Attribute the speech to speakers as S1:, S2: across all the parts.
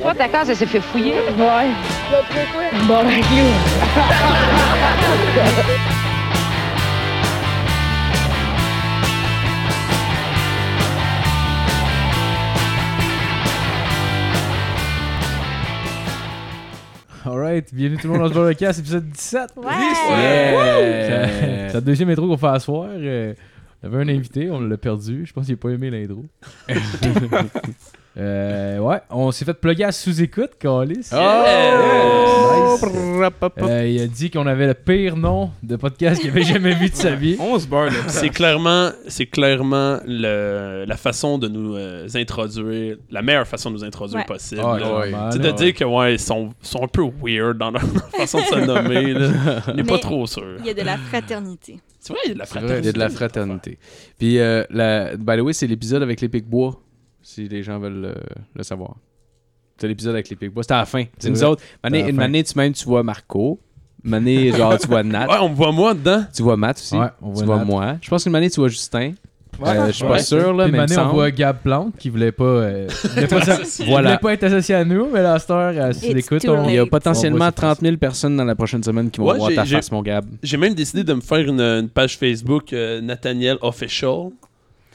S1: Toi, ta case, elle s'est fait fouiller.
S2: Ouais. Bon, ben, you.
S3: Alright, bienvenue tout le monde dans ce bon podcast, épisode 17.
S4: Ouais!
S3: C'est la deuxième intro qu'on fait à soir. euh, on avait un invité, on l'a perdu. Je pense qu'il n'a pas aimé l'intro. Euh, ouais, on s'est fait plugger à sous-écoute, Calis.
S5: Ah. Oh!
S3: Nice. Euh, il a dit qu'on avait le pire nom de podcast qu'il avait jamais vu de sa vie.
S5: On se barre là.
S6: C'est clairement, c'est clairement le, la façon de nous euh, introduire, la meilleure façon de nous introduire
S4: Ouais.
S6: possible.
S5: Ah,
S6: là.
S5: ouais.
S6: C'est de dire que ouais, ils sont, sont un peu weird dans leur façon de se nommer. là. On n'est pas
S4: Mais-
S6: trop sûr.
S4: Il y a de la fraternité.
S6: C'est vrai, il y a de la
S5: C'est vrai,
S6: fraternité.
S5: il y a de la fraternité. Puis, euh, la... by the way, c'est l'épisode avec les Pic-Bois, si les gens veulent euh, le savoir. C'est l'épisode avec les Pic-Bois. C'était à la fin.
S3: C'est
S5: C'est nous
S3: vrai.
S5: autres.
S3: C'était
S5: Mané,
S3: à la
S5: une
S3: fin.
S5: année, tu, même, tu vois Marco. Une année, genre, tu vois Nat.
S6: Ouais, on me voit moi dedans.
S5: Tu vois Matt aussi.
S3: Ouais, on voit
S5: tu vois
S3: Nat.
S5: moi. Je pense qu'une année, tu vois Justin. Euh, je suis pas
S3: Ouais.
S5: sûr,
S3: Puis
S5: là, mais il me
S3: maintenant, on
S5: semble.
S3: voit Gab Plante qui voulait pas, euh, voulait pas,
S6: Associé.
S3: il voulait
S5: Voilà.
S3: pas être associé à nous, mais là, à cette heure, euh, si
S4: It's
S3: l'écoute,
S4: too
S3: on.
S5: Il
S4: late.
S5: y a
S4: On voit
S5: potentiellement
S3: cette
S5: 30 000 personnes dans la prochaine semaine qui vont
S6: Ouais,
S5: voir
S6: j'ai-
S5: ta
S6: j'ai-
S5: face, mon Gab.
S6: J'ai même décidé de me faire une, une page Facebook euh, Nathaniel Official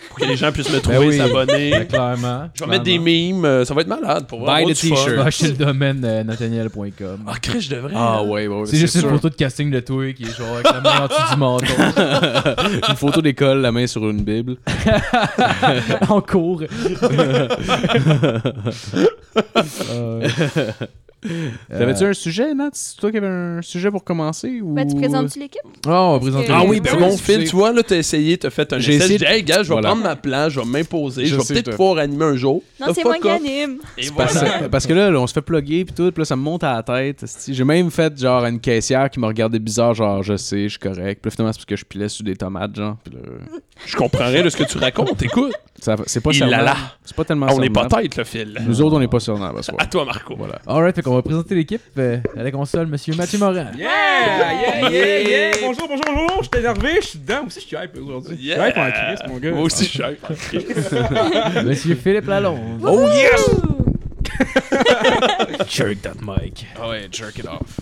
S6: pour que les gens
S5: Ben
S6: puissent me trouver,
S3: oui. Ouais,
S6: s'abonner.
S3: clairement.
S6: Je vais mettre des memes, euh, ça va être malade pour voir.
S5: Buy the t-shirt.
S3: Bah, chez le domaine euh, nathaniel.com.
S6: Ah, Chris, je devrais.
S5: Ah,
S6: hein.
S5: ouais, ouais. ouais,
S3: C'est juste
S5: sûr.
S3: une photo de casting de toi qui est genre avec la main en dessous du menton.
S5: une photo d'école, la main sur une Bible.
S3: en cours.
S6: Euh.
S5: T'avais-tu un sujet, Nat? C'est toi qui avais un sujet pour commencer? Ou...
S4: Ben, tu présentes-tu l'équipe?
S5: Ah, on va présenter.
S6: Ah oui,
S4: ben
S6: ben
S4: oui,
S6: bon, Phil, tu vois, là, t'as essayé, t'as fait un
S5: J'ai
S6: essai. J'ai
S5: essayé
S6: dit, hey, gars, je vais
S5: Voilà.
S6: prendre ma place, je vais m'imposer,
S5: Je
S6: je,
S5: sais, toi.
S6: vais peut-être pouvoir animer un jour.
S4: Non,
S6: The
S4: c'est moi
S6: fuck
S4: qui
S6: up.
S4: anime.
S6: Et voilà.
S5: Parce, parce que là, là, on se fait plugger puis tout, puis là, ça me monte à la tête. esti. J'ai même fait genre une caissière qui m'a regardé bizarre, genre je sais, je suis correct. Puis là, finalement, c'est parce que je pilais sur des tomates, genre. Puis là,
S6: Je comprends rien de ce que tu racontes, écoute.
S5: ça- c'est pas
S6: Il
S5: servant.
S6: l'a là. Ah,
S5: C'est pas tellement
S6: On n'est pas
S5: servant.
S6: tête, le Phil.
S5: Ah, Nous autres, on n'est pas servant, là, ce soir.
S6: À toi, Marco.
S5: Voilà.
S3: Alright, fait qu'on va présenter l'équipe euh, à la console, monsieur Mathieu Morin.
S7: Yeah! Yeah, yeah, yeah! Bonjour, bonjour, bonjour! Je suis énervé, je suis dedans. Moi aussi, je suis hype aujourd'hui. Je suis hype en crise, mon gars.
S6: Moi aussi, je suis hype.
S3: Monsieur Philippe Lalonde.
S6: Oh yes!
S3: jerk that mic.
S5: Ah ouais, jerk it off.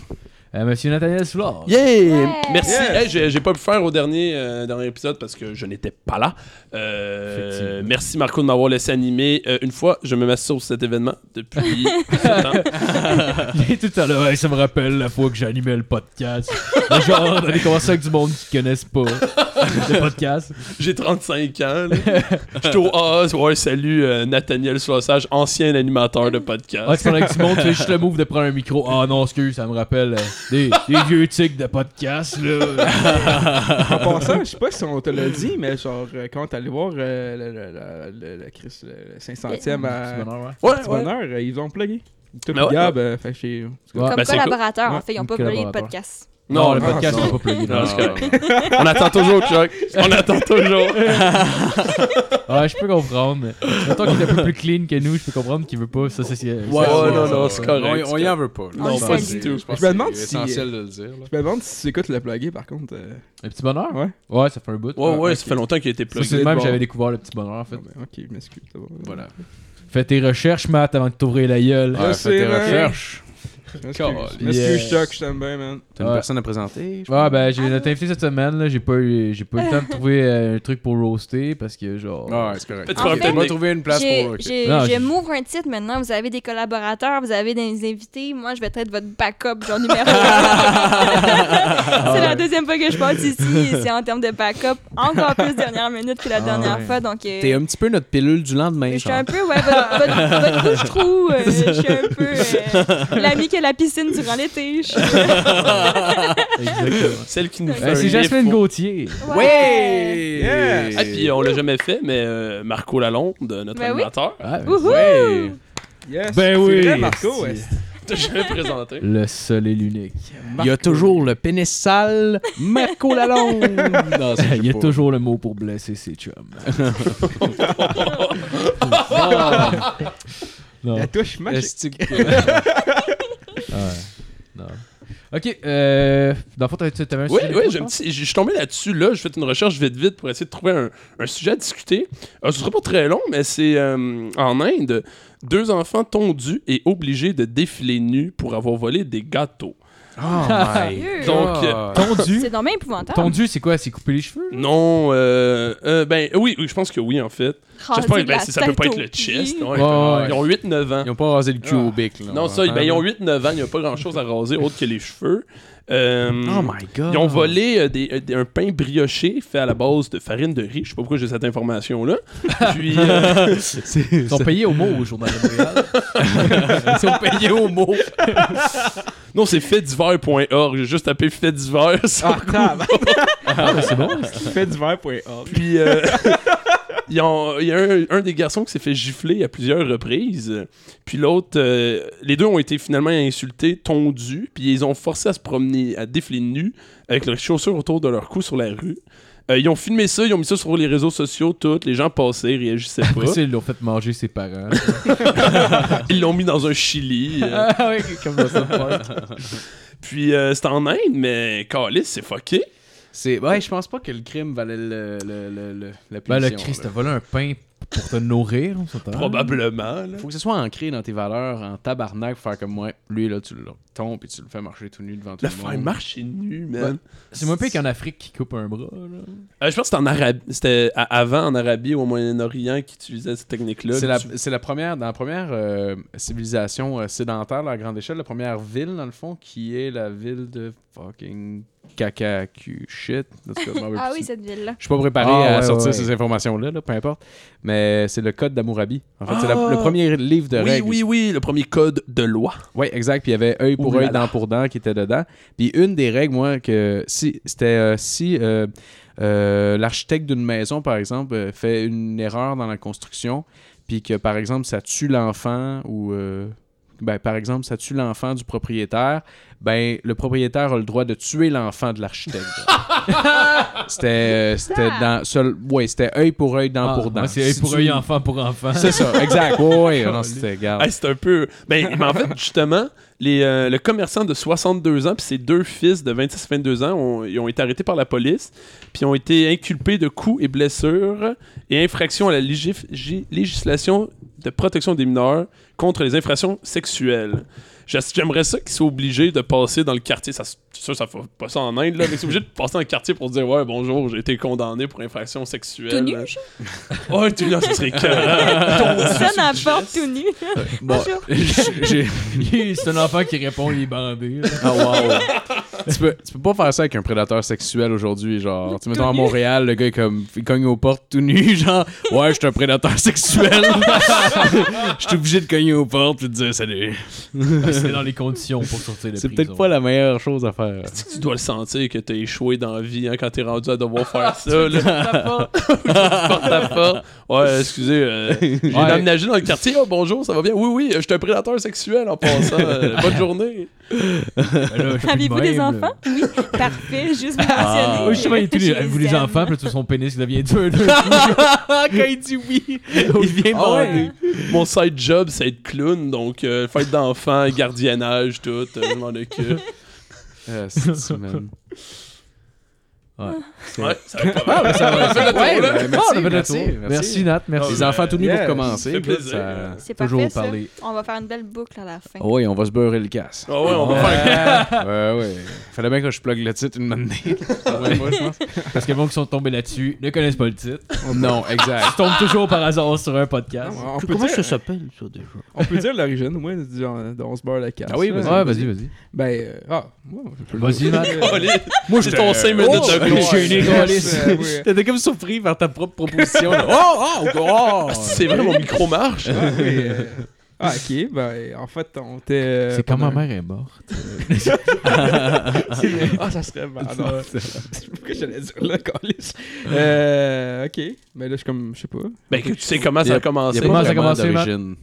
S3: euh, monsieur Nathaniel Soulard.
S6: Yeah!
S4: Yeah.
S6: Merci.
S7: Yeah.
S6: Hey, j'ai j'ai pas pu faire au dernier, euh, dernier épisode parce que je n'étais pas là. Euh,
S3: Effectivement.
S6: merci Marco de m'avoir laissé animer. Euh, une fois, je me m'assure sur cet événement depuis ce temps.
S3: Et tout à l'heure, Hey, ça me rappelle la fois que j'animais le podcast. Mais genre, on avait commencé avec du monde qui connaissent pas le podcast.
S6: J'ai 35 ans. Je suis au AAS. Ouais, salut euh, Nathaniel Slossage, ancien animateur de podcast.
S3: Ah, tu parles avec du monde, tu fais juste le move de prendre un micro. Ah non, excuse, ça me rappelle euh, des, des vieux tics de podcast, là.
S7: En passant, je sais pas si on te l'a dit, mais genre, euh, quand t'allais voir euh, le, le, le, le- le- Chris, le- le 500e
S3: C'est
S7: à
S3: bon, ouais.
S6: Ouais,
S7: Petit
S6: ouais.
S7: Bonheur, euh, ils ont plugué. Tout
S6: Ben
S7: le
S6: ouais.
S7: Gab, euh, fait que j'ai-
S3: Ouais.
S4: Comme
S6: Ben, c'est
S4: collaborateur, en
S7: cool.
S4: fait, ils n'ont
S3: Mm,
S4: pas volé le
S3: collaborateur.
S4: podcast.
S3: Non, le
S7: non,
S3: podcast
S7: non.
S3: n'est pas plugué.
S6: Non, c'est correct.
S5: Ah,
S6: On attend toujours, Chuck. On attend toujours.
S3: Ouais, je peux comprendre. Tant qu'il est un peu plus clean que nous, je peux comprendre qu'il veut pas s'associer.
S5: Ouais,
S6: ouais,
S5: non,
S6: non,
S5: non,
S6: non, c'est
S5: on,
S6: correct.
S5: on y en veut pas. là.
S4: Non,
S5: Je
S4: pas
S5: pense
S4: du
S5: que-
S6: tout.
S5: Je pense
S7: Je me
S5: que
S7: demande
S5: c'est
S7: si-
S5: essentiel de le dire. là.
S7: Je me demande si c'est quoi tu l'as plugué, par contre. euh.
S3: Le petit bonheur
S7: Ouais.
S3: Ouais, ça fait un bout.
S6: Ouais, ouais,
S7: Ouais,
S6: ça
S7: ok.
S6: fait longtemps qu'il a été
S3: Ça,
S6: plugé.
S3: c'est le même
S7: bon.
S3: que j'avais découvert le petit bonheur en fait.
S7: Ah, ben, ok, je m'excuse. ça va.
S5: Voilà.
S3: Fais tes recherches, Matt, avant de t'ouvrir la gueule.
S5: Ouais, fais
S7: sais,
S5: tes
S7: man.
S5: recherches.
S7: Je
S5: Caliste.
S7: m'excuse. Je m'excuse,
S3: Yeah.
S7: Chuck, je t'aime bien, man.
S5: T'as une
S3: Ouais.
S5: personne à présenter? je
S3: Ouais,
S5: pense?
S3: ben, j'ai notre invité cette semaine, là. J'ai pas, eu, j'ai pas eu le temps de trouver euh, un truc pour roaster parce que, genre.
S5: Ah, ouais, c'est correct. Ok,
S6: Petit
S5: on
S4: problème
S5: va
S6: technique.
S5: trouver une place
S4: J'ai-
S5: pour. ok.
S4: j'ai-
S3: Non, j'ai-
S4: Je m'ouvre un titre maintenant. Vous avez des collaborateurs, vous avez des invités. Moi, je vais être votre backup, genre numéro un. C'est la deuxième fois que je passe ici. et C'est en termes de backup, encore plus dernière minute que la
S3: Ah
S4: dernière
S3: ouais.
S4: fois. Donc, euh,
S5: T'es un petit peu notre pilule du lendemain.
S4: je suis
S5: genre.
S4: un peu, ouais, votre, votre, votre bouche-trou. euh, je suis un peu euh, l'ami qui a la piscine durant l'été. je suis- euh,
S3: Exactement.
S6: Celle qui nous fait.
S3: Ben,
S6: un
S3: c'est Jasmine
S6: livre pour-
S3: Gauthier.
S5: Ouais!
S7: Yeah!
S6: Ah, puis on l'a jamais fait, mais euh, Marco Lalonde, notre
S4: Ben oui.
S6: animateur,
S3: Ouais, ben,
S4: Wouhou!
S5: Ouais!
S7: Yes,
S3: Ben
S7: c'est
S3: oui,
S7: vrai, Marco.
S3: c'est-
S7: est-ce-
S6: t'as jamais présenté.
S3: le seul et l'unique.
S5: Il y a toujours le pénis sale, Marco Lalonde! Non, Ah, ça, je sais
S3: Il y a
S5: pas.
S3: toujours le mot pour blesser ses chums. non.
S7: La touche magique.
S5: Est-ce que-
S3: Ah Ouais. Non. Ok, euh, dans le fond, t'avais- t'avais un
S6: Oui,
S3: sujet
S6: oui,
S3: d'écho,
S6: j'ai
S3: je
S6: un
S3: pense?
S6: petit- je je suis tombé là-dessus, là. Je fais une recherche vite, vite pour essayer de trouver un, un sujet à discuter. Euh, ce sera pas très long, mais c'est euh, en Inde, deux enfants tondus et obligés de défiler nus pour avoir volé des gâteaux.
S5: Oh
S4: Sérieux?
S6: Donc,
S3: Ah. Tondu.
S4: C'est dommage épouvantable.
S3: Tondu, c'est quoi C'est couper les cheveux
S6: Non, euh, euh, ben oui, oui, je pense que oui, en fait.
S4: Ah,
S6: J'espère que ben, c'est- ça peut pas être le chest. ouais,
S3: Ouais,
S6: genre,
S3: ouais.
S6: Ils ont 8-9 ans.
S5: Ils ont pas rasé le cul
S6: Ah.
S5: au bic, là.
S6: Non, ça, ben, ils ont 8-9 ans, il n'y a pas grand-chose à raser autre que les cheveux. Euh,
S5: Oh my god.
S6: Ils ont volé euh, des- euh, des- un pain brioché fait à la base de farine de riz. Je sais pas pourquoi j'ai cette information-là. Puis, euh,
S3: Ils sont payés au mot au journal de Montréal.
S5: Ils sont payés au mot.
S6: non, c'est faitdiver.org. J'ai juste tapé faitdiver. sur-
S7: Ah, tabarnak.
S3: ah, ben, c'est bon.
S7: Fait divers.org.
S6: Puis, euh, ils ont- il y a un, un des garçons qui s'est fait gifler à plusieurs reprises. Puis l'autre, euh, les deux ont été finalement insultés, tondus. Puis ils ont forcé à se promener, à défiler nus avec leurs chaussures autour de leur cou sur la rue. Euh, ils ont filmé ça, ils ont mis ça sur les réseaux sociaux, tout. Les gens passaient, ils réagissaient
S3: Après
S6: pas.
S3: ça, ils l'ont fait manger ses parents.
S6: Ils l'ont mis dans un chili. euh,
S3: ah oui, comme dans South Park.
S6: Puis euh, c'est en Inde, mais Calis, c'est fucké.
S5: C'est... Ouais, je pense pas que le crime valait le, le, le, le, la
S3: Ben, le
S5: punition,
S3: Christ
S5: là.
S3: t'a volé un pain pour te nourrir, on s'entend.
S6: Probablement. là.
S5: Faut que ce soit ancré dans tes valeurs, en tabarnak, pour faire comme moi. Lui, là, tu le tombes et tu le fais marcher tout nu devant tout
S6: La
S5: le
S6: fin
S5: monde.
S6: marche est nue, man.
S3: C'est moins pire qu'en Afrique qui coupe un bras. Là.
S6: Euh, je pense que c'était en Arabie. C'était à- avant en Arabie ou au Moyen-Orient qu'ils utilisaient cette technique-là.
S5: C'est la,
S6: Tu-
S5: c'est la première, dans la première euh, civilisation euh, sédentaire là, à grande échelle, la première ville, dans le fond, qui est la ville de fucking caca cul shit. En tout cas, je m'en rappelle
S4: Ah
S5: plus.
S4: oui, cette ville-là.
S5: Je suis pas préparé
S3: Ah,
S5: à
S3: ouais,
S5: sortir
S3: ouais.
S5: ces informations-là, là, peu importe. Mais c'est le code d'Hammurabi. En fait, c'est
S3: Ah!
S5: la- le premier livre de
S6: Oui,
S5: règles.
S6: oui, oui, le premier code de loi.
S5: Oui, exact. Puis il y avait œil pour
S6: Ouh là
S5: œil, dent pour dent qui était dedans. Puis une des règles, moi, que si c'était euh, si euh, euh, l'architecte d'une maison, par exemple, euh, fait une erreur dans la construction, puis que, par exemple, ça tue l'enfant ou. euh, ben, par exemple, ça tue l'enfant du propriétaire, ben, le propriétaire a le droit de tuer l'enfant de l'architecte. c'était euh, c'était dans seul, ouais, c'était œil pour œil, dent
S3: Ah,
S5: pour dent.
S3: ouais, c'est œil
S5: Si
S3: pour
S5: tu-
S3: œil, enfant pour enfant.
S5: C'est ça, exact. Ouais, ouais, non, c'était garde.
S6: Hey, c'est un peu. Ben, mais en fait, justement, les, euh, le commerçant de 62 ans puis ses deux fils de 26 22 ans ont, ils ont été arrêtés par la police puis ont été inculpés de coups et blessures et infractions à la légif- gé- législation de protection des mineurs contre les infractions sexuelles. J'as- J'aimerais ça qu'ils soient obligés de passer dans le quartier. Ça, se- c'est sûr, ça fait pas ça en Inde, là, mais ils sont obligés de passer dans le quartier pour dire Ouais, bonjour, j'ai été condamné pour infraction sexuelle.
S4: Tout nu,
S6: Ouais, tout nu, ça serait carré.
S4: Ça n'importe tout nu.
S5: Bon,
S4: Bonjour.
S5: j'ai- j'ai-
S3: c'est un enfant qui répond, il est bandé. là.
S5: Ah, wow. tu, peux, tu peux pas faire ça avec un prédateur sexuel aujourd'hui, genre. Tu mettons à Montréal, le gars est comme il cogne aux portes tout nu, genre Ouais, je suis un prédateur sexuel. Je suis obligé de cogner aux portes et de dire salut.
S3: C'est dans les conditions pour sortir de
S5: C'est
S3: prison.
S5: peut-être pas la meilleure chose à faire.
S6: Tu- Tu dois le sentir que t'as échoué dans la vie hein, quand t'es rendu à devoir faire ça. là. Porte à porte. Ouais, excusez, euh,
S3: ben
S6: j'ai
S5: Ouais.
S6: emménagé dans le quartier. Oh, bonjour, ça va bien? Oui, oui, je suis un prédateur sexuel en passant. Euh, bonne journée.
S3: Ben là, je suis
S4: Avez-vous
S3: de
S4: des
S3: même,
S4: enfants? Oui, parfait, juste
S6: Ah.
S4: mentionné.
S3: Moi, je travaille tous les- Avez-vous les enfants? Puis là, tu vois son pénis qui devient dur.
S5: Quand il dit oui, il vient
S6: Ah ouais. Mon side job, c'est être clown, donc euh, fête d'enfants, gardiennage, tout. euh, je m'en occupe.
S5: Euh,
S6: Ouais, ça va pas
S3: Ah,
S6: mal.
S3: ben,
S5: ben,
S3: merci, merci Nat, merci.
S5: Les enfants tout nus
S7: Yes.
S5: pour commencer.
S6: Ça fait
S5: écoute,
S6: plaisir.
S5: ça-
S4: C'est
S3: Toujours
S4: parfait, ça.
S3: parler.
S4: On va faire une belle boucle à la fin.
S6: Oh.
S5: Ah ouais, on va se beurrer le casse.
S6: Ah ouais, on va faire
S5: Ouais, ouais. Fallait bien que je plug le titre une manée.
S3: Parce que les gens qui sont tombés là-dessus ne connaissent pas le titre.
S5: non, exact.
S3: Ils tombent toujours par hasard sur un podcast.
S7: On peut, dire,
S1: s'appelle, ça, déjà?
S7: on peut dire l'origine, au moins, du- on, on se beurre la
S5: Ah
S7: casse. là.
S3: Ouais, Ah vas-y, vas-y.
S7: Ben, euh, ah, moi, je peux le
S3: Vas-y,
S7: dire.
S3: Matt.
S7: Euh,
S6: un Moi, j'ai ton 5 minutes
S5: Oh,
S3: euh,
S6: de gloire.
S3: gêné,
S7: yes, euh, oui.
S5: T'étais comme surpris par ta propre proposition. là.
S6: Ah,
S5: Oh, oh, oh!
S6: C'est vrai, mon micro marche.
S7: Ah, oui, euh, ah, ok, ben, en fait, on était. euh,
S3: C'est quand ma
S7: pendant-
S3: mère est morte.
S7: Ah, ça serait mal. non. Pourquoi j'allais dire là, Calis? Euh, ok, mais là, je suis comme, je sais pas.
S6: Ben, que tu sais comment
S5: Y
S6: ça
S5: a-
S6: a commencé.
S3: pas Comment ça a commencé,
S7: Non,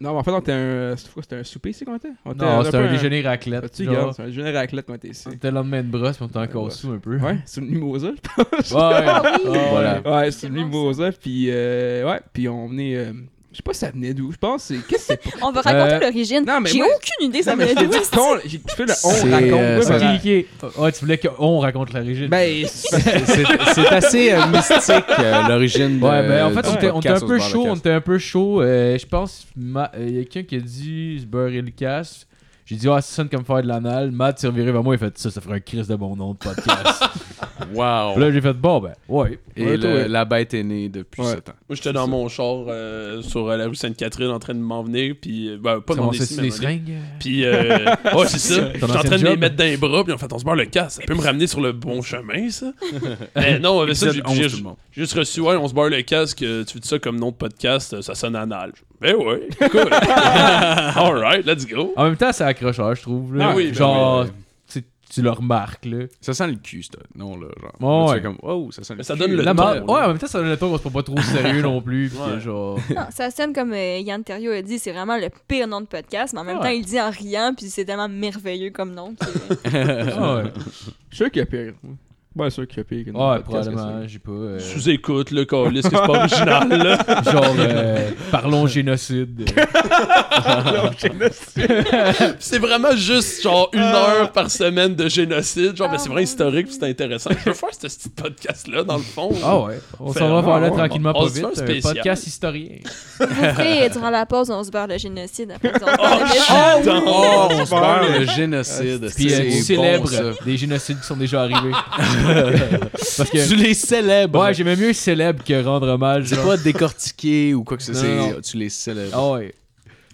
S7: mais en fait, on était un. C'était quoi, c'était un souper, c'est qu'on était? On était- on
S3: Non,
S7: était
S3: c'était
S7: pas
S3: un déjeuner raclette.
S7: Ah, Tu
S3: genre.
S7: regardes, c'est un déjeuner raclette qu'on était ici.
S3: C'était le lendemain de brosse, puis on était
S7: Ouais.
S3: encore sous un peu.
S7: Ouais, c'est une mimosa, je pense.
S3: Ouais.
S4: Ah oui.
S3: Voilà.
S7: Ouais, c'est une
S4: C'est bon,
S7: mimosa, puis euh, ouais, puis on venait. euh, Je sais pas ça venait d'où. Je pense que c'est. Qu'est-ce que c'est
S4: On va raconter
S3: Euh,
S4: l'origine.
S7: non, mais
S4: J'ai
S7: moi-
S4: aucune idée, ça
S7: Non,
S4: me
S7: mais je
S4: l'a
S7: t'ai dit,
S4: dit.
S7: ton- j'ai fait le on
S5: C'est,
S7: raconte.
S5: euh,
S7: là,
S5: ça-
S7: voilà.
S3: Ok, ok. Ouais, tu voulais qu'on raconte l'origine.
S7: Ben, c'est-
S5: C'est c'est assez euh, mystique, euh, l'origine de
S3: Ouais, ben en fait,
S5: du
S3: on était- on était un
S5: podcast au
S3: peu
S5: Sport
S3: chaud. On
S5: Podcast.
S3: était un peu chaud. Euh, je pense, Ma- euh, y a quelqu'un qui a dit se beurrer le casse. J'ai dit, ah, ça sonne comme faire de l'anal. Matt s'est reviré vers moi et fait ça, ça ferait un crise de bon nom de podcast.
S5: Wow.
S3: Puis là, j'ai fait bon, ben, ouais.
S5: Et
S7: Ouais,
S5: le-
S7: toi, ouais.
S5: la bête est née depuis
S7: Ouais.
S5: ce temps.
S6: Moi, j'étais dans mon char euh, sur euh, la rue Sainte-Catherine en train de m'en venir, puis euh, ben, pas de
S3: Comment
S6: m'en venir
S3: ça,
S6: ici,
S3: c'est
S6: mais
S3: les
S6: m'en aller.
S3: seringues
S6: Puis, euh, ouais, c'est ça.
S3: Ton
S6: J'étais en train
S3: ancien
S6: de les
S3: job.
S6: mettre dans les bras, puis en fait, on se barre le casse. Ça peut me ramener sur le bon chemin, ça. Mais non, avec ça, j'ai
S5: Épisode 11,
S6: j'ai-
S5: tout le monde.
S6: j'ai juste reçu, ouais, on se barre le casque, euh, tu fais ça comme nom de podcast, euh, ça sonne anal. Ben ouais, cool. Alright, let's go.
S3: En même temps, c'est accrocheur, je trouve. là.
S6: Ah oui, ben
S3: Genre,
S5: oui,
S3: tu- tu le remarques, là.
S5: Ça sent le cul, ce non là. Genre,
S3: Ouais,
S5: Là, tu
S3: ouais.
S5: fais comme, oh, ça sent le
S6: Mais ça
S5: cul.
S6: donne le
S3: La
S6: ton,
S3: ma-
S6: là.
S3: ouais, en même temps, ça donne le ton qu'on se prend pas trop au sérieux non plus. Puis
S6: Ouais.
S3: que genre.
S4: Non, ça sonne comme euh, Yann Terriot a dit, c'est vraiment le pire nom de podcast, mais en même
S3: Ouais.
S4: temps, il dit en riant, puis c'est tellement merveilleux comme nom. que-
S5: Oh,
S3: Ah ouais,
S7: Je suis sûr qu'il y a pire. moi. Ben, sûr qu'il y a pire. que nous,
S3: ouais
S7: le podcast,
S3: probablement, j'ai pas. euh,
S6: Sous-écoute, le câlisse, que c'est pas original, là.
S3: genre, euh, parlons génocide.
S6: C'est vraiment juste genre une heure par semaine de génocide. Genre, ben, c'est vraiment historique puis c'est intéressant. Je peux faire ce petit podcast-là, dans le fond.
S3: Ah ouais, on
S6: Fait-
S3: s'en va
S6: ah
S3: par là
S6: ouais,
S3: tranquillement
S6: on
S3: pas
S6: se fait
S3: vite.
S6: un
S3: Un
S6: spécial.
S3: podcast historien.
S4: Vous ferez, durant la pause, on se barre le génocide. Après, on se
S6: Oh,
S4: barre le génocide.
S6: putain!
S5: Oh, on se
S7: parle.
S5: parle le génocide.
S3: Puis euh,
S5: C'est
S3: tu
S5: bon, ça.
S3: célèbres des génocides qui sont déjà arrivés. Parce que.
S5: Tu les célèbres.
S3: Ouais, j'aimais mieux célèbre que rendre hommage.
S5: C'est
S3: genre.
S5: pas décortiqué ou quoi que ce
S3: Non,
S5: soit.
S3: non.
S5: Tu les célèbres.
S3: Ah ouais.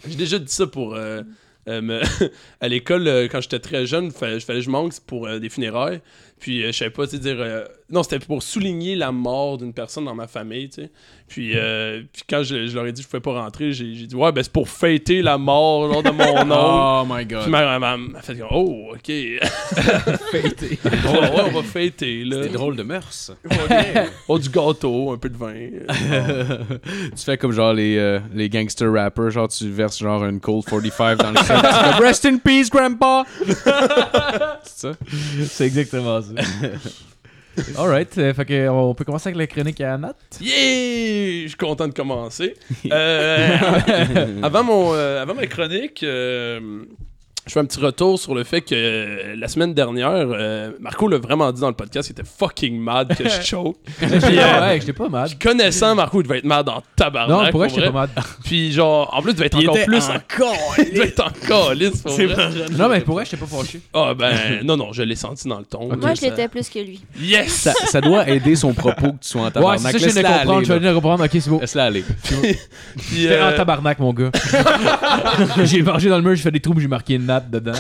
S6: J'ai déjà dit ça pour. euh, euh, me- à l'école, euh, quand j'étais très jeune, fallait, fallait que je manque pour euh, des funérailles. Puis euh, je savais pas, tu sais, dire. euh, non, c'était pour souligner la mort d'une personne dans ma famille, tu sais. Puis, euh, puis quand je, je leur ai dit que je pouvais pas rentrer, j'ai j'ai dit, ouais, ben c'est pour fêter la mort genre, de mon oncle.
S3: Ah.
S5: Oh my
S6: Puis
S5: god.
S6: ma maman m'a fait comme, oh, ok.
S7: Fêter.
S6: on, va- ouais, on va euh, fêter, là.
S5: C'est drôle de mœurs.
S6: Oh, du gâteau, un peu de vin.
S5: tu fais comme genre les, euh, les gangster rappers, genre tu verses genre une Cold 45 dans le sol. Tu fais, Rest in peace, grandpa! C'est ça?
S3: C'est exactement ça. Alright, euh, fait que on peut commencer avec la chronique à Anat.
S6: Yeah! Je suis content de commencer. Euh, avant, mon, euh, avant ma chronique, euh, je fais un petit retour sur le fait que euh, la semaine dernière, euh, Marco l'a vraiment dit dans le podcast, il était fucking mad que je choke. Puis, euh,
S3: ouais, j'étais pas mal.
S6: puis connaissant Marco, il devait être mad en tabarnak.
S3: Non, pour vrai,
S6: vrai.
S3: j'étais pas mal.
S6: Puis genre, en plus, il devait être encore plus... en- Il devait être encore lisse, pour vrai.
S3: Non, mais pour vrai, j'étais pas fâché.
S6: Ah ben, non, non, je l'ai senti dans le ton.
S4: Moi, je
S6: Ça-
S4: l'étais plus que lui.
S6: Yes!
S5: ça? ça doit aider son propos que tu sois en
S3: Ouais, c'est
S5: tabarnak.
S3: ça, je viens de
S5: Laisse-la
S3: comprendre. Je
S5: aller,
S3: viens
S5: là.
S3: de comprendre. Ok, c'est beau.
S5: Laisse-la aller.
S6: Puis,
S3: J'étais
S6: euh,
S3: en tabarnak, mon gars. j'ai marché dans le mur, j'ai fait des trous, puis j'ai marqué une nappe dedans.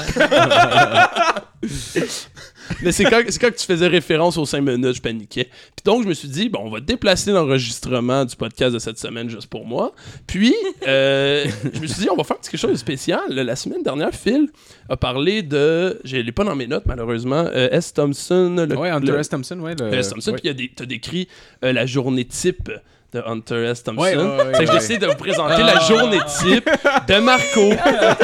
S6: Mais c'est quand, c'est quand que tu faisais référence aux 5 minutes, je paniquais. Puis donc, je me suis dit, bon, on va déplacer l'enregistrement du podcast de cette semaine juste pour moi. Puis, euh, je me suis dit, on va faire quelque chose de spécial. La semaine dernière, Phil a parlé de. Je l'ai pas dans mes notes, malheureusement. euh, S. Thompson. Le,
S5: Ouais, Hunter
S6: le-
S5: S. Thompson, ouais. Le...
S6: le S. Thompson.
S5: ouais.
S6: Puis, il y a des- t'as décrit euh, la journée type de Hunter S. Thompson.
S5: Ouais, ouais, ouais,
S6: C'est que
S5: ouais. Ah.
S6: j'essaie de vous présenter la journée type de Marco.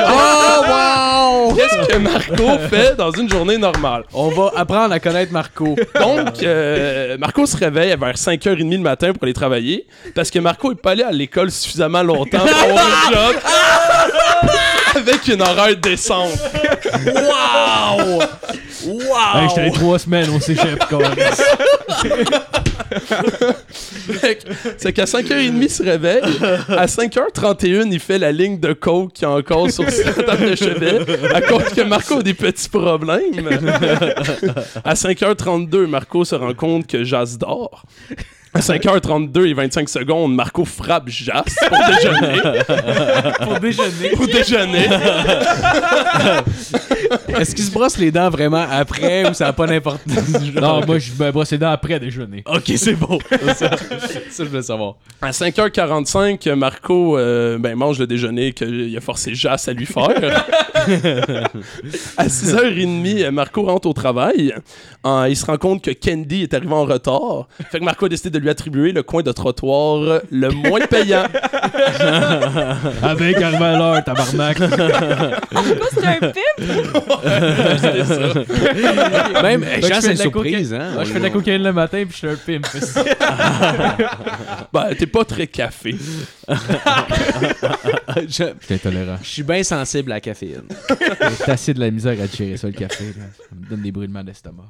S5: Oh, wow!
S6: Qu'est-ce que Marco fait dans une journée normale?
S5: On va apprendre à connaître Marco.
S6: Donc, euh, Marco se réveille vers 5h30 le matin pour aller travailler parce que Marco est pas allé à l'école suffisamment longtemps pour avoir un job avec une horaire décente.
S5: Wow!
S3: Hey,
S5: Wow!
S3: j'étais allé trois semaines, on s'échappe quand même.
S6: Fait que- C'est qu'à 5h30, il se réveille. À 5h31, il fait la ligne de coke qui est encore sur sa table de chevet à cause que Marco a des petits problèmes. À 5h32, Marco se rend compte que Jas dort. À 5h32 et 25 secondes, Marco frappe Jas pour déjeuner.
S3: Pour déjeuner.
S6: pour déjeuner.
S5: Est-ce qu'il se brosse les dents vraiment après ou ça n'a pas d'importance?
S3: Non, moi, je me brosse les dents après déjeuner.
S5: Ok, c'est bon. ça, ça, je voulais savoir.
S6: À 5h45, euh, Marco euh, ben, mange le déjeuner qu'il a forcé Jas à lui faire. à 6h30, euh, Marco rentre au travail. Euh, il se rend compte que Candy est arrivé en retard. Fait que Marco a décidé de lui attribuer le coin de trottoir le moins payant.
S3: Avec un valeur, tabarnak.
S4: Pourquoi c'est un pimp?
S6: C'est ça.
S5: Même,
S3: Fait que je
S5: Jean,
S3: fais
S5: c'est une
S3: de la
S5: surprise, hein?
S3: Moi, je fais de la cocaïne le matin puis je suis un pimp.
S6: Ben, t'es pas très café.
S5: Je-
S3: Je suis intolérant.
S5: je suis bien sensible à la caféine.
S3: T'as assez de la misère à tirer ça le café. Là. Ça me donne des brûlements d'estomac.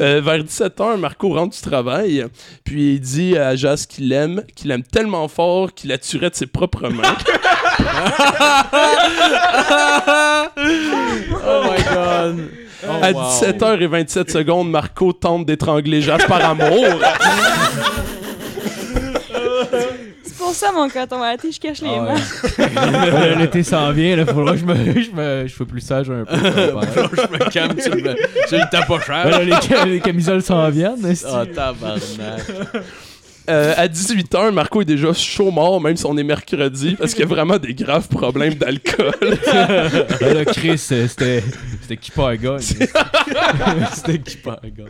S6: Euh, vers 17h, Marco rentre du travail, puis il dit à Jas qu'il l'aime, qu'il l'aime tellement fort qu'il la tuerait de ses propres mains.
S5: Oh my god! Oh,
S6: à 17h27 secondes, Marco tente d'étrangler Jas par amour.
S4: C'est pour ça, mon coton maté, je cache les
S3: Ah
S4: mains.
S3: ouais. Euh, L'été s'en vient, là, faudra que je me, je me- je sois plus sage un peu.
S5: je me calme, tu me. Tu le tapes pas cher.
S3: Ouais, Ben là, les, ca- les camisoles s'en viennent. est-ce que-
S5: Oh tabarnak.
S6: Euh, à 18h, Marco est déjà chaud mort, même si on est mercredi, parce qu'il y a vraiment des graves problèmes d'alcool.
S3: Ouais, là, Chris, euh, c'était c'était qui pas un gars. C'était qui pas un gars.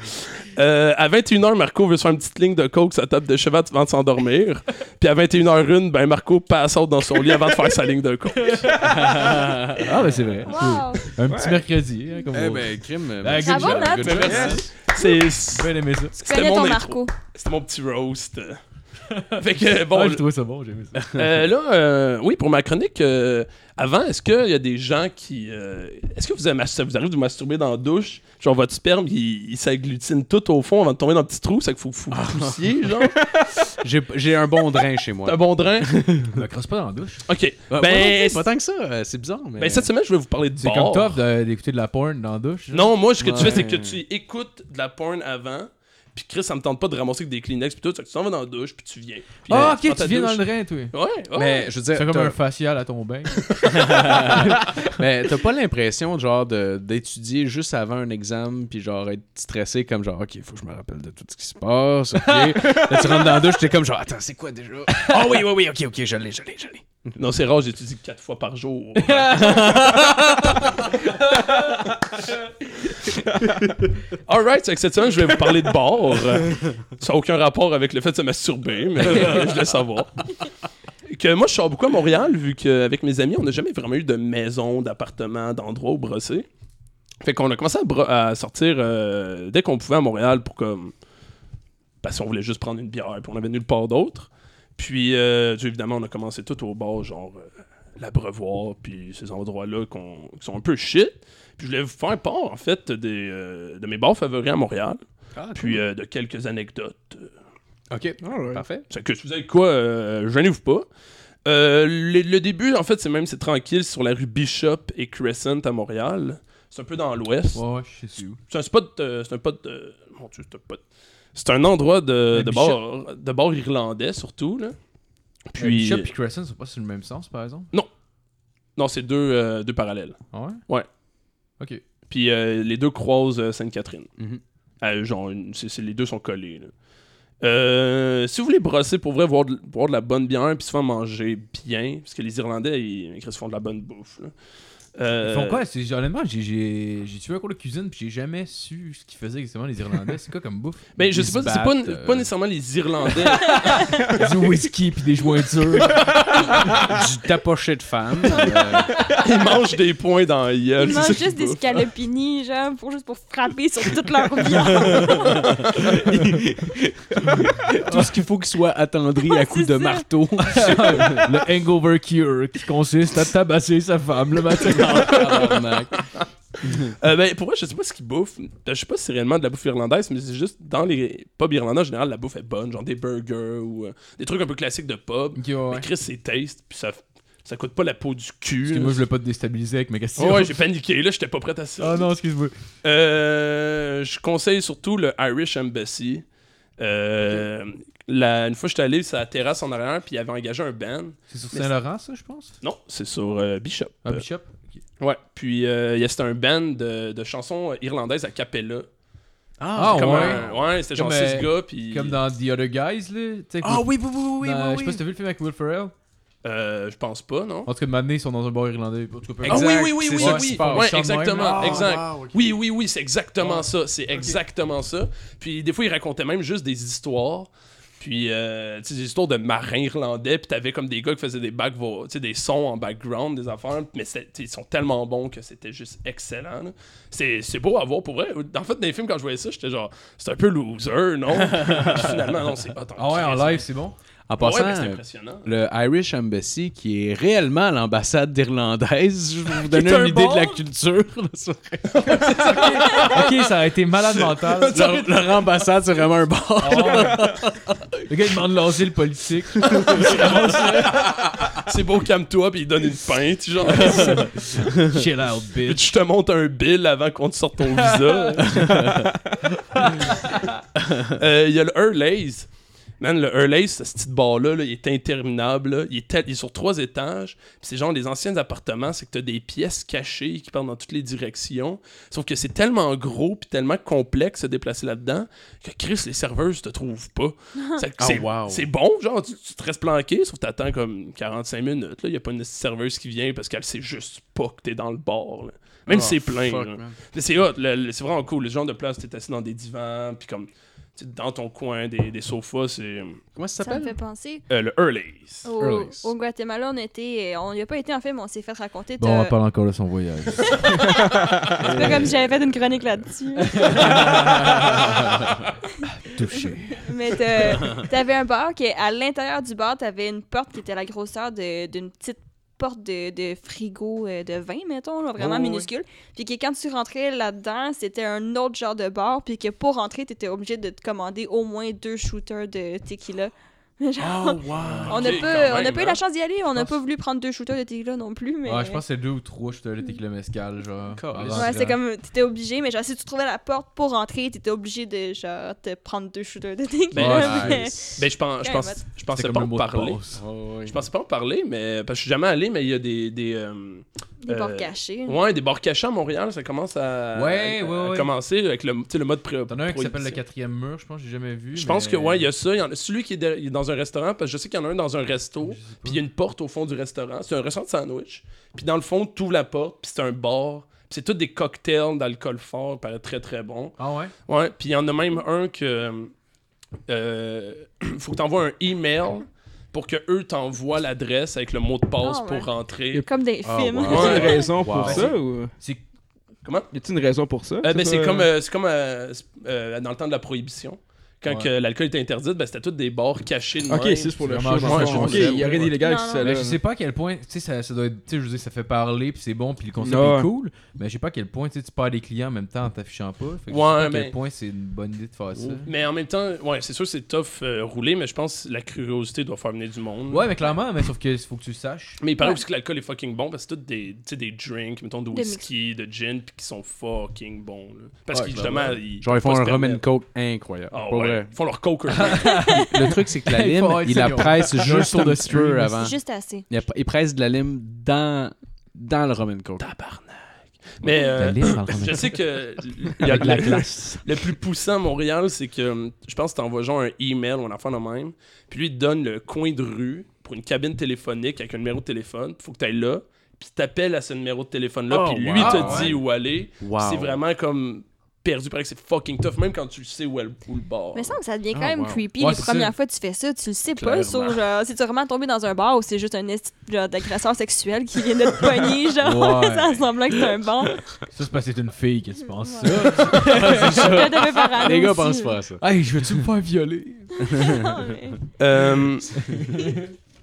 S6: Euh, à 21h, Marco veut se faire une petite ligne de coke sa table de cheval avant de s'endormir. Puis à 21h01, ben Marco passe out dans son lit avant de faire sa ligne de coke.
S3: Ah, ben c'est vrai.
S4: Wow!
S3: Un petit
S7: Ouais.
S3: mercredi, hein, comme
S5: Eh
S3: vous.
S5: ben, crime.
S3: merci.
S4: Bravo, Nat.
S7: Yes.
S6: C'est...
S3: J'ai bien aimé ça.
S4: Tu
S6: C'était
S4: connais
S6: mon
S4: ton
S6: intro.
S4: Marco.
S6: C'était mon petit roast. fait que,
S3: Bon,
S6: bon,
S3: Ah, j'ai trouvé ça bon, j'ai aimé ça.
S6: euh, là, euh, oui, pour ma chronique, euh, avant, est-ce qu'il y a des gens qui... euh, est-ce que vous avez, ça vous arrive de vous masturber dans la douche? Genre, votre sperme, il, il s'agglutine tout au fond avant de tomber dans un petit trou, ça qu'il faut, faut
S3: Ah.
S6: que vous poussiez, genre.
S5: J'ai j'ai un bon drain chez
S6: T'as
S5: moi.
S6: un bon drain?
S3: Je me crosse pas dans la douche.
S6: OK.
S5: Ouais, moi non
S6: ben,
S5: plus, pas tant que ça, euh, c'est bizarre. Mais...
S6: ben, cette semaine, je vais vous parler de
S3: Bah, C'est
S6: bar.
S3: comme top de- d'écouter de la porn dans la douche. là.
S6: Non, moi, ce que tu
S5: Ouais.
S6: fais, c'est que tu écoutes de la porn avant, puis Chris, ça me tente pas de ramasser avec des Kleenex, puis tout, ça, tu t'en vas dans la douche, puis tu viens. Puis,
S3: Ah,
S6: euh, prends
S3: ok,
S6: ta
S3: tu viens dans
S6: douche.
S3: le drain, toi.
S6: Ouais, ouais.
S5: Mais je veux
S3: C'est
S5: dire,
S3: comme
S5: t'as-
S3: un facial à ton bain.
S5: mais t'as pas l'impression genre de- d'étudier juste avant un examen puis genre être stressé comme genre ok faut que je me rappelle de tout ce qui se passe. ok. Là tu rentres dans la douche t'es comme genre attends c'est quoi déjà? Oh oui oui oui ok ok je l'ai je l'ai je l'ai.
S6: Non, c'est rare, j'étudie quatre fois par jour. Alright, c'est que cette semaine, je vais vous parler de bord. Ça n'a aucun rapport avec le fait de se masturber, mais je voulais savoir. Que moi, je sors beaucoup à Montréal, vu qu'avec mes amis, on n'a jamais vraiment eu de maison, d'appartement, d'endroit où brosser. Fait qu'on a commencé à, bro- à sortir euh, dès qu'on pouvait à Montréal pour comme. Parce qu'on voulait juste prendre une bière, puis on avait nulle part d'autre. Puis, euh, tu sais, évidemment, on a commencé tout au bord, genre euh, l'abreuvoir, puis ces endroits-là qu'on- qui sont un peu shit. Puis, je voulais vous faire part, en fait, des, euh, de mes bars favoris à Montréal,
S3: Ah,
S6: puis euh, de quelques anecdotes.
S5: Ok
S7: Alright.
S5: parfait.
S6: C'est que si vous avez quoi, euh, gênez-vous pas. Euh, le, le début, en fait, c'est même c'est tranquille sur la rue Bishop et Crescent à Montréal. C'est un peu dans l'ouest.
S3: Ouais, ouais, je sais où.
S6: C'est un spot. euh, c'est un pot. de- mon Dieu, c'est un pot. C'est un endroit de,
S3: Le
S6: de,
S3: Bishop.
S6: bar, de bar irlandais, surtout. Là.
S3: Puis.
S6: Puis.
S3: Bishop Euh, et Crescent sont pas sur le même sens, par exemple.
S6: Non, c'est deux, euh, deux parallèles.
S3: Ah ouais?
S6: Ouais.
S3: Ok.
S6: Puis euh, les deux croisent euh, Sainte-Catherine.
S5: Mhm.
S6: Euh, genre, une- c'est- c'est- les deux sont collés. là. Euh, si vous voulez brosser pour vrai, voir de, boire de la bonne bière, puis souvent manger bien, parce que les Irlandais, ils, ils font de la bonne bouffe. là. Euh,
S3: Ils font quoi? C'est- Honnêtement, j'ai- j'ai j'ai tué un cours de cuisine puis j'ai jamais su ce qu'ils faisaient exactement les Irlandais. C'est quoi comme bouffe?
S6: Ben,
S3: Ils
S6: je sais pas,
S3: se
S6: c'est pas,
S3: battent,
S6: n-
S3: euh,
S6: pas nécessairement les Irlandais.
S3: du whisky puis des jointures.
S5: du tapoché de femme. euh,
S6: ils mangent des points dans la gueule,
S4: Ils
S6: c'est ça
S4: mangent
S6: qu'ils
S4: juste des
S6: bouffent.
S4: scalopini, genre, pour, juste pour frapper sur toute leur viande.
S5: tout ce qu'il faut qu'il soit attendri à coups
S4: c'est
S5: de
S4: ça.
S5: marteau.
S3: le hangover cure qui consiste à tabasser sa femme le matin.
S5: Tabarnak.
S6: Euh, ben, pour moi, je sais pas ce qu'ils bouffent. Ben, Je sais pas si c'est réellement de la bouffe irlandaise, mais c'est juste dans les pubs irlandais, en général, la bouffe est bonne. Genre des burgers ou euh, des trucs un peu classiques de pub.
S3: Ok, ouais, ouais.
S6: Mais Chris, c'est taste, puis ça, ça coûte pas la peau du cul.
S3: Excuse-moi, je voulais pas te déstabiliser avec mes questions.
S6: Oh ouais, j'ai paniqué, là, j'étais pas prêt à ça.
S3: Ah non, excuse-moi.
S6: Euh, je conseille surtout le Irish Embassy. Euh, la- une fois, j'étais allé sur la terrasse en arrière, puis il avait engagé un band.
S3: C'est sur
S6: Mais
S3: Saint-Laurent, ça, je pense?
S6: Non, c'est sur euh, Bishop.
S3: Ah, Bishop? Ok.
S6: ouais, puis euh, il y a- c'était un band de, de chansons irlandaises à cappella.
S3: Ah,
S6: Comme
S3: ouais.
S6: un- ouais, c'était genre
S3: Comme,
S6: six
S3: euh,
S6: gars, puis...
S3: Comme dans The Other Guys, là. tu sais,
S5: Ah
S3: que-
S5: oui, oui, oui, oui,
S3: dans-
S5: oui,
S3: Je sais
S5: oui.
S3: pas si t'as vu le film avec Will Ferrell.
S6: Euh, je pense pas, non?
S3: En tout cas, maintenant, ils sont dans un bar irlandais. En tout cas, peu
S6: Ah
S3: importe.
S6: oui,
S5: Exact,
S6: oui, oui,
S5: c'est
S6: oui,
S5: ça
S6: oui,
S5: qui se
S6: oui.
S3: passe. Ah,
S6: Ouais,
S3: Chante
S6: exactement,
S5: Ah,
S3: même.
S6: exact. Oui, oui, oui, c'est exactement ça. C'est exactement ça. Puis des fois, ils racontaient même juste des histoires. Puis, euh, tu sais, des histoires de marins irlandais. Puis t'avais comme des gars qui faisaient des back vo- tu sais, des sons en background, des affaires. Mais c'était- tu sais, ils sont tellement bons que c'était juste excellent. là. C'est c'est beau à voir pour vrai. En fait, dans les films, quand je voyais ça, j'étais genre, c'est un peu loser, non? Puis finalement, non, c'est pas tant
S3: Ah ouais, en
S6: Christ.
S3: live, c'est bon.
S5: En
S6: Ouais,
S5: passant,
S6: mais c'est
S5: euh,
S6: impressionnant.
S5: le Irish Embassy, qui est réellement l'ambassade d'Irlandaise, je vais vous donner
S6: est un
S5: une idée de la
S6: bar.
S5: culture. là, sur-
S3: Ok, ça a été malade mental. ben,
S5: leur, leur ambassade, c'est vraiment un bar.
S3: Le gars, il demande l'asile politique.
S6: C'est beau, calme-toi, puis il donne une pinte, genre.
S3: Chill out,
S6: Puis
S3: bitch.
S6: tu te montes un bill avant qu'on te sorte ton visa. Euh, Il y a le Hurlays. Man, le Hurlays, ce petit bar-là, là, il est interminable. là. Il, est tel- il est sur trois étages. Puis c'est genre les anciens appartements, c'est que t'as des pièces cachées qui partent dans toutes les directions. Sauf que c'est tellement gros puis tellement complexe de se déplacer là-dedans que Chris, les serveuses te trouvent pas. Ça-
S5: Ah,
S6: c'est
S5: wow.
S6: c'est bon, genre, tu, tu te restes planqué, sauf que t'attends comme 45 minutes. Il n'y a pas une serveuse qui vient parce qu'elle sait juste pas que t'es dans le bar. là. Même
S3: Ah,
S6: si c'est plein.
S5: Ah, fuck,
S6: là.
S5: man.
S6: Mais C'est hot, le- le- c'est vraiment cool. Le genre de place, t'es assis dans des divans, puis comme tu sais, dans ton coin, des, des sofas, c'est
S5: Comment ça
S4: Ça me
S5: s'appelle?
S4: fait penser.
S6: euh, le Hurleys.
S4: Au,
S5: Early.
S4: au Guatemala, on était, on n'y a pas été en film, on s'est fait raconter.
S3: Bon, on
S4: de-
S3: parle encore de son voyage.
S4: C'est pas comme si j'avais fait une chronique là-dessus.
S3: Touché.
S4: Mais t'as- t'avais un bar qui, à l'intérieur du bar, t'avais une porte qui était la grosseur de- d'une petite porte de, de frigo euh, de vin, mettons, là, vraiment
S5: Oh, ouais.
S4: minuscule. Puis que quand tu rentrais là-dedans, c'était un autre genre de bar. Puis que pour rentrer, t'étais obligé de te commander au moins deux shooters de tequila. Genre,
S3: Ah,
S6: Ah,
S4: on n'a
S6: Ok,
S4: pas,
S6: quand
S4: on a
S6: même,
S4: pas eu
S6: hein.
S4: la chance d'y aller. On n'a pas voulu prendre deux shooters de tequila non plus. Mais...
S3: Ouais, je pense que c'est deux ou trois, je te l'étais que le mescal,
S6: Ah,
S3: genre.
S5: Calisse.
S3: en
S5: Ouais,
S4: Ouais,
S3: rentrant.
S4: c'est comme, t'étais obligé, mais genre, si tu trouvais la porte pour rentrer, t'étais obligé de, genre, te prendre deux shooters de tequila.
S3: Ben,
S4: mais-
S6: Ben, je pense, je
S4: Ouais,
S6: pense,
S4: mais-
S6: je
S3: C'est
S6: pensais
S3: comme
S6: pas
S3: le
S6: en
S3: mot de
S6: parler.
S3: passe.
S6: Je pensais pas en parler, mais euh, parce que je suis jamais allé, mais il y a des des euh,
S4: Des bars
S6: Euh,
S4: cachés.
S6: ouais des bars cachés à Montréal, ça commence à,
S3: Ouais,
S6: à-
S3: ouais,
S6: à
S3: ouais.
S6: commencer avec le, tu sais, le mode pré.
S3: T'en as un qui s'appelle le
S6: prohibition.
S3: quatrième mur, je pense, j'ai jamais vu.
S6: Je pense que ouais, il y a ça. Il y en a celui qui est, de- il est dans un restaurant, parce que je sais qu'il y en a un dans un resto,
S3: Je sais pas.
S6: puis il y a une porte au fond du restaurant. C'est un restaurant de sandwich. Puis dans le fond, tu ouvres la porte, puis c'est un bar. Puis c'est tous des cocktails d'alcool fort, paraît très très bon.
S3: Ah ouais?
S6: Ouais, puis il y en a même un que. euh, faut que t'envoies un email pour que eux t'envoient l'adresse avec le mot de passe
S4: Ah, ouais.
S6: pour rentrer.
S4: Comme des
S5: Ah,
S4: films.
S5: wow.
S7: Y a-t-il une
S6: Ouais.
S7: raison
S5: Wow.
S7: pour ça ou
S3: C'est
S7: Y a-t-il une raison pour ça
S6: Euh,
S7: Ça,
S6: ben, c'est
S7: ça-
S6: comme, euh, c'est comme euh, c'est- euh, dans le temps de la prohibition. Quand
S3: Ouais.
S6: que l'alcool était interdit, ben, c'était tous des bars cachés de
S7: Ok,
S6: même.
S7: c'est pour le
S3: C'est
S7: show.
S3: vraiment
S7: dans le
S6: juste
S7: fond.
S6: un
S7: Ok,
S6: show.
S7: il y a rien d'illégal qui
S4: Non,
S7: ça
S3: Mais
S7: là.
S3: je sais pas à quel point, tu sais, ça, ça doit être, tu sais, je veux dire, ça fait parler, puis c'est bon, puis le concept
S7: Ouais.
S3: est cool, mais je sais pas à quel point, tu sais, tu perds des clients en même temps en t'affichant pas. Fait que je sais
S6: Ouais,
S3: pas à
S6: mais-
S3: quel point c'est une bonne idée de faire ça.
S6: Mais en même temps, ouais, c'est sûr c'est tough euh, rouler, mais je pense que la curiosité doit faire venir du monde.
S3: Ouais, mais clairement, mais sauf que faut que tu le saches.
S6: Mais il paraît aussi que l'alcool est fucking bon parce que c'est tous des, tu sais, des drinks, mettons de
S4: Des mix-
S6: whisky, de gin, puis qui sont fucking bons. là. Parce
S3: Ouais,
S6: que
S3: ben
S6: justement,
S3: ouais.
S6: ils.
S5: Genre, ils font
S6: peuvent
S5: un
S6: pas se
S5: rum and
S6: permettre.
S5: coke incroyable.
S6: Ah
S5: Pas
S6: ouais,
S5: vrai.
S6: Ils font leur coke.
S5: Le truc, c'est que la
S3: Il
S5: lime,
S3: faut avoir
S5: il la
S3: essayé.
S5: presse juste
S3: tour
S5: un
S3: de
S5: petit peu
S3: stream.
S5: avant.
S4: Juste assez.
S5: Il, il presse de la lime dans, dans le rum and coke.
S6: Tabarnak. Mais euh, je sais que il y a le, le plus poussant à Montréal, c'est que hum, je pense que t'envoies genre un email ou un enfant de même, puis lui il te donne le coin de rue pour une cabine téléphonique avec un numéro de téléphone. Faut que t'ailles là, puis t'appelles à ce numéro de téléphone là,
S5: Oh,
S6: puis lui
S5: wow.
S6: te dit où aller.
S5: Wow.
S6: C'est vraiment comme perdu, pareil que c'est fucking tough, même quand tu sais où est le, où le bar.
S4: Mais ça, ça devient quand
S5: Ah,
S4: même
S5: wow.
S4: creepy
S3: Ouais,
S4: les
S3: c'est
S4: premières
S3: ça.
S4: fois que tu fais ça. Tu le sais
S6: Clairement.
S4: pas sur genre, si tu es vraiment tombé dans un bar ou c'est juste un esti de- genre, d'agresseur sexuel qui vient de te pogner, genre,
S3: Ouais.
S4: ça semblant que c'est un bon.
S3: Ça, c'est parce que c'est une fille que tu penses
S4: Ouais.
S3: ça.
S5: Les gars pensent
S4: Ah,
S5: pas à ça.
S3: Hey, je veux-tu me faire violer?
S6: Euh,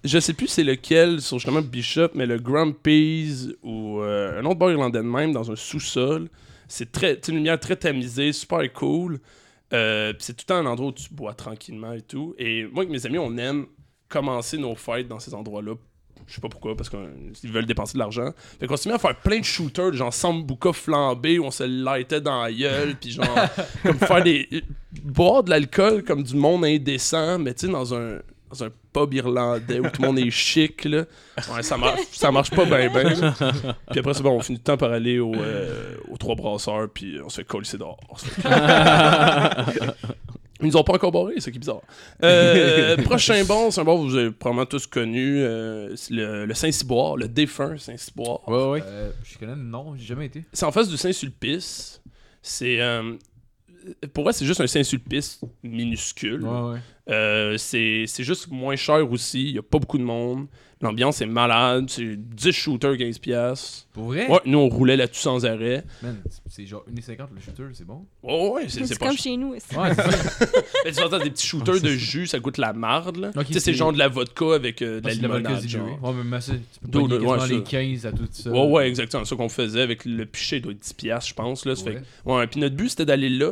S6: je sais plus c'est lequel sur justement Bishop, mais le Grumpy's ou euh, un autre bar irlandais de même dans un sous-sol. C'est très, c'est une lumière très tamisée, super cool. Euh, puis c'est tout le temps un endroit où tu bois tranquillement et tout. Et moi et mes amis, on aime commencer nos fêtes dans ces endroits-là. Je sais pas pourquoi, parce qu'ils veulent dépenser de l'argent. Fait qu'on s'est mis à faire plein de shooters, genre Sambuca flambé, où on se lightait dans la gueule, puis genre, comme faire des. boire de l'alcool comme du monde indécent, mais tu sais, dans un, dans un pub irlandais où tout le monde est chic, là. Ouais, ça marche, ça marche pas bien, ben. là. Puis après, c'est bon, on finit le temps par aller au, euh, aux trois brasseurs, puis on se fait coller dehors. Ils nous ont pas encore barré, c'est qui est bizarre. Euh, prochain bon, c'est un bon que vous avez probablement tous connu, euh, c'est le, le Saint-Cyboire, le défunt Saint-Cyboire.
S5: Ouais, ouais.
S3: Euh, je connais, non, j'ai jamais été.
S6: C'est en face du Saint-Sulpice. C'est. euh, pour moi, c'est juste un Saint-Sulpice minuscule.
S3: ouais.
S6: Euh, c'est c'est juste moins cher aussi. Il n'y a pas beaucoup de monde. L'ambiance est malade. C'est 10 shooters, 15$. piastres.
S3: Pour vrai?
S6: Ouais, nous, on roulait là-dessus sans arrêt.
S3: Man, c'est- c'est genre 1,50 le shooter, c'est bon?
S6: Ouais, ouais, c'est
S4: C'est
S6: c'est pas
S4: comme
S6: cher.
S4: chez nous. aussi.
S3: Ouais, c'est ça.
S6: Mais tu entends des petits shooters de jus, ça goûte la marde. là.
S3: Ok,
S6: Tu sais, c'est
S3: c'est-
S6: genre de la vodka avec euh, de la
S3: C'est de la vodka
S6: limonade.
S3: zéro.
S6: genre.
S3: Ouais, mais mais ça, tu peux
S6: D'eau,
S3: pogner
S6: de-
S3: quasiment
S6: ouais, ça.
S3: les 15 à tout ça.
S6: Ouais, ouais, exactement. C'est ça qu'on faisait avec le pichet doit être 10$, piastres, je pense. Là. Ça fait
S3: Ouais.
S6: que- ouais, puis notre but, c'était d'aller là.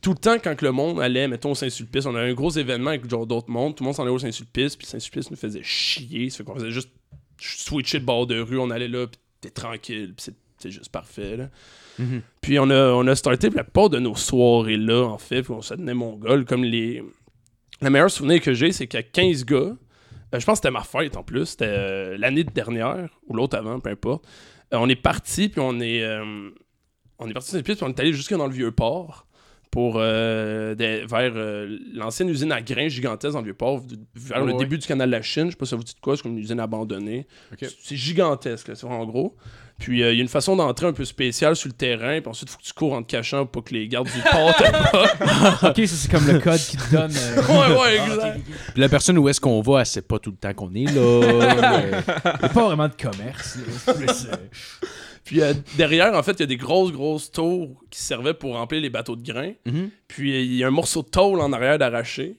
S6: Tout le temps, quand que le monde allait, mettons, au Saint-Sulpice, on avait un gros événement avec genre d'autres mondes. Tout le monde s'en allait au Saint-Sulpice, puis Saint-Sulpice nous faisait chier. Ça fait qu'on faisait juste switcher de bord de rue. On allait là, puis t'es tranquille, puis c'est- c'est juste parfait. Là.
S3: Mm-hmm.
S5: Mhm.
S6: Puis on a, on a starté la part de nos soirées là, en fait, puis on se tenait mon gars, comme les. Le meilleur souvenir que j'ai, c'est qu'à 15 gars, euh, je pense que c'était ma fête en plus, c'était euh, l'année dernière ou l'autre avant, peu importe. Euh, on est parti, puis on est. euh, on est parti sur une piste, puis on est allé jusque dans le vieux port pour euh, des- vers euh, l'ancienne usine à grains gigantesque dans le vieux port, v- vers le
S5: Ouais.
S6: début du canal de la Chine. Je sais pas si ça vous dit de quoi, c'est comme une usine abandonnée.
S5: Ok.
S6: C'est- C'est gigantesque, là, c'est vraiment gros. Puis euh, il y a une façon d'entrer un peu spéciale sur le terrain, puis ensuite faut que tu cours en te cachant pour que les gardes du port te pas.
S3: Ok, ça c'est comme le code qui te donne. euh,
S6: ouais, ouais, exact.
S5: Puis la personne où est-ce qu'on va, elle sait pas tout le temps qu'on est là. mais-
S3: y a pas vraiment de commerce. là. C'est plus, euh,
S6: Puis euh, derrière, en fait, il y a des grosses, grosses tours qui servaient pour remplir les bateaux de grains.
S5: Mhm.
S6: Puis euh, il y a un morceau de tôle en arrière d'arraché.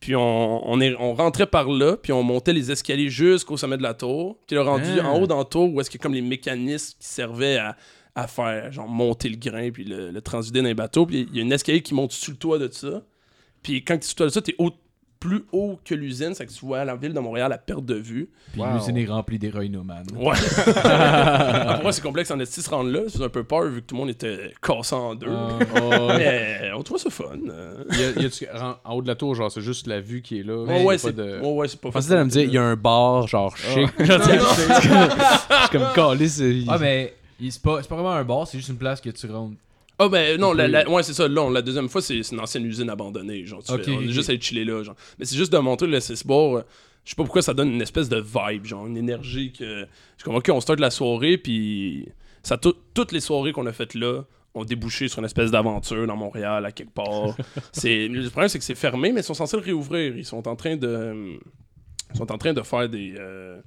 S6: Puis on, on, est, on rentrait par là, puis on montait les escaliers jusqu'au sommet de la tour. Puis là, rendu
S5: Ah.
S6: en haut dans la tour, où est-ce qu'il y a comme les mécanismes qui servaient à, à faire, genre monter le grain, puis le, le transvider dans les bateaux. Puis il y a une escalier qui monte sur le toit de ça. Puis quand tu es sur le toit de ça, t'es haut, plus haut que l'usine, c'est que tu vois la ville de Montréal à perte de vue.
S3: Puis
S5: Wow.
S3: l'usine est remplie d'héroïnomans.
S6: Ouais. Ah, pour moi, c'est complexe en esti se rendre là. C'est un peu peur vu que tout le monde était cassé en deux.
S3: Ah,
S6: Mais on trouve ça fun. euh.
S5: Il y a- il y a-tu- en, en haut de la tour, genre, c'est juste la vue qui est là.
S6: Ouais,
S5: Il y
S6: ouais,
S5: a pas
S6: c'est
S5: de... Ah.
S6: ouais, ouais, c'est pas
S5: Je pensais d'aller me dire, il y a un bar, genre, chic. Genre, tu sais, je suis comme- je suis comme calé, c'est...
S3: Ah, mais il- c'est pas, c'est pas vraiment un bar, c'est juste une place que tu rentres.
S6: Ah, ben non, la, la- ouais, c'est ça. Là, on- la deuxième fois, c'est c'est une ancienne usine abandonnée. Genre, tu
S3: Ok,
S6: fais- on est
S3: ok.
S6: juste allé chiller là. Genre. Mais c'est juste de montrer le Sisbor. Je sais pas pourquoi ça donne une espèce de vibe, genre une énergie que. Je suis comme, ok, on start la soirée, puis ça, tou- toutes les soirées qu'on a faites là ont débouché sur une espèce d'aventure dans Montréal, à quelque part. c'est, le problème, c'est que c'est fermé, mais ils sont censés le réouvrir. Ils sont en train de. Ils sont en train de faire des. euh,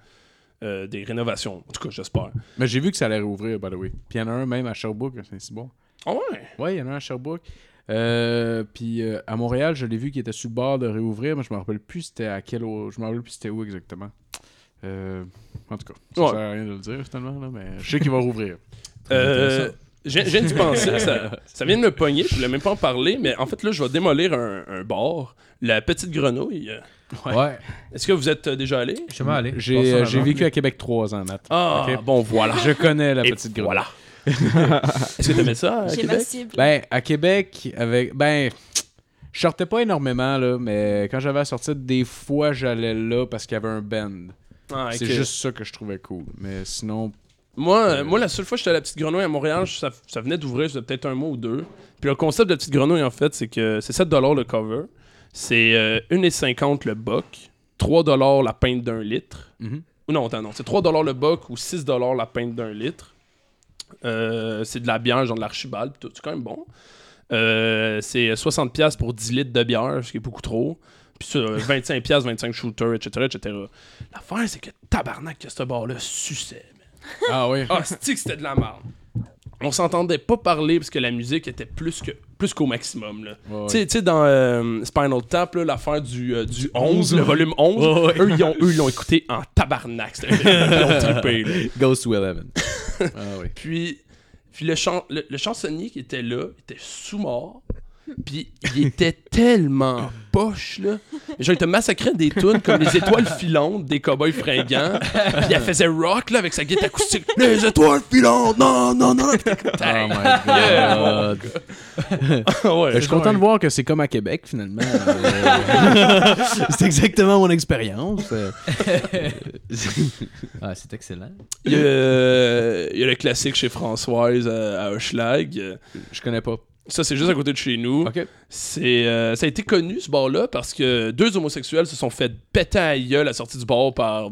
S6: euh, des rénovations, en tout cas, j'espère.
S5: Mais j'ai vu que ça allait rouvrir, by the way. Puis il y en a un même à Sherbrooke, à Saint-Cyboire.
S6: Ah ouais!
S5: Ouais, il y en a un à Sherbrooke. Euh, puis euh, à Montréal, je l'ai vu qui était sur le bord de réouvrir, mais je me rappelle plus c'était à quel au- je me rappelle plus c'était où exactement. Euh, en tout cas, ça
S6: Ouais.
S5: sert à rien de le dire finalement là, mais je sais qu'il va rouvrir.
S6: Euh, j'ai- j'ai dû penser, ça, ça vient de me pogner, je voulais même pas en parler, mais en fait là, je vais démolir un, un bar, la Petite Grenouille.
S3: Ouais.
S6: Est-ce que vous êtes euh, déjà allé?
S3: Je suis jamais allé. Je
S5: J'ai
S3: passe en
S5: euh, j'ai
S3: avant.
S5: vécu à Québec trois ans, Matt.
S6: Ah,
S5: Ok.
S6: bon, voilà.
S5: Je connais la
S6: Et
S5: petite grenouille.
S6: Voilà. Est-ce que t'aimais ça à
S4: J'ai ma
S6: Québec?
S4: cible.
S5: Ben, à Québec, avec. Ben, je sortais pas énormément, là, mais quand j'avais à sortir, des fois, j'allais là parce qu'il y avait un band.
S6: Ah, ok.
S5: C'est juste ça que je trouvais cool. Mais sinon.
S6: Moi, euh, moi, la seule fois que j'étais à la Petite Grenouille à Montréal, je- ça, ça venait d'ouvrir, ça faisait peut-être un mois ou deux. Puis le concept de la Petite Grenouille, en fait, c'est que c'est 7$ le cover, c'est euh, 1,50$ le buck, 3$ la pinte d'un litre,
S5: Mhm.
S6: Ou Non, attends, non. C'est 3$ le boc ou 6$ la pinte d'un litre. Euh, c'est de la bière, genre de l'archibald, pis tout. C'est quand même bon. Euh, c'est 60$ pour 10 litres de bière, ce qui est beaucoup trop. Puis ça, euh, 25$, 25 shooters, etc., etc. L'affaire, c'est que tabarnak que ce bar-là suçait. man.
S5: Ah oui.
S6: Ah, c'est que c'était de la merde. On s'entendait pas parler parce que la musique était plus que plus qu'au maximum. Là.
S5: Ouais, ouais.
S6: Tu sais- tu sais, dans euh, Spinal Tap, là, l'affaire du, euh, du 11, le volume 11, eux, ils ont- eux, ils l'ont écouté en tabarnak. c'était- Ils ont trippé, là.
S5: Goes to Eleven. ah oui.
S6: Puis, puis le, chan- le, le chansonnier qui était là était sous-mort. Puis il était tellement poche, là. Genre, il te massacrait des tunes comme les étoiles filantes des cowboys fringants. Puis il faisait rock, là, avec sa guitare acoustique. Les étoiles filantes, non, non, non. Puis t'es comme,
S5: Oh my
S6: Dang.
S5: god. Ben,
S6: Ouais.
S5: je suis content de voir que c'est comme à Québec finalement. Euh, c'est exactement mon expérience. Euh,
S3: Ah, c'est excellent.
S6: Il y, a, il y a le classique chez Françoise euh, à Hochelag.
S5: Je connais pas.
S6: Ça, c'est juste à côté de chez nous.
S5: Ok.
S6: C'est, euh, ça a été connu, ce bar-là, parce que deux homosexuels se sont fait péter à la gueule à la sortie du bar par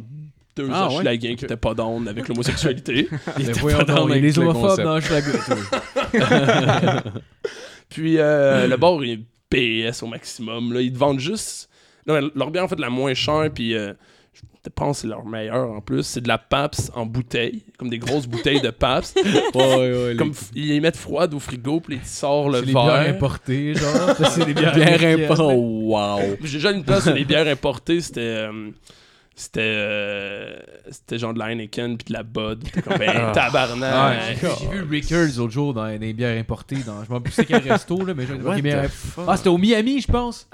S6: deux
S5: Ah,
S6: ah,
S5: ouais?
S6: qui étaient pas down avec l'homosexualité. Ils
S5: Ben,
S3: Mais
S6: étaient
S3: voyons
S6: pas down
S3: donc,
S6: avec-
S3: les
S5: le
S3: homophobes
S5: concept.
S3: dans Schlager.
S6: Puis euh, le bar est PS au maximum. Là. Ils te vendent juste. Non, mais leur bière, en fait, la moins chère, puis euh, je pense que c'est leur meilleure en plus. C'est de la PAPS en bouteille, comme des grosses bouteilles de PAPS. comme f- ils les mettent froides au frigo, puis ils te sortent le
S3: C'est des bières
S6: verre.
S3: importées, genre. C'est des bières
S5: Bien
S3: américaines.
S5: impo- Oh, wow.
S6: J'ai déjà une place sur les bières importées, c'était. euh, c'était. euh, c'était genre de l'Heineken puis de la Bud. T'es comme, ben,
S5: Ah.
S3: Ouais,
S6: tabarnak.
S3: j'ai- j'ai vu Rickers l'autre jour dans des bières importées. Dans, je m'en plus c'est quel resto, là, mais j'ai
S5: What
S3: des bières
S5: the
S3: imp- Ah, c'était au Miami, je pense.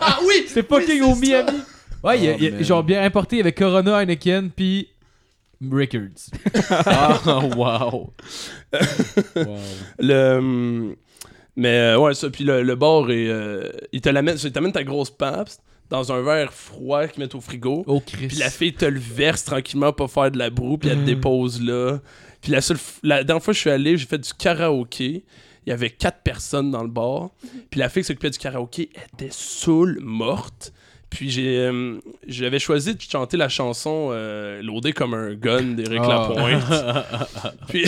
S6: Ah oui!
S3: C'était fucking au Miami. Ouais, il y a-
S5: Oh,
S3: il y a,
S5: man.
S3: genre bière importée avec Corona, Heineken, puis Rickers.
S5: Ah, wow.
S6: Le. hum, Mais euh, ouais, ça. Puis le, le bar, est, euh, il te l'amène, il t'amène ta grosse paps dans un verre froid qu'ils mettent au frigo.
S3: Oh, Chris.
S6: Puis la fille te le verse tranquillement, pas faire de la broue, puis elle te dépose là. Puis la seule. f- La dernière fois que je suis allé, j'ai fait du karaoké. Il y avait quatre personnes dans le bar. Puis la fille qui s'occupait du karaoké était saoule, morte. Puis j'ai, euh, j'avais choisi de chanter la chanson euh, Loadé comme un gun d'Éric
S3: Ah.
S6: Lapointe. puis,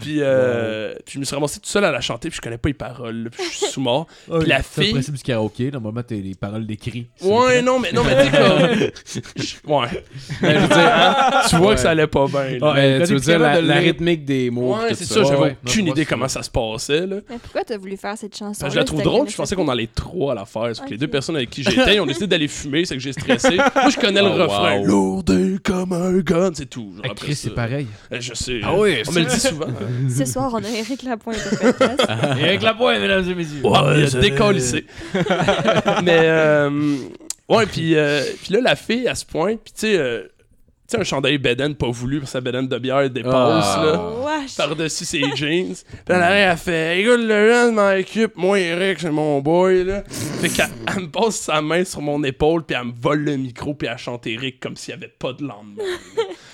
S6: puis, euh, puis je me suis ramassé tout seul à la chanter, puis je connais pas les paroles. là, Puis je suis sous-mort.
S3: Oh,
S6: puis la
S3: c'est le
S6: fille-
S3: principe du karaoké, normalement, t'as les paroles d'écrit.
S6: Ouais, non, mais, non, mais t'es comme. je- Ouais. Mais je veux dire, hein, tu vois que ça allait pas bien. là.
S3: Ah, elle
S5: Mais
S3: était
S5: tu veux dire la,
S3: capable de
S5: la
S3: le-
S5: rythmique des mots. pis
S6: Ouais,
S5: tout
S6: c'est ça, j'avais
S3: Ouais, ouais.
S6: aucune
S3: Non,
S6: idée
S3: c'est
S6: comment ça se passait. Là.
S4: Mais pourquoi t'as voulu faire cette chanson
S6: Parce que je la trouve drôle, puis je pensais qu'on allait trois à la faire. Parce que les deux personnes avec qui j'étais, ils ont décidé d'aller fumer, c'est que j'ai stressé. Moi, je connais le
S5: Oh,
S6: refrain.
S5: wow.
S6: Lourdé comme un gun, c'est tout. genre,
S3: Ah,
S6: après
S3: Chris,
S6: ça.
S3: c'est pareil.
S6: Eh, Je sais.
S5: Ah oui,
S6: on
S5: c'est-
S6: me le dit souvent.
S4: Ce soir, on a Eric Lapointe au podcast.
S3: Avec la pointe, mesdames et messieurs.
S6: Ah, il a décalissé. Mais, euh, ouais, puis euh, puis là, la fille, à ce point, puis tu sais, euh, tu sais, un chandail Beden pas voulu, parce que sa Beden de bière dépasse,
S5: Ah.
S6: là.
S4: Wesh.
S6: par-dessus ses jeans. Puis elle arrive, elle fait Écoute, le jeune m'occupe, moi, Eric, c'est mon boy, là. Fait qu'elle elle me passe sa main sur mon épaule, puis elle me vole le micro, puis elle chante Eric comme s'il n'y avait pas de lendemain.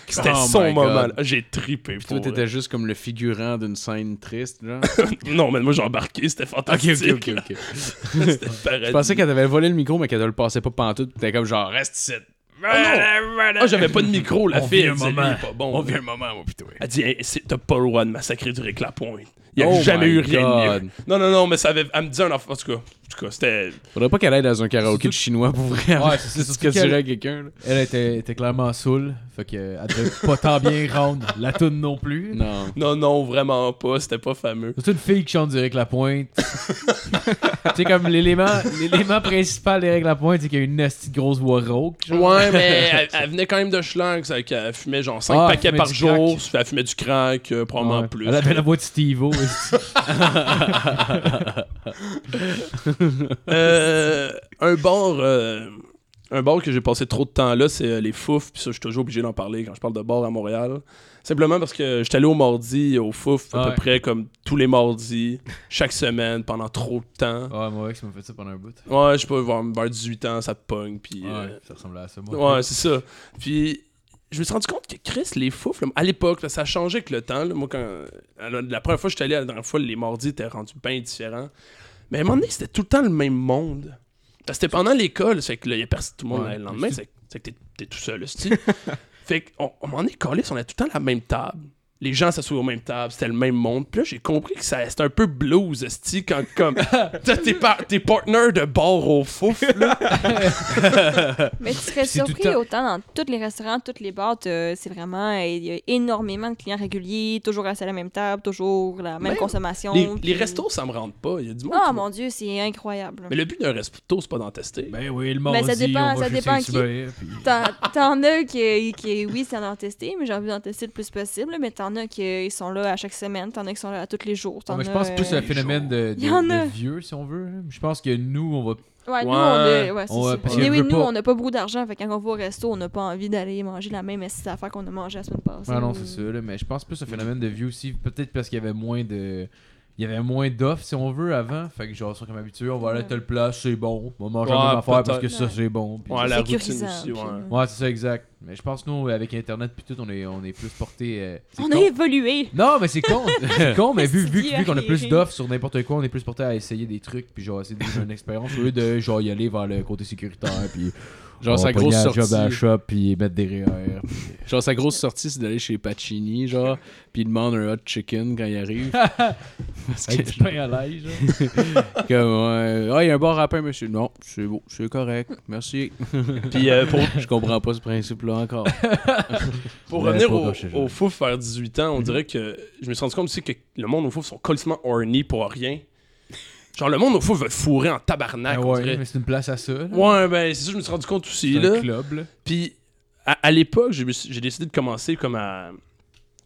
S6: C'était
S5: Oh
S6: son
S5: my
S6: moment.
S5: God.
S6: là. J'ai tripé.
S5: Puis toi,
S6: pour
S5: t'étais juste comme le figurant d'une scène triste, genre.
S6: elle. Non, mais moi, j'ai embarqué, c'était fantastique.
S5: ok, ok, ok.
S6: C'était pareil.
S5: Je pensais qu'elle t'avait volé le micro, mais qu'elle te le passait pas pantoute. Pis t'étais comme genre, reste ici.
S6: Ah, j'avais pas de micro, la
S3: On
S6: fille.
S3: vit
S6: Elle
S3: un
S6: disait, Lui,
S3: moment.
S6: il est pas bon.
S5: On vient un moment, moi, pis toi.
S6: Elle dit, Hey, c'est- t'as pas le droit de massacrer Eric Lapointe. Il n'y a
S5: Oh
S6: jamais
S5: my
S6: eu rien de
S5: God.
S6: mieux. Non, non, non, mais ça avait. Elle me disait un enfant. En tout cas, en tout cas, c'était.
S5: Faudrait pas qu'elle aille dans un karaoké de chinois pour vrai.
S3: Ouais, c'est- c'est
S5: ce
S3: surtout
S5: que tu
S3: qu'elle-
S5: dirais à quelqu'un, là.
S3: Elle était, était clairement saoule, fait que elle devait pas tant bien rendre la toune non plus.
S5: Non.
S6: Non, non, vraiment pas. C'était pas fameux.
S3: C'est une fille qui chante direct la pointe. c'est comme l'élément, l'élément principal d'Éric Lapointe, c'est qu'il y a une nasty grosse voix rauque. genre.
S6: Ouais, mais elle, elle venait quand même de Schlank. ça, qu'elle fumait genre 5
S3: Ah, elle
S6: paquets
S3: fumait
S6: par
S3: du
S6: jour.
S3: crack.
S6: puis Elle fumait du crack, euh, probablement
S3: Ouais.
S6: plus.
S3: Elle avait la voix de Steve-O.
S6: Euh, un bar. euh, un bar que j'ai passé trop de temps là, c'est euh, les Fouf. Puis ça, je suis toujours obligé d'en parler quand je parle de bar à Montréal. Simplement parce que j'étais allé au mardi, au Fouf, à
S3: Ouais.
S6: peu près comme tous les mardis, chaque semaine, pendant trop de temps.
S3: Ah, Ouais, moi, ex m'a fait ça pendant un bout.
S6: Ouais, je sais pas, vers vers 18 ans, ça pogne. Puis.
S3: Ouais,
S6: euh,
S3: ça ressemblait à ça, moi.
S6: Ouais, c'est ça. Puis je me suis rendu compte que Chris, les foufles, à l'époque, là, ça a changé avec le temps. là. moi, quand, alors, la première fois que j'étais allé, la dernière fois, les mardis étaient rendus bien différents. Mais à un moment donné, c'était tout le temps le même monde. Parce que c'était pendant l'école, c'est que là, il y a personne, tout le monde
S3: Ouais.
S6: allait le lendemain, c'est c'est que t'es- t'es tout seul, style. fait qu'on on m'en est collé, on a tout le temps la même table. Les gens s'assoient aux mêmes tables, c'était le même monde. Puis là, j'ai compris que ça- c'était un peu blues, esti, quand comme t'as tes, par- tes partners de bar au fouf, là.
S4: Mais tu serais
S3: C'est tout le
S4: surpris
S3: temps-
S4: autant dans tous les restaurants, tous les bars, t'as- c'est vraiment il y a énormément de clients réguliers, toujours assis à la même table, toujours la même
S6: Même
S4: consommation.
S6: Les, les
S4: puis-
S6: restos, ça me rentre pas. Il y a du monde.
S4: Ah
S6: qui-
S4: mon dieu, c'est incroyable.
S6: Mais le but d'un resto, c'est pas d'en tester.
S3: Ben oui, le
S4: Mais
S3: mardi,
S4: ça dépend-
S3: on va
S4: ça
S3: chez
S4: dépend
S3: Saint-Hubert, puis-
S4: T'en t'en as qui, qui, oui, c'est en tester, mais j'ai envie d'en tester le plus possible. Mais t'en as qui ils sont là à chaque semaine, t'en as qui sont là à tous les jours.
S3: Ah,
S4: t'en
S3: mais je
S4: as,
S3: pense plus
S4: euh,
S3: à un phénomène de, de-
S4: Il y en
S3: de
S4: a.
S3: vieux, si on veut. Je pense que nous, on va.
S4: euh, Ouais,
S6: Ouais.
S4: nous, on a. Ouais, c'est
S3: On, euh,
S4: ça.
S3: parce
S4: Mais
S3: que
S4: oui,
S3: je veux
S4: nous,
S3: pas-
S4: on n'a pas beaucoup d'argent. Fait que quand on va au resto, on n'a pas envie d'aller manger la même assiette d'affaires qu'on a mangé la semaine passée.
S3: Ah non,
S4: ou-
S3: c'est ça, là, mais je pense plus au phénomène de vieux aussi. Peut-être parce qu'il y avait moins de. il y avait moins d'offres si on veut avant. Fait que genre, ils sont comme habitués, on va aller à telle place, c'est bon. On va manger
S6: Ouais,
S3: la même affaire parce
S6: peut-être.
S3: que ça, c'est bon. Puis-
S6: Ouais, la routine
S4: sécurisant,
S6: aussi,
S4: puis-
S6: ouais.
S3: Ouais, c'est ça, exact. Mais je pense, nous, avec Internet, puis tout, on est, on est plus porté. euh, c'est
S4: On
S3: con.
S4: a évolué.
S3: Non, mais c'est con. c'est con, mais vu,
S4: C'est
S3: vu, vu qu'on a
S4: arriéré.
S3: plus d'offres sur n'importe quoi, on est plus porté à essayer des trucs, puis genre essayer de vivre une expérience, au lieu de genre y aller vers le côté sécuritaire, puis
S5: Genre,
S3: on
S5: sa
S3: va
S5: grosse
S3: pogner la job
S5: sortie.
S3: à la shop, puis mettre des REER.
S5: Genre, sa grosse sortie, c'est d'aller chez Pacini, genre, puis il demande un hot chicken quand il arrive. Parce que,
S3: Avec du pain à l'ail, genre.
S5: comme, ouais, ah, il y a un bon rapin, monsieur. Non, c'est beau, c'est correct, merci.
S6: Puis euh, pour,
S5: Je comprends pas ce principe-là encore.
S6: pour
S3: Ouais,
S6: revenir
S3: pas
S6: au,
S3: gauche,
S6: au fouf vers 18 ans, on dirait que je me suis rendu compte aussi que le monde au fouf sont colissement horny pour rien. Genre, le monde au fouf veut fourrer en tabarnak,
S3: Ah
S6: on
S3: ouais,
S6: dirait.
S3: mais c'est une place à ça. là.
S6: Ouais, ben c'est ça, je me suis rendu compte aussi.
S3: C'est
S6: là.
S3: un club, là.
S6: Puis à, à l'époque, je me suis- j'ai décidé de commencer comme à.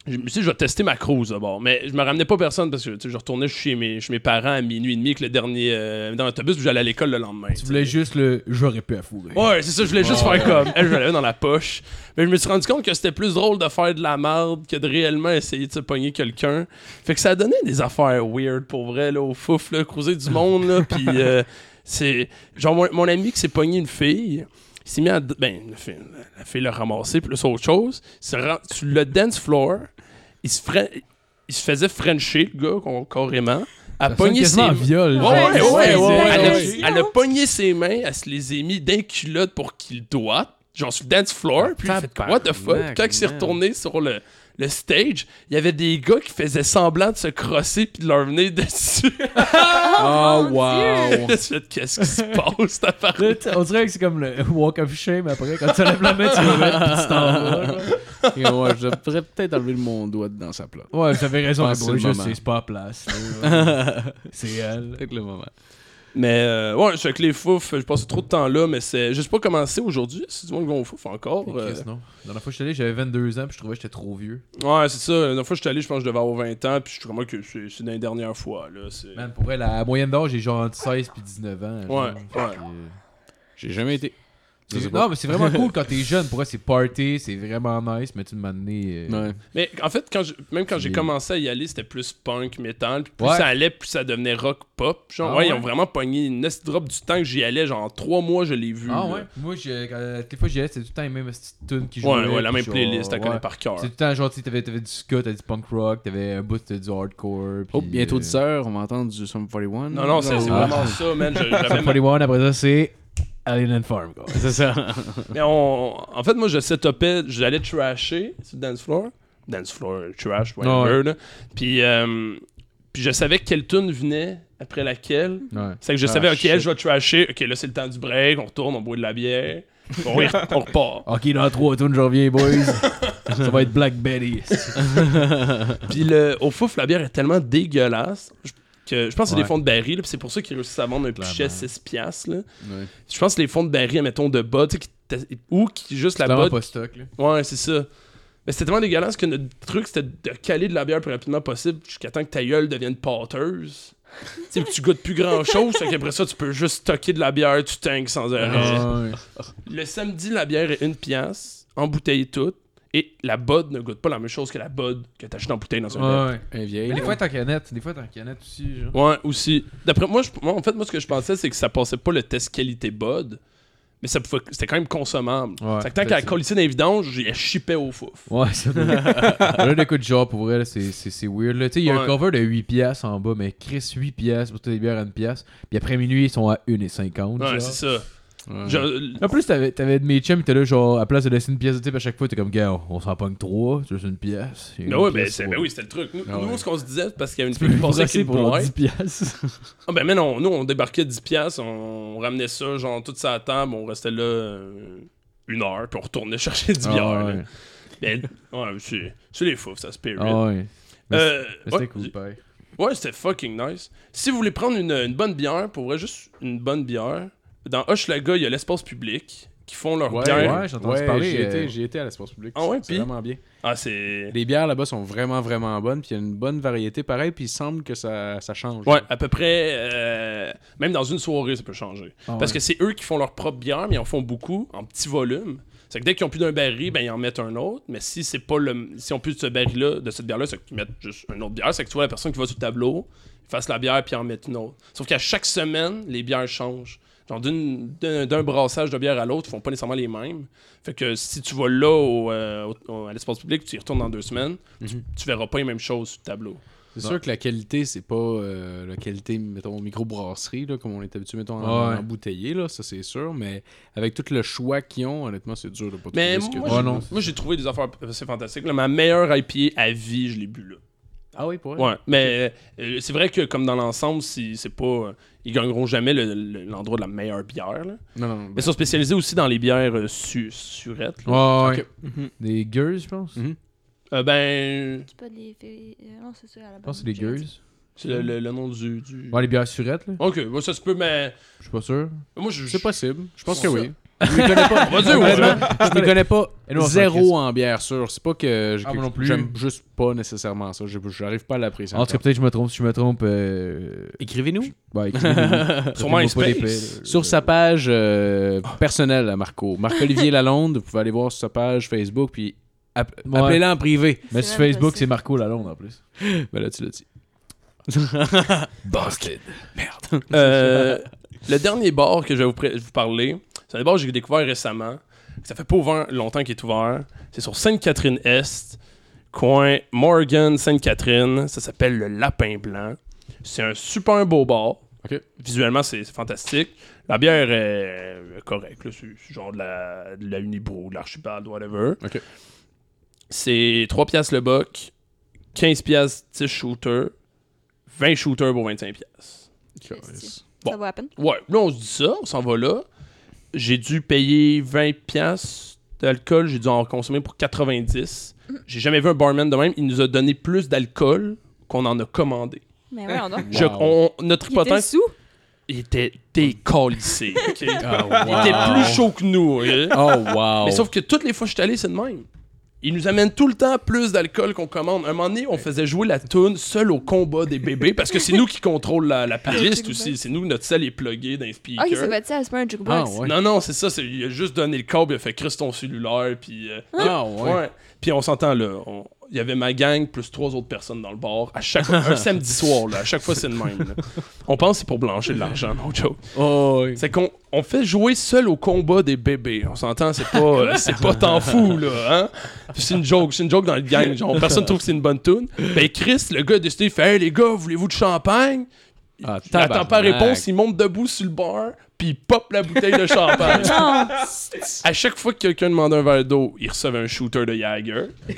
S6: Je me suis dit, je vais tester ma cruise d'abord. Mais je me ramenais pas personne parce que tu sais, je retournais chez mes, chez mes parents à minuit et demi avec le dernier. euh, dans l'autobus, puis j'allais à l'école le lendemain.
S3: Tu voulais juste le j'aurais pu à fourrer.
S6: Ouais, c'est ça, je voulais juste
S3: Ouais.
S6: faire comme. Elle, je l'avais dans la poche. Mais je me suis rendu compte que c'était plus drôle de faire de la merde que de réellement essayer de se pogner quelqu'un. Fait que ça donnait des affaires weird pour vrai, là, au fouf, là, croiser du monde, là. Puis, euh, c'est. Genre, mon, mon ami qui s'est pogné une fille, il s'est mis à. Ben, la fille, la fille l'a ramassé, plus autre chose. Il se rend- Sur le dance floor, il se, fre- il se faisait frencher, le gars, con- carrément. À
S3: Ça sonne
S6: pogner ses
S3: quasiment en viol.
S6: Ouais,
S3: genre.
S6: ouais,
S4: Ouais,
S6: ouais,
S4: c'est
S6: ouais,
S4: la
S6: Elle, a,
S4: pression.
S6: elle a pogné ses mains, elle se les a mis d'un culotte pour qu'il doit. Genre sur le dance floor, puis il a fait comme, What the fuck? Puis Quand il s'est
S5: man.
S6: retourné sur le, le stage, il y avait des gars qui faisaient semblant de se crosser puis de leur venir dessus.
S5: Oh,
S6: Je
S5: wow!
S6: me suis fait, Qu'est-ce qui se passe, ta part?
S3: Là, t- On dirait que c'est comme le walk of shame après, quand tu lèves la main, tu le mets, puis tu t'en vas. genre.
S5: Et ouais, je devrais peut-être enlever mon doigt dans sa place.
S3: Ouais, j'avais raison,
S5: Ah,
S3: mais
S5: c'est
S3: bon,
S5: le
S3: juste,
S5: moment.
S3: c'est c'est pas à place. c'est elle.
S5: Peut-être le moment.
S6: Mais euh, ouais, c'est que les fouf, je passais trop de temps là, mais c'est. Je sais pas comment c'est aujourd'hui, si du monde va au fouf encore.
S3: Mais
S6: euh,
S3: Chris, non. La dernière fois que j'étais allé, j'avais 22 ans, puis je trouvais que j'étais trop vieux.
S6: ouais, c'est ça. La dernière fois que je suis allé, je pense que je devais avoir 20 ans, puis je suis vraiment que c'est c'est dans les dernières fois. Là, c'est-
S3: Man, pour elle, la moyenne d'âge, j'ai genre entre 16 puis 19 ans. genre.
S6: Ouais, ouais.
S5: J'ai jamais été. Je sais
S3: C'est-
S5: pas.
S3: Non, mais c'est vraiment cool quand t'es jeune. Pour elle, c'est party, c'est vraiment nice, mais tu m'as donné. euh,
S5: Ouais.
S6: Mais en fait, quand je- même quand j'ai
S3: Les-
S6: commencé à y aller, c'était plus punk, metal. Puis plus
S3: Ouais.
S6: ça allait, plus ça devenait rock pop. Genre,
S3: Ah
S6: ouais, ils
S3: ouais?
S6: ont vraiment pogné une nest drop du temps que j'y allais. Genre, en trois mois, je l'ai vu.
S3: Ah
S6: là.
S3: ouais? Moi, j'ai- quand- euh, toutes les fois que j'y allais, c'était tout le temps les mêmes petites tunes qui jouaient.
S6: Ouais, ouais, la
S3: puis
S6: même
S3: genre,
S6: playlist, t'as
S3: ouais.
S6: connais par cœur.
S3: C'est tout le temps genre, tu sais, t'avais t'avais du ska, t'avais du punk rock, t'avais un bout de- du hardcore.
S5: Oh,
S3: puis,
S5: bientôt
S3: euh,
S5: 10 heures, on va entendre du Sum 41.
S6: Non, non, c'est c'est
S5: Ah.
S6: vraiment ça, man. Je- j'avais
S3: Sum 41, après ça, c'est Alien and Farm, quoi.
S5: C'est ça.
S6: Mais on- en fait, moi, je setupais, j'allais trasher sur le dance floor. Dance floor, trash, whatever.
S3: Ah Ouais.
S6: là. Puis, euh, puis je savais quelle tune venait après laquelle.
S3: Ouais.
S6: C'est que je
S5: Ah,
S6: savais, ok,
S5: shit.
S6: elle, je vais trasher. Ok, là, c'est le temps du break. On retourne, on boit de la bière. on y- on repart.
S3: Ok, dans 3 tunes, je reviens, boys. ça va être Black Betty.
S6: Puis le, au fouf, la bière est tellement dégueulasse je- que je pense que c'est des
S3: Ouais.
S6: fonds de baril, là, puis c'est pour ça qu'ils réussissent à vendre un
S3: Clairement.
S6: pichet 6 piastres. là.
S5: Ouais.
S6: Je pense que les fonds de baril, mettons, de bas, tu sais, qui t'a- ou qui juste la
S3: Clairement
S6: bas.
S3: pas stock, là.
S6: Ouais, c'est ça. Mais c'était tellement dégueulasse que notre truc, c'était de caler de la bière le plus rapidement possible jusqu'à temps que ta gueule devienne pâteuse. tu sais, que tu goûtes plus grand chose, fait qu'après ça, tu peux juste stocker de la bière, tu tanks sans arrêt.
S3: Ouais.
S6: Le samedi, la bière est une pièce, embouteille toute, et la bod ne goûte pas la même chose que la bod que t'achètes en bouteille dans un bar.
S3: Ouais.
S5: Un
S3: Mais
S5: vieil.
S3: des fois, t'es en canette. Des fois, t'es en canette aussi, genre.
S6: Ouais, aussi. D'après moi, je- moi, en fait, moi, ce que je pensais, c'est que ça passait pas le test qualité bud, mais ça pouvait, c'était quand même consommable.
S3: Ouais,
S6: Fait que tant qu'elle
S3: peut-être
S6: colissait dans les vidanges, elle chipait au fouf.
S3: Ouais, ça doit Là, le coup de genre, pour vrai, là, c'est- c'est c'est weird. là. Tu sais, il y a
S6: Ouais.
S3: un cover de 8 piastres en bas, mais Chris, 8 piastres pour toutes les bières à 1 piastre. Puis après minuit, ils sont à 1,50.
S6: Ouais,
S3: genre.
S6: c'est ça.
S5: Ouais.
S6: Je-
S3: En plus, t'avais t'avais de mes chums, t'es là, genre, à place de laisser une pièce de type à chaque fois, t'es comme, gars, on s'en pogne 3, tu laisses une pièce. et une
S6: Non, ouais, ben,
S3: pièce,
S6: c'est-
S3: ouais.
S6: ben oui, c'était le truc. Nous,
S5: Ah
S6: nous,
S5: ouais.
S6: ce qu'on se disait, parce qu'il y avait une
S3: Tu peux
S6: fille qui
S3: lui
S6: passait qui
S3: brasser
S6: pour
S3: pour 10 piastres.
S6: Ah, ben, mais non, nous, on débarquait 10 piastres, on ramenait ça, genre, toute sa table, on restait là euh, une heure, puis on retournait chercher 10 bières.
S3: Ah,
S6: là.
S3: ouais.
S6: Ben, ouais, c'est c'est les fouf, ça, spirit.
S3: Ah, ouais. Mais
S6: Euh,
S3: Mais C'était
S6: ouais,
S3: cool, pareil.
S6: Ouais, c'était fucking nice. Si vous voulez prendre une, une bonne bière, pour vrai, juste une bonne bière, dans Hochelaga, il y a l'espace public qui font leur bière.
S3: ouais, j'ai entendu parler,
S5: J'y
S3: euh,
S5: étais, j'y étais à l'espace public.
S6: Ah ouais,
S5: c'est
S6: puis-
S5: vraiment bien.
S6: Ah, c'est.
S5: Les bières là-bas sont vraiment, vraiment bonnes. Puis il y a une bonne variété pareil. Puis il semble que ça, ça change.
S6: Ouais, à peu près. euh, même dans une soirée, ça peut changer.
S3: Ah,
S6: Parce
S3: ouais.
S6: que c'est eux qui font leur propre bière, mais ils en font beaucoup, en petit volume. C'est que dès qu'ils ont plus d'un baril, ben, ils en mettent un autre. Mais si c'est pas le. Si on plus de ce baril-là, de cette bière-là, c'est qu'ils mettent juste un autre bière. C'est que tu vois la personne qui va sur le tableau, ils fassent la bière puis ils en mettent une autre. Sauf qu'à chaque semaine, les bières changent. Genre d'une- d'un d'un brassage de bière à l'autre, ils font pas nécessairement les mêmes. Fait que si tu vas là au, euh, au- à l'espace public, tu y retournes dans deux semaines,
S3: Mhm.
S6: tu, tu verras pas les mêmes choses sur le tableau.
S5: C'est sûr que la qualité, c'est pas euh, la qualité, mettons, microbrasserie, là, comme on est habitué, mettons, en,
S3: Ouais.
S5: en bouteillé, là, ça c'est sûr, mais avec tout le choix qu'ils ont, honnêtement, c'est dur de pas
S6: Mais
S5: trouver ce que
S6: moi,
S5: tu
S6: j'ai-
S5: veux.
S3: Ouais, non.
S6: moi, j'ai trouvé des affaires assez fantastiques. là. ma meilleure IPA à vie, je l'ai bu là.
S5: Ah oui, pour vrai?
S6: Ouais, mais euh, c'est vrai que comme dans l'ensemble, si c'est pas euh, ils gagneront jamais le- le- l'endroit de la meilleure bière. là.
S5: Non, non, non,
S3: Ben,
S6: Mais ils sont spécialisés aussi dans les bières euh, su- surettes. là.
S3: Ouais, ouais.
S5: Ok.
S7: Mhm.
S3: Des gueuses, je pense.
S5: Mhm.
S6: Euh, ben,
S4: C'est pas des. fées- euh, Non, c'est ça, à la base.
S3: Je pense que c'est des
S4: j'ai
S3: gueuses.
S6: c'est le, le- le nom du. du-
S3: Ouais, les bières surettes, là.
S6: Ok, bon, ça se peut, mais
S3: Je suis pas sûr.
S6: moi je.
S5: C'est possible. Je pense que
S6: Ça.
S5: oui. Je m'y connais pas.
S6: On va dire ouais.
S5: Honnêtement,
S3: hein.
S5: je m'y connais pas
S3: Et nous, on s'en crisse.
S5: zéro en bière sûre. C'est pas que j'ai
S3: Ah, moi non
S5: quelque-
S3: plus.
S5: j'aime juste pas nécessairement ça. J'ai- J'arrive pas à l'apprécier.
S3: En tout cas,
S5: encore.
S3: peut-être que je me trompe. Si je me trompe, euh...
S5: Écrivez-nous
S3: bah, écrivez-nous. Traitez-moi
S6: Sûrement
S3: pas
S6: MySpace.
S3: d'épais, là.
S5: sur sa page euh, personnelle à Marco. Marc-Olivier Lalonde, vous pouvez aller voir sur sa page Facebook puis app-
S3: Ouais.
S5: appelez-la en privé.
S3: Mais
S4: C'est
S3: sur
S4: même
S3: Facebook,
S4: possible.
S3: c'est Marco Lalonde en plus.
S5: Ben là, tu l'as dit.
S3: Busted.
S6: Euh, le dernier bar que je vais vous, pré- vous parler, c'est un bar que j'ai découvert récemment. Ça fait pas ouvert- longtemps qu'il est ouvert. C'est sur Sainte-Catherine-Est, coin Morgan-Sainte-Catherine. Ça s'appelle le Lapin Blanc. C'est un super beau bar.
S5: Ok.
S6: Visuellement, c'est c'est fantastique. La bière est correcte. là. C'est c'est genre de la, de la Unibrew, de l'Archibald, whatever.
S5: Ok.
S6: C'est 3 piastres le boc, 15 piastres 10 shooters, 20 shooters pour 25 piastres.
S4: déjà dit. Esti,
S6: Bon.
S4: Ça vaut à peine.
S6: Ouais, là, on se dit ça, on s'en va là. J'ai dû payer 20 piastres d'alcool, j'ai dû en consommer pour 90. J'ai jamais vu un barman de même, il nous a donné plus d'alcool qu'on en a commandé.
S4: Mais ouais, on dort.
S6: Je- on- notre
S4: Il était
S6: hypothèse,
S4: sous.
S6: il était décalissé. ok?
S5: Oh,
S6: Il était plus chaud que nous. ok?
S5: Oh, wow.
S6: Mais sauf que toutes les fois que je suis allé, c'est de même. Il nous amène tout le temps plus d'alcool qu'on commande. un moment donné, on faisait jouer la toune seul au combat des bébés parce que c'est nous qui contrôlons la, la playlist aussi. Ah, C'est nous, notre salle est pluguée
S4: Ah,
S6: dans les speakers.
S4: Ok, c'est fait ça, c'est pas un
S5: Ah,
S4: jukebox.
S5: ouais.
S6: Non, non, c'est ça. c'est- Il a juste donné le câble, il a fait Chris ton cellulaire, puis. euh,
S5: Ah, ouais.
S6: ouais. Puis on s'entend là. on- Il y avait ma gang plus trois autres personnes dans le bar. À chaque un samedi soir, là. À chaque fois, c'est le même. là. On pense que c'est pour blanchir de l'argent, no joke.
S5: Oh, oui.
S6: C'est qu'on on fait jouer seul au combat des bébés. On s'entend, c'est pas, euh, c'est pas tant fou, là. Hein? Puis C'est une joke, c'est une joke dans le gang. Genre, personne trouve que c'est une bonne tune. Ben, Chris, le gars a décidé, il fait Hey, les gars, voulez-vous du champagne
S5: Ah,
S6: Il attend pas
S5: tabarnak.
S6: réponse, il monte debout sur le bar, puis il pop la bouteille de champagne.
S4: Non,
S6: À chaque fois que quelqu'un demandait un verre d'eau, il recevait un shooter de Jagger. Puis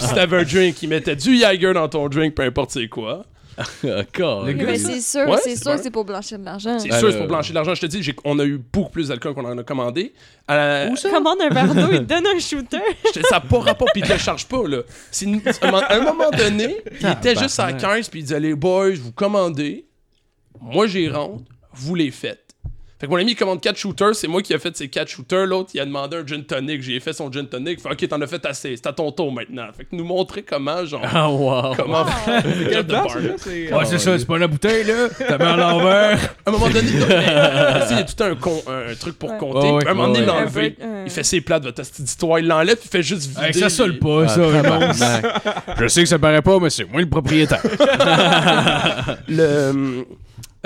S6: si t'avais un drink, il mettait du Jagger dans ton drink, peu importe c'est quoi.
S5: Encore.
S3: Le gars,
S4: mais c'est sûr,
S6: Ouais,
S4: c'est
S6: c'est
S4: sûr
S6: vrai.
S4: que c'est pour blanchir de l'argent.
S6: C'est
S5: Ah,
S6: sûr,
S5: le-
S6: c'est pour blanchir l'argent. Je te dis, j'ai- on a eu beaucoup plus d'alcool qu'on en a commandé. Euh,
S4: Commande un verre d'eau, il te donne un shooter.
S6: je te dis, ça n'a pas rapport, puis il te le charge pas, là. C'est une- à un moment- à un moment donné,
S5: Ah,
S6: il était juste à 15, puis il disait, les boys, vous commandez, moi j'y rentre, vous les faites. Fait que mon ami il commande 4 shooters, c'est moi qui ai fait ces 4 shooters, l'autre il a demandé un gin tonic, j'ai fait son gin tonic, fait ok t'en as fait assez, c'est à ton tour maintenant. Fait que nous montrer comment genre...
S5: Ah, wow.
S6: Comment faire le job de
S7: Blanc,
S6: bar.
S7: celui-là, c'est-
S3: Ouais, c'est ça, c'est pas la bouteille, là. T'as mis à l'envers.
S6: À un moment donné, non, mais, euh, tu sais, il y a tout un, con- un- un truc pour
S4: Ouais. euh.
S6: compter.
S3: Ouais, ouais,
S6: à un moment donné,
S3: ouais,
S6: il l'a
S4: ouais.
S6: enlevé.
S4: Un break, un-
S6: Il fait ses plats de votre astuce d'histoire, il l'enlève, puis il fait juste vider.
S3: Avec ça
S6: les-
S3: seule pas,
S5: Ah,
S3: ça. non.
S5: tabarnak. Je sais que ça paraît pas, mais c'est moi le propriétaire.
S6: le,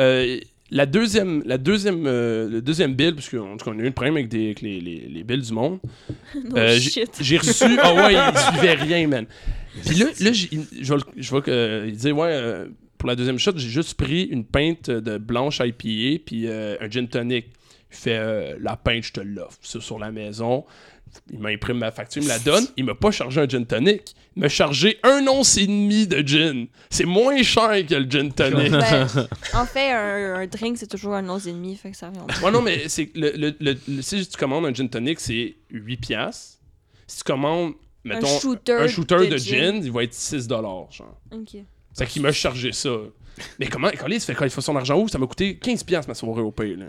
S6: euh, la deuxième, la deuxième, euh, le deuxième bill, parce qu'on on a eu le problème avec, des, avec les, les, les bills du monde.
S4: Non,
S6: Euh, j'ai
S4: Oh, shit.
S6: j'ai reçu. Ah ouais, il suivait rien, man. Puis là, là j'ai- il- je vois, le- je vois que, euh, il disait, ouais, euh, pour la deuxième shot, j'ai juste pris une pinte de blanche IPA puis euh, un gin tonic. Il fait, euh, la pinte, je te l'offre. C'est sur la maison. Il m'imprime ma facture, il me la donne. Il m'a pas chargé un gin tonic. Il m'a chargé un once et demi de gin. C'est moins cher que le gin tonic.
S4: Ben, en fait, un, un drink, c'est toujours un 11 et demi, fait que ça revient.
S6: Ouais, non, mais c'est le, le- le- le- si tu commandes un gin tonic, c'est 8 piastres. Si tu commandes, mettons, un shooter,
S4: shooter
S6: de,
S4: de
S6: gin, il va être 6 dollars, genre.
S4: Ok.
S6: C'est qu'il m'a chargé ça. Mais comment, Colin, ça fait quand il faut son argent où? Ça m'a coûté 15 piastres ma soirée au pays, là.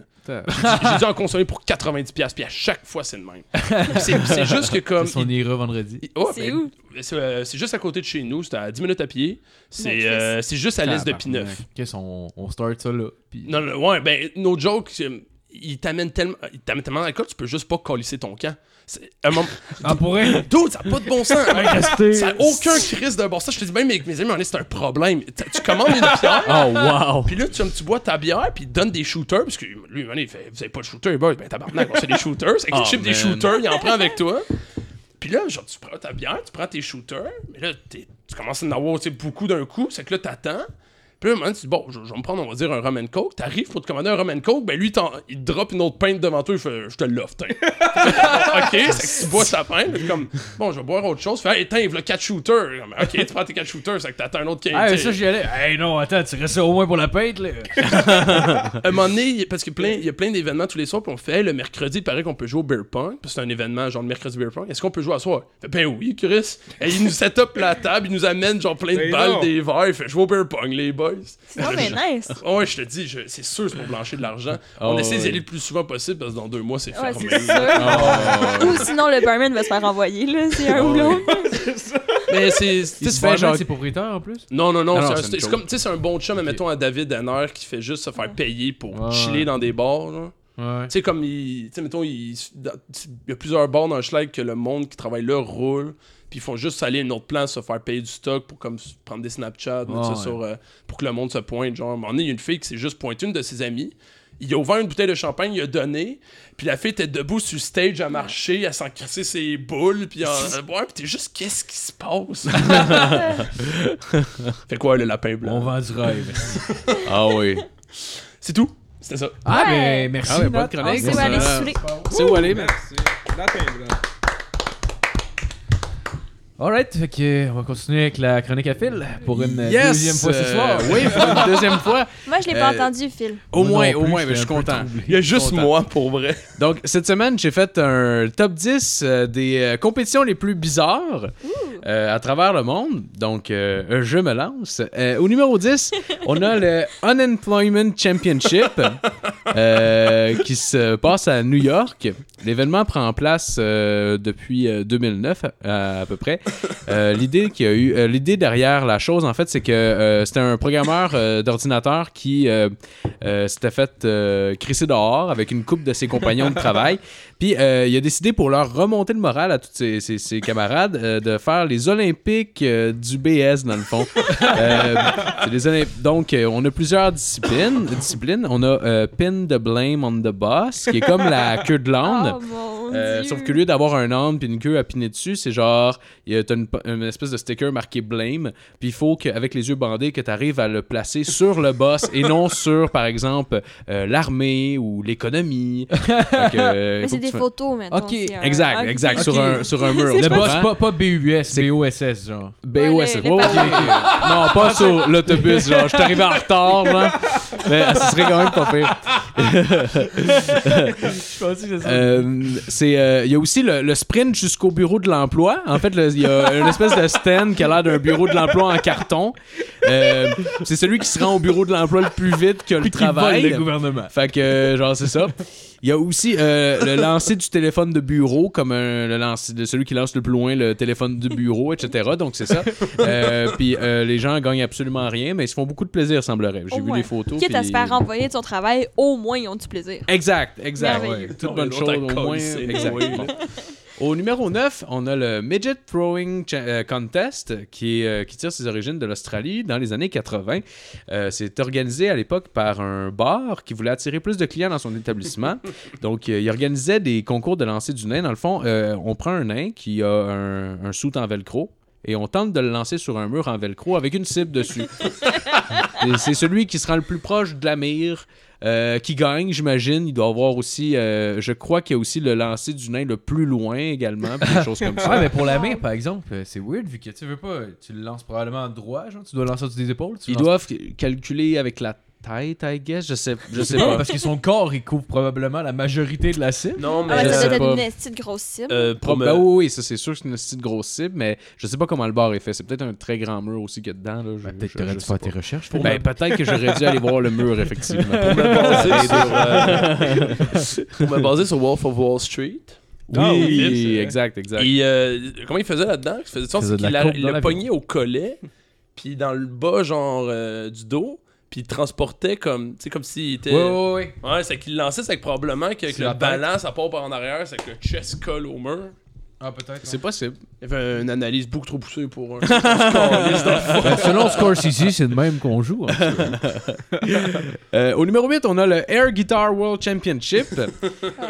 S6: J'ai j'ai dû en consommer pour 90 piastres, puis à chaque fois, c'est le même. Puis c'est c'est juste que comme...
S3: On ira vendredi.
S6: il- ouais,
S4: C'est
S6: ben,
S4: où?
S6: C'est euh, c'est juste à côté de chez nous, c'est à 10 minutes à pied.
S4: Mon
S6: C'est
S4: Christ.
S6: euh, c'est juste à l'est de Pineuf.
S3: Qu'est-ce qu'on on start ça, là. puis-
S6: Non, non, ouais, ben, no joke, c'est- il t'amène tellement, il t'amène tellement d'alcool, tu peux juste pas colisser ton camp. C'est- à un moment-
S1: Ah, pour vrai?
S6: Dude, ça n'a pas de bon sens.
S1: Rester-
S6: ça n'a aucun crise de bon sens. Je te dis, même avec mes amis, on est, c'est un problème. Tu tu commandes une bière.
S1: Oh, wow!
S6: Puis là, tu, tu bois ta bière, puis il te donne des shooters, parce que lui, man, il fait Vous avez pas de shooter, boy. Ben, tabarnak, on sait des shooters. C'est que
S5: Oh,
S6: tu chips des
S5: man.
S6: shooters, il en prend avec toi. Puis là, genre, tu prends ta bière, tu prends tes shooters, mais là, t'es- tu commences à en avoir tu sais, beaucoup d'un coup, c'est que là, t'attends. Puis là, à un moment, tu dis Bon, je, je vais me prendre, on va dire, un rum and coke. T'arrives pour te commander un rum and coke, ben lui, t'en- il te drop une autre pinte devant toi, il fait Je te l'offre, t'es. OK, c'est que tu bois sa pinte, puis comme Bon, je vais boire autre chose. Fait Hey, tiens, il y a 4 shooters. Comme, OK, tu prends tes 4 shooters, c'est que t'attends un autre qui
S3: Ah,
S6: tu
S3: mais
S6: sais.
S3: ça, j'y allais. Hey, non, attends, tu restes au moins pour la peinte, là.
S6: À un moment donné, il y a- parce qu'il y a plein d'événements tous les soirs, puis on fait, Hey, le mercredi, il paraît qu'on peut jouer au beer pong, puis c'est un événement genre le mercredi beer pong. Est-ce qu'on peut jouer à soir? Il fait, ben oui, Chris. Et il nous set up la table, il nous amène genre plein de
S7: Ben
S6: balles,
S7: non.
S6: des verres, il fait jouer au beer pong, les boys.
S4: C'est pas mais nice.
S6: Oh, ouais, je te dis, je- c'est sûr, c'est pour blanchir de l'argent.
S5: Oh,
S6: on essaie d'y
S5: oui.
S6: aller le plus souvent possible, parce que dans deux mois, c'est
S4: Ouais,
S6: fermé.
S4: c'est
S3: Ah,
S4: sûr. Ou sinon, le barman va se faire envoyer, là. C'est un ou l'autre.
S6: Mais c'est. tu sais,
S3: Tu
S6: c'est
S3: se
S6: vraiment-
S3: fait genre. ses propriétaires en plus.
S6: Non, non, non,
S5: Non,
S6: c'est
S5: non,
S6: un-
S5: c'est une
S6: c'est c'est
S5: joke.
S6: comme, tu sais, c'est un bon chum, mettons, à David Danner qui fait juste se faire payer pour
S3: Ouais.
S6: chiller dans des bars, genre.
S3: Ouais.
S6: Tu sais, comme il. Tu sais, mettons, il, dans- il y a plusieurs bars dans Schlag que le monde qui travaille là roule. Puis ils font juste aller à une autre place, se faire payer du stock pour comme s- prendre des Snapchats, mettre ça
S3: Ouais.
S6: sur, euh, pour que le monde se pointe. Genre, à un moment donné, il y a une fille qui s'est juste pointée, une de ses amies. Il a ouvert une bouteille de champagne, il a donné. Puis la fille était debout sur le stage à marcher, à s'en crisser ses boules. Puis à boire. Puis t'es juste, qu'est-ce qui se passe? fait quoi, le lapin blanc?
S3: On vend du rêve.
S5: Ah oui.
S6: C'est tout. C'était ça.
S3: Ah,
S4: Ouais.
S3: ben, merci.
S5: Ah, ben, bonne
S3: Nat.
S4: On
S5: chronique.
S4: sait où aller
S5: ça.
S4: se saouler.
S5: C'est où aller, mais.
S7: Merci. Lapin blanc.
S3: Alright, fait que on va continuer avec la chronique à fil pour une
S5: Yes!
S3: deuxième fois ce soir.
S5: Euh, oui, pour une deuxième fois.
S4: Moi, je l'ai pas
S5: Euh,
S4: entendu, Phil.
S5: Au
S3: Moi
S5: moins,
S3: non
S5: au
S3: plus,
S5: moins, mais je
S3: j'étais
S5: suis
S3: un peu
S5: content.
S3: troublé.
S6: Il y a juste
S5: Content.
S6: moi pour vrai.
S5: Donc, cette semaine, j'ai fait un top 10 euh, des euh, compétitions les plus bizarres euh, à travers le monde. Donc, euh, je me lance. Euh, au numéro 10, on a le Unemployment Championship euh, qui se passe à New York. L'événement prend place euh, depuis euh, 2009 à, à peu près. Euh, l'idée qu'il y a eu, euh, l'idée derrière la chose, en fait, c'est que euh, c'était un programmeur euh, d'ordinateur qui euh, euh, s'était fait euh, crisser dehors avec une coupe de ses compagnons de travail. Puis euh, il a décidé pour leur remonter le moral à tous ses, ses- ses camarades euh, de faire les Olympiques euh, du BS dans le fond. Euh, c'est les Olymp- Donc euh, on a plusieurs disciplines. disciplines. On a euh, pin the blame on the boss qui est comme la queue de l'âne.
S4: Oh mon
S5: Euh,
S4: dieu.
S5: sauf que au lieu d'avoir un âne puis une queue à piner dessus, c'est genre, il y a t'as une, une espèce de sticker marqué blame, puis il faut qu'avec les yeux bandés, que tu arrives à le placer sur le boss et non sur, par exemple, euh, l'armée ou l'économie. Fait que, euh, faut
S4: Mais c'est
S5: que tu
S4: des hein.
S5: fasses-
S4: photos maintenant.
S3: Ok,
S4: c'est un-
S5: Exact,
S4: un-
S5: exact,
S3: Ok.
S5: sur, un, sur un mur.
S3: Le
S5: on comprend.
S3: boss, pas, pas BUS, BOSS, genre.
S5: BOS.
S4: Ouais, les-
S5: Wow,
S4: les
S5: ok, ok. Non, pas sur l'autobus, genre, je suis arrivé en retard, genre. Mais ah, ce serait quand même pas pire.
S3: Je pensais que ça.
S5: Euh, c'est euh, il y a aussi le, le sprint jusqu'au bureau de l'emploi. En fait, le- il y a une espèce de stand qui a l'air d'un bureau de l'emploi en carton. Euh, c'est celui qui se rend au bureau de l'emploi le plus vite que le travail.
S3: le gouvernement.
S5: Fait que, euh, genre, c'est ça. Il y a aussi euh, le lancer du téléphone de bureau, comme un- le lancer de celui qui lance le plus loin le téléphone du bureau, etc. Donc, c'est ça. Euh, puis euh, les gens gagnent absolument rien, mais ils se font beaucoup de plaisir, semblerait. J'ai
S4: Au
S5: vu
S4: moins.
S5: les photos.
S4: Quitte à
S5: puis-
S4: se faire renvoyer de son travail, au moins ils ont du plaisir.
S5: Exact, exact.
S4: Merveilleux.
S5: Toute
S6: Non,
S5: bonne
S6: l'autre
S5: chose,
S6: a
S5: au moins.
S6: collé,
S5: Exact.
S6: oui.
S5: Bon. Au numéro 9, on a le Midget Throwing Cha- euh, Contest qui, est, euh, qui tire ses origines de l'Australie dans les années 80. Euh, c'est organisé à l'époque par un bar qui voulait attirer plus de clients dans son établissement. Donc, euh, il organisait des concours de lancer du nain. Dans le fond, euh, on prend un nain qui a un, un soute en velcro et on tente de le lancer sur un mur en velcro avec une cible dessus. Et c'est celui qui se rend le plus proche de la mire euh, qui gagne, j'imagine. Il doit avoir aussi, euh, je crois qu'il y a aussi le lancer du nain le plus loin également, puis des choses comme ça.
S3: Ouais, mais pour la main, par exemple, euh, c'est weird vu que tu veux pas, tu le lances probablement droit, genre, tu dois lancer sur des épaules. Tu
S5: Ils
S3: lances-
S5: doivent calculer avec la tête, I guess. Je sais, je sais
S3: Ouais,
S5: pas.
S3: Parce que son corps, il couvre probablement la majorité de la cible.
S6: Non,
S4: Ah ouais,
S5: je
S4: ça
S5: sais
S4: doit être
S5: pas.
S4: une esti de grosse cible.
S6: Euh,
S5: Oh,
S6: pour me-
S5: ben oui, oui, ça c'est sûr que c'est une petite grosse cible, mais je sais pas comment le bar est fait. C'est peut-être un très grand mur aussi qu'il y a dedans. là, je-
S3: Ben, Peut-être
S5: je-
S3: que t'aurais
S5: je
S3: dû
S5: sais
S3: faire
S5: pas.
S3: tes recherches. pour
S5: Ben, peut-être que j'aurais dû aller voir le mur, effectivement.
S6: pour me baser sur, euh, pour me baser sur Wolf of Wall Street.
S5: Oui,
S7: Ah oui, c'est vrai.
S5: exact, exact.
S6: Et euh, comment il faisait là-dedans Il faisait ça,
S3: Il faisait
S6: c'est
S3: de la
S6: qu'il a-
S3: courbe
S6: il
S3: dans
S6: le
S3: l'avion.
S6: pognait au collet, puis dans le bas genre euh, du dos, puis il transportait comme, tu sais, comme s'il était.
S3: Ouais, ouais, ouais.
S6: Ouais, c'est qu'il lançait, c'est que probablement que, que
S3: C'est
S6: le
S3: la tête.
S6: balance, ça part par en arrière, c'est que le chest colle au mur.
S3: Ah, peut-être.
S5: C'est possible.
S6: Il y avait une analyse beaucoup trop poussée pour un. Caliste dans le fond.
S3: Ben, selon Scorsese, c'est le même qu'on joue. hein.
S5: Euh, au numéro 8, on a le Air Guitar World Championship.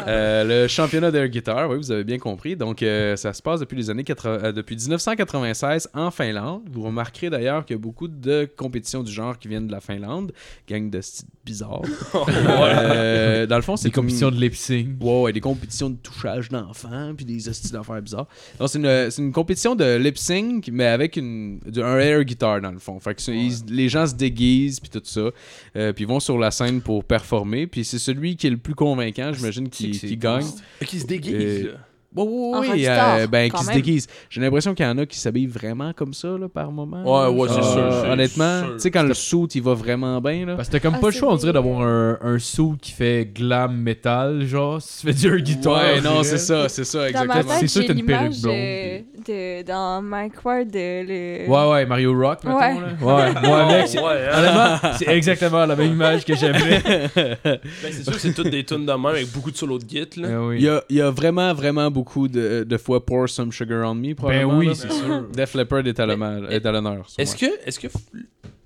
S5: Euh, le championnat d'Air Guitar, oui, vous avez bien compris. Donc, euh, ça se passe depuis les années 80 euh, depuis 1996 en Finlande. Vous remarquerez d'ailleurs qu'il y a beaucoup de compétitions du genre qui viennent de la Finlande. Gang de styles bizarres. Euh, dans le fond, c'est
S3: C'est
S5: comme-
S3: compétition de lip-sync.
S5: Ouais, ouais, des compétitions de touchage d'enfants, puis des hosties d'affaires bizarres. Donc, c'est une, c'est une compétition de lip sync, mais avec une, du- un air guitar, dans le fond. Fait que c'est- ils- les gens se déguisent, puis tout ça. euh, puis ils vont sur la scène pour performer. Puis c'est celui qui est le plus convainquant, j'imagine, qui,
S3: c'est
S5: qui gagne.
S6: Qui se déguise,
S5: Euh,
S6: là.
S5: Ouais, ouais, ouais,
S4: Enfant
S5: euh,
S4: guitare,
S5: ben,
S4: quand
S5: qui se
S4: même.
S5: déguise. J'ai l'impression qu'il y en a qui s'habillent vraiment comme ça, là, par moment.
S6: Ouais, ouais, c'est
S5: Genre,
S6: sûr, c'est
S5: Honnêtement,
S6: sûr.
S5: tu sais, quand le suit, il va vraiment bien, là.
S3: Parce que t'as comme
S4: Ah,
S3: pas le
S4: c'est
S3: choix, on dirait,
S4: vrai.
S3: d'avoir un, un saut qui fait glam metal, genre, si tu fais du guitare.
S5: Ouais,
S3: on
S5: non,
S3: dirait.
S5: c'est ça, c'est ça,
S4: Dans ma
S5: exactement.
S3: C'est
S4: tête,
S3: sûr
S4: j'ai
S3: que t'as une perruque
S4: l'image
S3: blonde,
S4: euh, de, dans Mike Ward, de le...
S3: Ouais, ouais, Mario Rock, mettons,
S4: Ouais.
S3: là. Ouais, moi, mec, c'est-
S6: Oh, ouais, hein.
S3: honnêtement, c'est exactement la même image que j'avais.
S6: Ben, c'est sûr que c'est toutes des tunes de même avec beaucoup de solos de git, là.
S3: Ah oui.
S5: Il y, a, il y a vraiment, vraiment beaucoup de, de fois Pour Some Sugar on Me, probablement.
S3: Ben oui,
S5: là.
S3: c'est sûr.
S5: Def Leppard est à l'honneur.
S6: Mais-
S5: est à l'honneur,
S6: Est-ce que, est-ce que,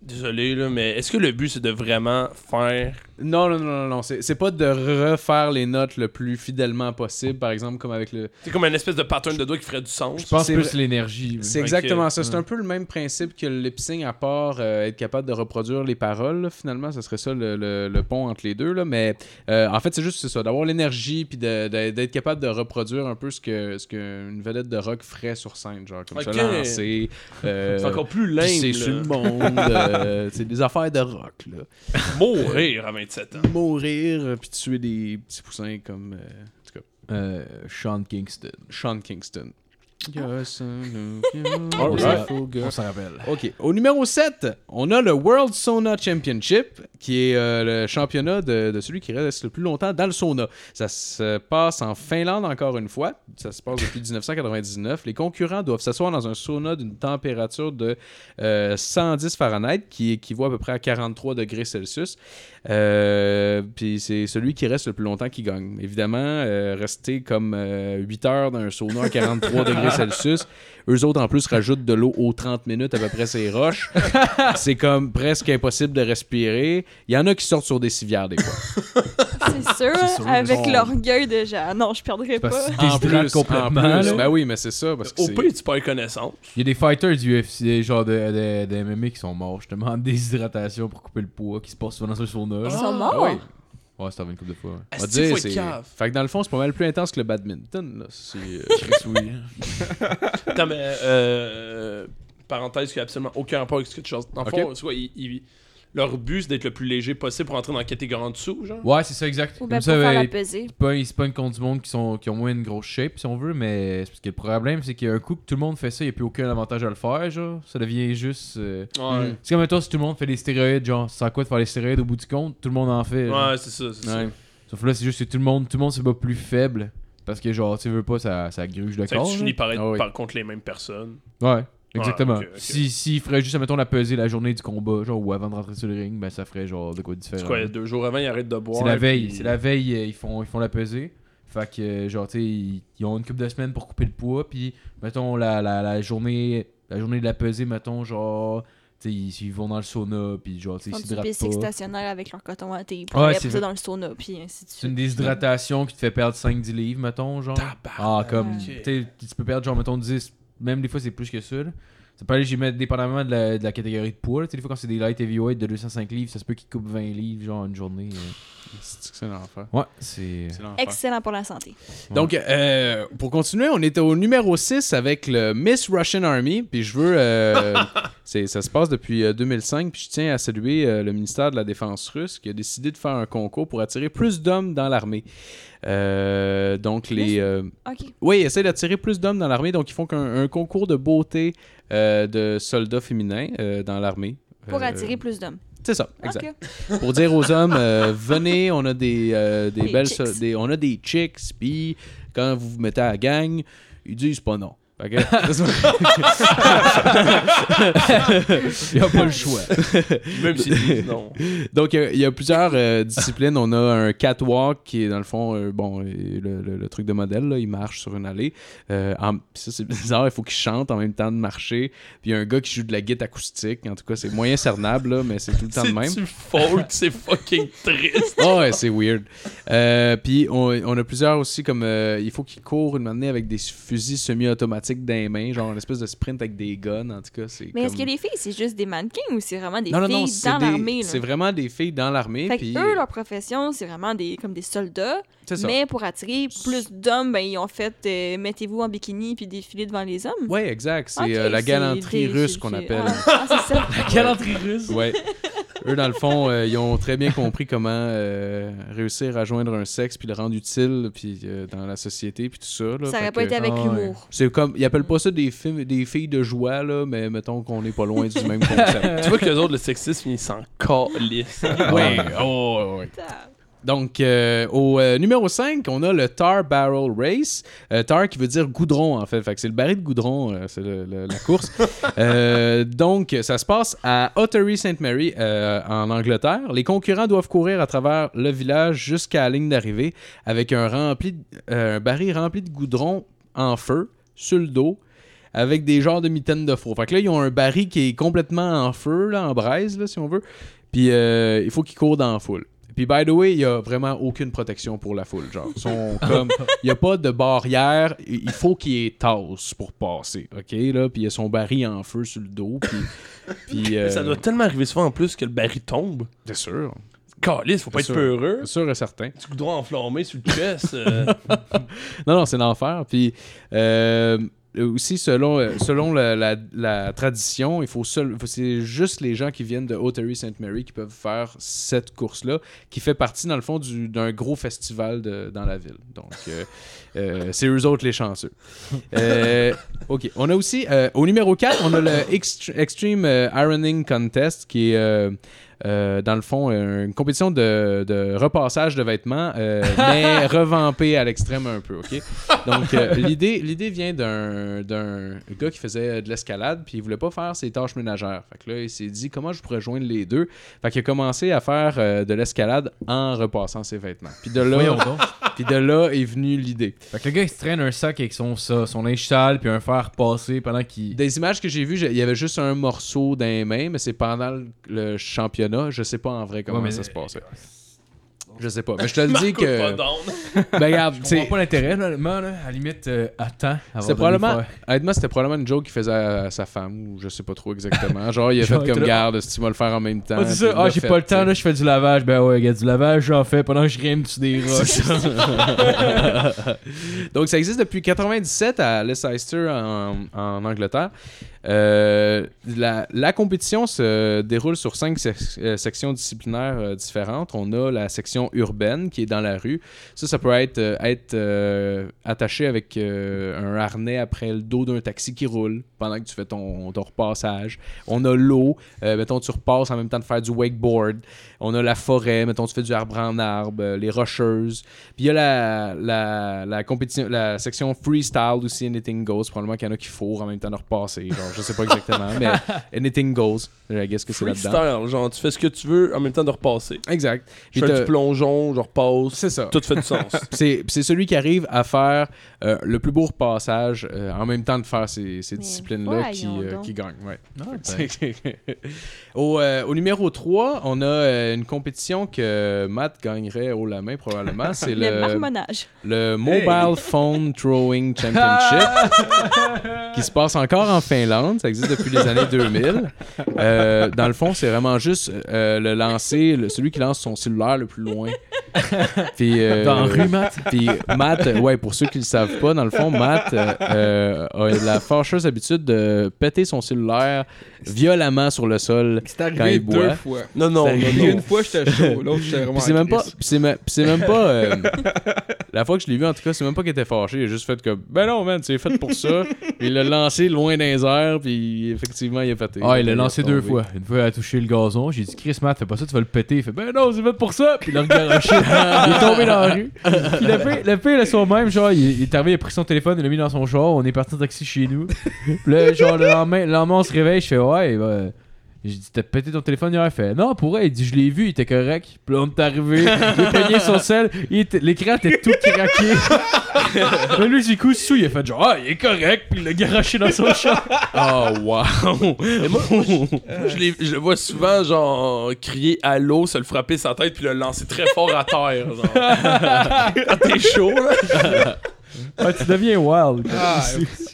S6: désolé là, mais est-ce que le but c'est de vraiment faire
S5: sûrement. Non, non, non, non, non. C'est c'est pas de refaire les notes le plus fidèlement possible, par exemple, comme avec le.
S6: C'est comme une espèce de pattern de doigts qui ferait du sens.
S3: Je pense
S5: c'est
S3: plus
S5: vrai.
S3: l'énergie.
S5: C'est
S6: Ok.
S5: exactement ça. C'est
S3: Ouais.
S5: un peu le même principe que le lip-sync, à part euh, être capable de reproduire les paroles. là, finalement, ce serait ça le, le- le pont entre les deux. Là. Mais euh, en fait, c'est juste c'est ça, d'avoir l'énergie puis de- de- d'être capable de reproduire un peu ce que ce qu'une vedette de rock ferait sur scène, genre comme
S6: Ok.
S5: se lancer. euh,
S6: C'est encore plus
S5: Puis
S6: lame.
S5: C'est
S6: là.
S5: sur le monde. euh, c'est des affaires de rock, là.
S6: Mourir à 27 ans.
S5: Mourir, euh, puis tuer des petits poussins comme euh,
S3: Euh, Sean Kingston.
S5: Sean Kingston.
S3: Alright.
S5: Beautiful girl.
S3: On s'en rappelle.
S5: Ok, au numéro 7, on a le World Sauna Championship, qui est euh, le championnat de, de celui qui reste le plus longtemps dans le sauna. Ça se passe en Finlande encore une fois. Ça se passe depuis 1999. Les concurrents doivent s'asseoir dans un sauna d'une température de euh, 110 Fahrenheit, qui équivaut à peu près à 43 degrés Celsius. Euh, puis c'est celui qui reste le plus longtemps qui gagne. Évidemment, euh, rester comme 8 heures dans un sauna à 43 degrés Celsius, eux autres en plus rajoutent de l'eau aux 30 minutes à peu près ces roches. c'est comme presque impossible de respirer. Il y en a qui sortent sur des civières des fois.
S4: C'est sûr,
S3: sûr,
S4: avec
S3: bon.
S4: l'orgueil de genre, ah non, je perdrai pas.
S3: Parce que tu déshydrates complètement. là.
S5: Ben oui, mais c'est ça parce que
S6: Au
S5: c'est-
S6: pire, tu perds connaissance.
S3: Il y a des fighters du UFC, genre de, de, de MMA, qui sont morts justement en déshydratation pour couper le poids, qui se passent souvent dans un sauna.
S4: Ils
S3: genre.
S4: sont morts.
S5: Ah ouais.
S3: Ouais, ça arrivé une couple de fois. ouais.
S5: on va
S6: Est-ce
S5: dire,
S6: qu'il ah, faut
S5: c'est-
S6: être cave?
S5: Fait que dans le fond, c'est pas mal plus intense que le badminton. là. C'est, euh,
S6: Attends, mais euh, parenthèse qui a absolument aucun rapport avec ce que tu chantes. Dans le
S5: Ok.
S6: fond, soit ils- ils- leur but c'est d'être le plus léger possible pour entrer dans la catégorie en dessous, genre.
S3: Ouais, c'est ça, exact.
S4: Ou
S3: Comme
S4: bien pour
S3: ça,
S4: faire
S3: ben,
S4: la
S3: ils
S4: pesée.
S3: se pognent- ils se pognent contre du monde qui, sont, qui ont moins une grosse shape, si on veut, mais c'est parce que le problème, c'est qu'il y a un coup que tout le monde fait ça, il n'y a plus aucun avantage à le faire, genre. Ça devient juste. euh,
S6: Ouais,
S3: C'est comme toi, si tout le monde fait des stéroïdes, genre, sans quoi de faire les stéroïdes au bout du compte, tout le monde en fait. genre.
S6: ouais c'est ça, c'est ça.
S5: Hmm. ouais.
S3: Sauf que là, c'est juste que tout le monde, tout le monde se bat plus faible. Parce que, genre, tu veux pas, ça, ça gruge le
S6: Tu sais,
S3: corps.
S6: tu
S3: là.
S6: finis par être
S5: Ah oui.
S6: par contre les mêmes personnes.
S3: Ouais, exactement.
S6: Ouais, ok, ok.
S3: Si, s'il ferait juste, mettons, la pesée la journée du combat, genre, ou avant de rentrer sur le ring, ben ça ferait, genre, de quoi de
S6: C'est
S3: différent.
S6: quoi, deux jours avant, ils arrêtent de boire.
S3: C'est la veille,
S6: puis-
S3: c'est la veille, euh, ils font, ils font la pesée. Fait que, euh, genre, tu sais, ils, ils ont une couple de semaines pour couper le poids, puis, mettons, la, la, la journée la journée de la pesée, mettons, genre, tu sais, ils, ils vont dans le sauna, puis, genre, tu sais,
S4: Ils font
S3: ils
S4: du
S3: s'hydratent
S4: bicycle
S3: pas.
S4: stationnaire avec leur coton à thé. Ils
S3: Ouais,
S4: ouais,
S3: c'est
S4: ça
S3: vrai.
S4: dans le sauna, puis ainsi de
S3: C'est une
S4: suite.
S3: déshydratation qui te fait perdre 5-10 livres, mettons, genre. Ah, comme,
S4: Ok.
S3: tu sais, tu peux perdre, genre, mettons, 10, même des fois, c'est plus que ça, là. Ça peut aller, j'y mets dépendamment de la, de la catégorie de poids. là. Tu sais, des fois, quand c'est des light heavyweight de 205 livres, ça se peut qu'ils coupent 20 livres, genre, une journée. euh.
S5: C'est c'est l'enfer.
S3: Ouais, c'est.
S5: C'est l'enfer.
S4: Excellent pour la santé.
S5: Donc, euh, pour continuer, on était au numéro 6 avec le Miss Russian Army. Puis je veux. euh, c'est- ça se passe depuis euh, 2005. Puis je tiens à saluer euh, le ministère de la Défense russe qui a décidé de faire un concours pour attirer plus d'hommes dans l'armée. Euh, donc, les. euh,
S4: OK.
S5: oui, ils essaient d'attirer plus d'hommes dans l'armée. Donc, ils font qu'un- un concours de beauté euh, de soldats féminins euh, dans l'armée.
S4: Pour
S5: Euh,
S4: attirer plus d'hommes.
S5: C'est ça, exact
S4: OK.
S5: pour dire aux hommes euh, venez on a des, euh, des
S4: Des
S5: belles
S4: chicks.
S5: so- des- on a des chicks puis quand vous vous mettez à la gang ils disent pas non Fait que-
S3: Il n'y a pas le choix.
S6: Même s'ils disent non.
S5: Donc, il y a- il y, a plusieurs euh, disciplines. On a un catwalk qui est, dans le fond, euh, bon, euh, le, le- le truc de modèle. là. il marche sur une allée. Euh, en- pis ça, c'est bizarre. Il faut qu'il chante en même temps de marcher. Puis il y a un gars qui joue de la guitare acoustique. En tout cas, c'est moyen cernable, là, mais c'est tout le temps de même.
S6: C'est-tu faute? C'est fucking triste.
S5: Ah ouais, c'est weird. Euh, puis on, on a plusieurs aussi comme euh, il faut qu'ils courent une année avec des fusils semi-automatiques dans les mains, genre une espèce de sprint avec des guns. En tout cas, c'est.
S4: Mais est-ce
S5: comme-
S4: que les filles, c'est juste des mannequins ou c'est vraiment des
S5: non, non,
S4: filles
S5: non, c'est
S4: dans
S5: des-
S4: l'armée? là?
S5: C'est vraiment des filles dans l'armée.
S4: Fait
S5: Puis
S4: que eux, leur profession, c'est vraiment des, comme des soldats.
S5: c'est ça.
S4: Mais pour attirer plus d'hommes, ben, ils ont fait euh, mettez-vous en bikini puis défilez devant les hommes.
S5: Ouais, exact. C'est
S4: Ok,
S5: euh, la galanterie
S4: des-
S5: russe
S4: c'est-
S5: qu'on
S4: c'est-
S5: appelle.
S4: Ah, ah, c'est ça.
S3: Galanterie russe.
S5: Ouais. Eux, dans le fond, euh, ils ont très bien compris comment euh, réussir à joindre un sexe puis le rendre utile puis euh, dans la société puis tout ça. là.
S4: Ça
S5: Fait
S4: aurait pas
S5: que-
S4: été avec
S3: ah,
S4: l'humour.
S5: C'est comme, ils appellent pas ça des, films, des filles de joie, là, mais mettons qu'on est pas loin du même concept.
S6: Tu vois que les autres, le sexisme, ils s'en calissent.
S5: ouais, oh, ouais. Donc, euh, au euh, numéro 5, on a le Tar Barrel Race. Euh, tar qui veut dire goudron, en fait. Fait que c'est le baril de goudron, euh, c'est le- le- la course. Euh, donc, ça se passe à Ottery St. Mary, euh, en Angleterre. Les concurrents doivent courir à travers le village jusqu'à la ligne d'arrivée avec un, rempli, de- euh, un baril rempli de goudron en feu, sur le dos, avec des genres de mitaines de four. Fait que là, ils ont un baril qui est complètement en feu, là, en braise, là, si on veut. Puis euh, il faut qu'ils courent dans la foule. Puis, by the way, il n'y a vraiment aucune protection pour la foule. Genre, Ils sont comme. Il n'y a pas de barrière. Il il faut qu'il ait tasse pour passer. OK, là? Puis, il y a son baril en feu sur le dos. Puis. puis, euh,
S6: Ça doit tellement arriver souvent en plus que le baril tombe.
S5: Bien sûr.
S6: Calisse, faut pas
S5: C'est
S6: être
S5: sûr.
S6: peureux.
S5: Bien sûr et certain.
S6: Tu dois enflammer sur le chest. euh,
S5: Non, non, c'est l'enfer. Puis euh, aussi, selon, euh, selon la, la- la tradition, il faut seul, faut- c'est juste les gens qui viennent de Ottery St. Mary qui peuvent faire cette course-là, qui fait partie, dans le fond, du- d'un gros festival de- dans la ville. Donc, euh, euh, c'est eux autres les chanceux. Euh, OK. On a aussi, euh, au numéro 4, on a le Ext- Extreme euh, Ironing Contest qui est. euh, euh, dans le fond, euh, une compétition de, de repassage de vêtements, euh, mais revampée à l'extrême un peu, OK? Donc, euh, l'idée, l'idée vient d'un, d'un gars qui faisait euh, de l'escalade, puis il voulait pas faire ses tâches ménagères. Fait que là, il s'est dit, comment je pourrais joindre les deux? Fait qu'il a commencé à faire euh, de l'escalade en repassant ses vêtements. Puis de là,
S3: Voyons donc.
S5: puis de là est venue l'idée.
S3: Fait que le gars, il se traîne un sac avec son, ça, son linge sale puis un fer passé pendant qu'il.
S5: Des images que j'ai vues, j'ai- il y avait juste un morceau d'un main, mais c'est pendant le- le championnat. Je sais pas en vrai comment
S3: Ouais, mais- euh,
S5: ça se passait. Je sais pas. Mais je te le dis
S6: Marco
S5: que.
S6: Padone.
S5: Ben regarde,
S3: Je
S5: c'est
S3: comprends pas l'intérêt, là, honnêtement, là. À la limite, euh, attends. avant de
S5: c'était probablement
S3: lui faire-
S5: honnêtement c'était probablement une joke qu'il faisait à, à sa femme ou je sais pas trop exactement. Genre il a
S3: Genre,
S5: fait
S3: il
S5: comme
S3: était là,
S5: garde, si tu vas le faire en même temps.
S3: Ah, c'est ça. Ah, j'ai pas le temps, là, je fais du lavage. Ben ouais, il y a du lavage, j'en fais pendant que je rime sur des roches.
S5: Donc ça existe depuis 97 à Leicester en, en Angleterre. Euh, la, la compétition se déroule sur cinq sec- euh, sections disciplinaires euh, différentes. On a la section urbaine qui est dans la rue. Ça, ça peut être, euh, être euh, attaché avec euh, un harnais après le dos d'un taxi qui roule pendant que tu fais ton, ton repassage. On a l'eau, euh, mettons tu repasses en même temps de faire du wakeboard. On a la forêt, mettons tu fais du arbre en arbre, euh, les rocheuses. Puis il y a la, la, la compétition, la section freestyle aussi, Anything Goes. Probablement qu'il y en a qui fourrent en même temps de repasser. Genre, je sais pas exactement, mais Anything Goes. Je guess que c'est là-dedans.
S6: Freestyle, genre, tu fais ce que tu veux en même temps de repasser.
S5: Exact. Puis
S6: Je fais
S5: t'as-
S6: du plongeon, je repasse.
S5: C'est ça.
S6: Tout fait du sens.
S5: Puis C'est puis c'est celui qui arrive à faire euh, le plus beau repassage euh, en même temps de faire ces, ces
S4: Mais
S5: disciplines-là qui,
S4: voyons
S5: euh,
S4: donc.
S5: qui gagne. ouais.
S3: ben.
S5: au, euh, au numéro 3, on a euh, une compétition que Matt gagnerait haut la main probablement. C'est
S4: Le
S5: le,
S4: marmonnage.
S5: le Mobile Phone Throwing Championship qui se passe encore en Finlande. Ça existe depuis les années 2000. Euh, dans le fond, c'est vraiment juste euh, le lancer, le- celui qui lance son cellulaire le plus loin. Puis, euh,
S3: Dans la rue, Matt.
S5: puis Matt, euh, ouais, pour ceux qui le savent pas, dans le fond, Matt euh, euh, a la fâcheuse habitude de péter son cellulaire violemment sur le sol.
S7: C'est
S5: Quand il
S7: arrivé deux
S5: boit.
S7: fois.
S6: non, non, non,
S7: Il y a
S6: non.
S7: Une fois, j'étais chaud. L'autre, j'étais vraiment.
S5: Puis c'est même pas,
S7: en
S5: puis c'est même, puis c'est même pas. euh, la fois que je l'ai vu, en tout cas, c'est même pas qu'il était fâché. Il a juste fait comme, ben non, man, c'est fait pour ça. Puis il l'a lancé loin dans les airs, puis effectivement, il a pété.
S3: Ah, il l'a lancé deux
S5: tombé.
S3: fois. Une fois, il a touché le gazon. J'ai dit, Chris, Matt, fais pas ça, tu vas le péter. Il fait, ben non, c'est fait pour ça. Puis il l'a regaroché. il est tombé dans la rue. Puis le pire, le pire, le soir même, genre, il, il est arrivé, il a pris son téléphone, il l'a mis dans son char, on est parti en taxi chez nous. Puis là, genre, le lendemain, le lendemain, on se réveille, je fais, ouais, bah, j'ai dit, t'as pété ton téléphone hier? Il fait, non, pour vrai, il dit, je l'ai vu, il était correct. Puis là, on est arrivé, il a pogné son sel, il était- l'écran était tout craqué. Mais lui, du coup, sous, il a fait genre, ah, il est correct, puis il l'a garoché dans son char.
S5: Oh, wow.
S6: Mais moi, moi, je, moi, je l'ai- je le vois souvent, genre, crier à l'eau, se le frapper sa tête, puis le lancer très fort à terre. Genre. Quand t'es chaud, là.
S3: Ah, tu deviens wild.
S7: Ah,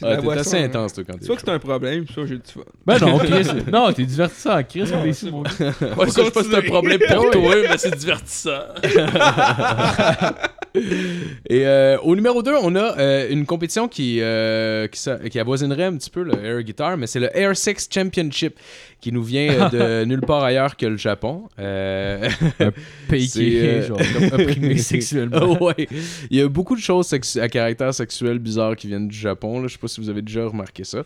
S5: Ah, T'es assez intense, toi, quand
S7: Tu
S5: t'es.
S7: vois que hein. c'est un problème, ça, j'ai du fun.
S3: Ben non, Chris, non, t'es divertissant, Chris, on est sous, mon gars.
S6: Ouais, ça, je sais pas si c'est un problème pour toi, mais c'est divertissant.
S5: Et euh, au numéro 2, on a euh, une compétition qui, euh, qui, s'a- qui avoisinerait un petit peu le Air Guitar, mais c'est le Air 6 Championship qui nous vient euh, de nulle part ailleurs que le Japon. Euh,
S3: Pays qui
S5: C'est,
S3: est,
S5: euh,
S3: genre, comme opprimé sexuellement.
S5: Ah ouais. Il y a beaucoup de choses sexu- à caractère sexuel bizarre qui viennent du Japon. là. Je sais pas si vous avez déjà remarqué ça.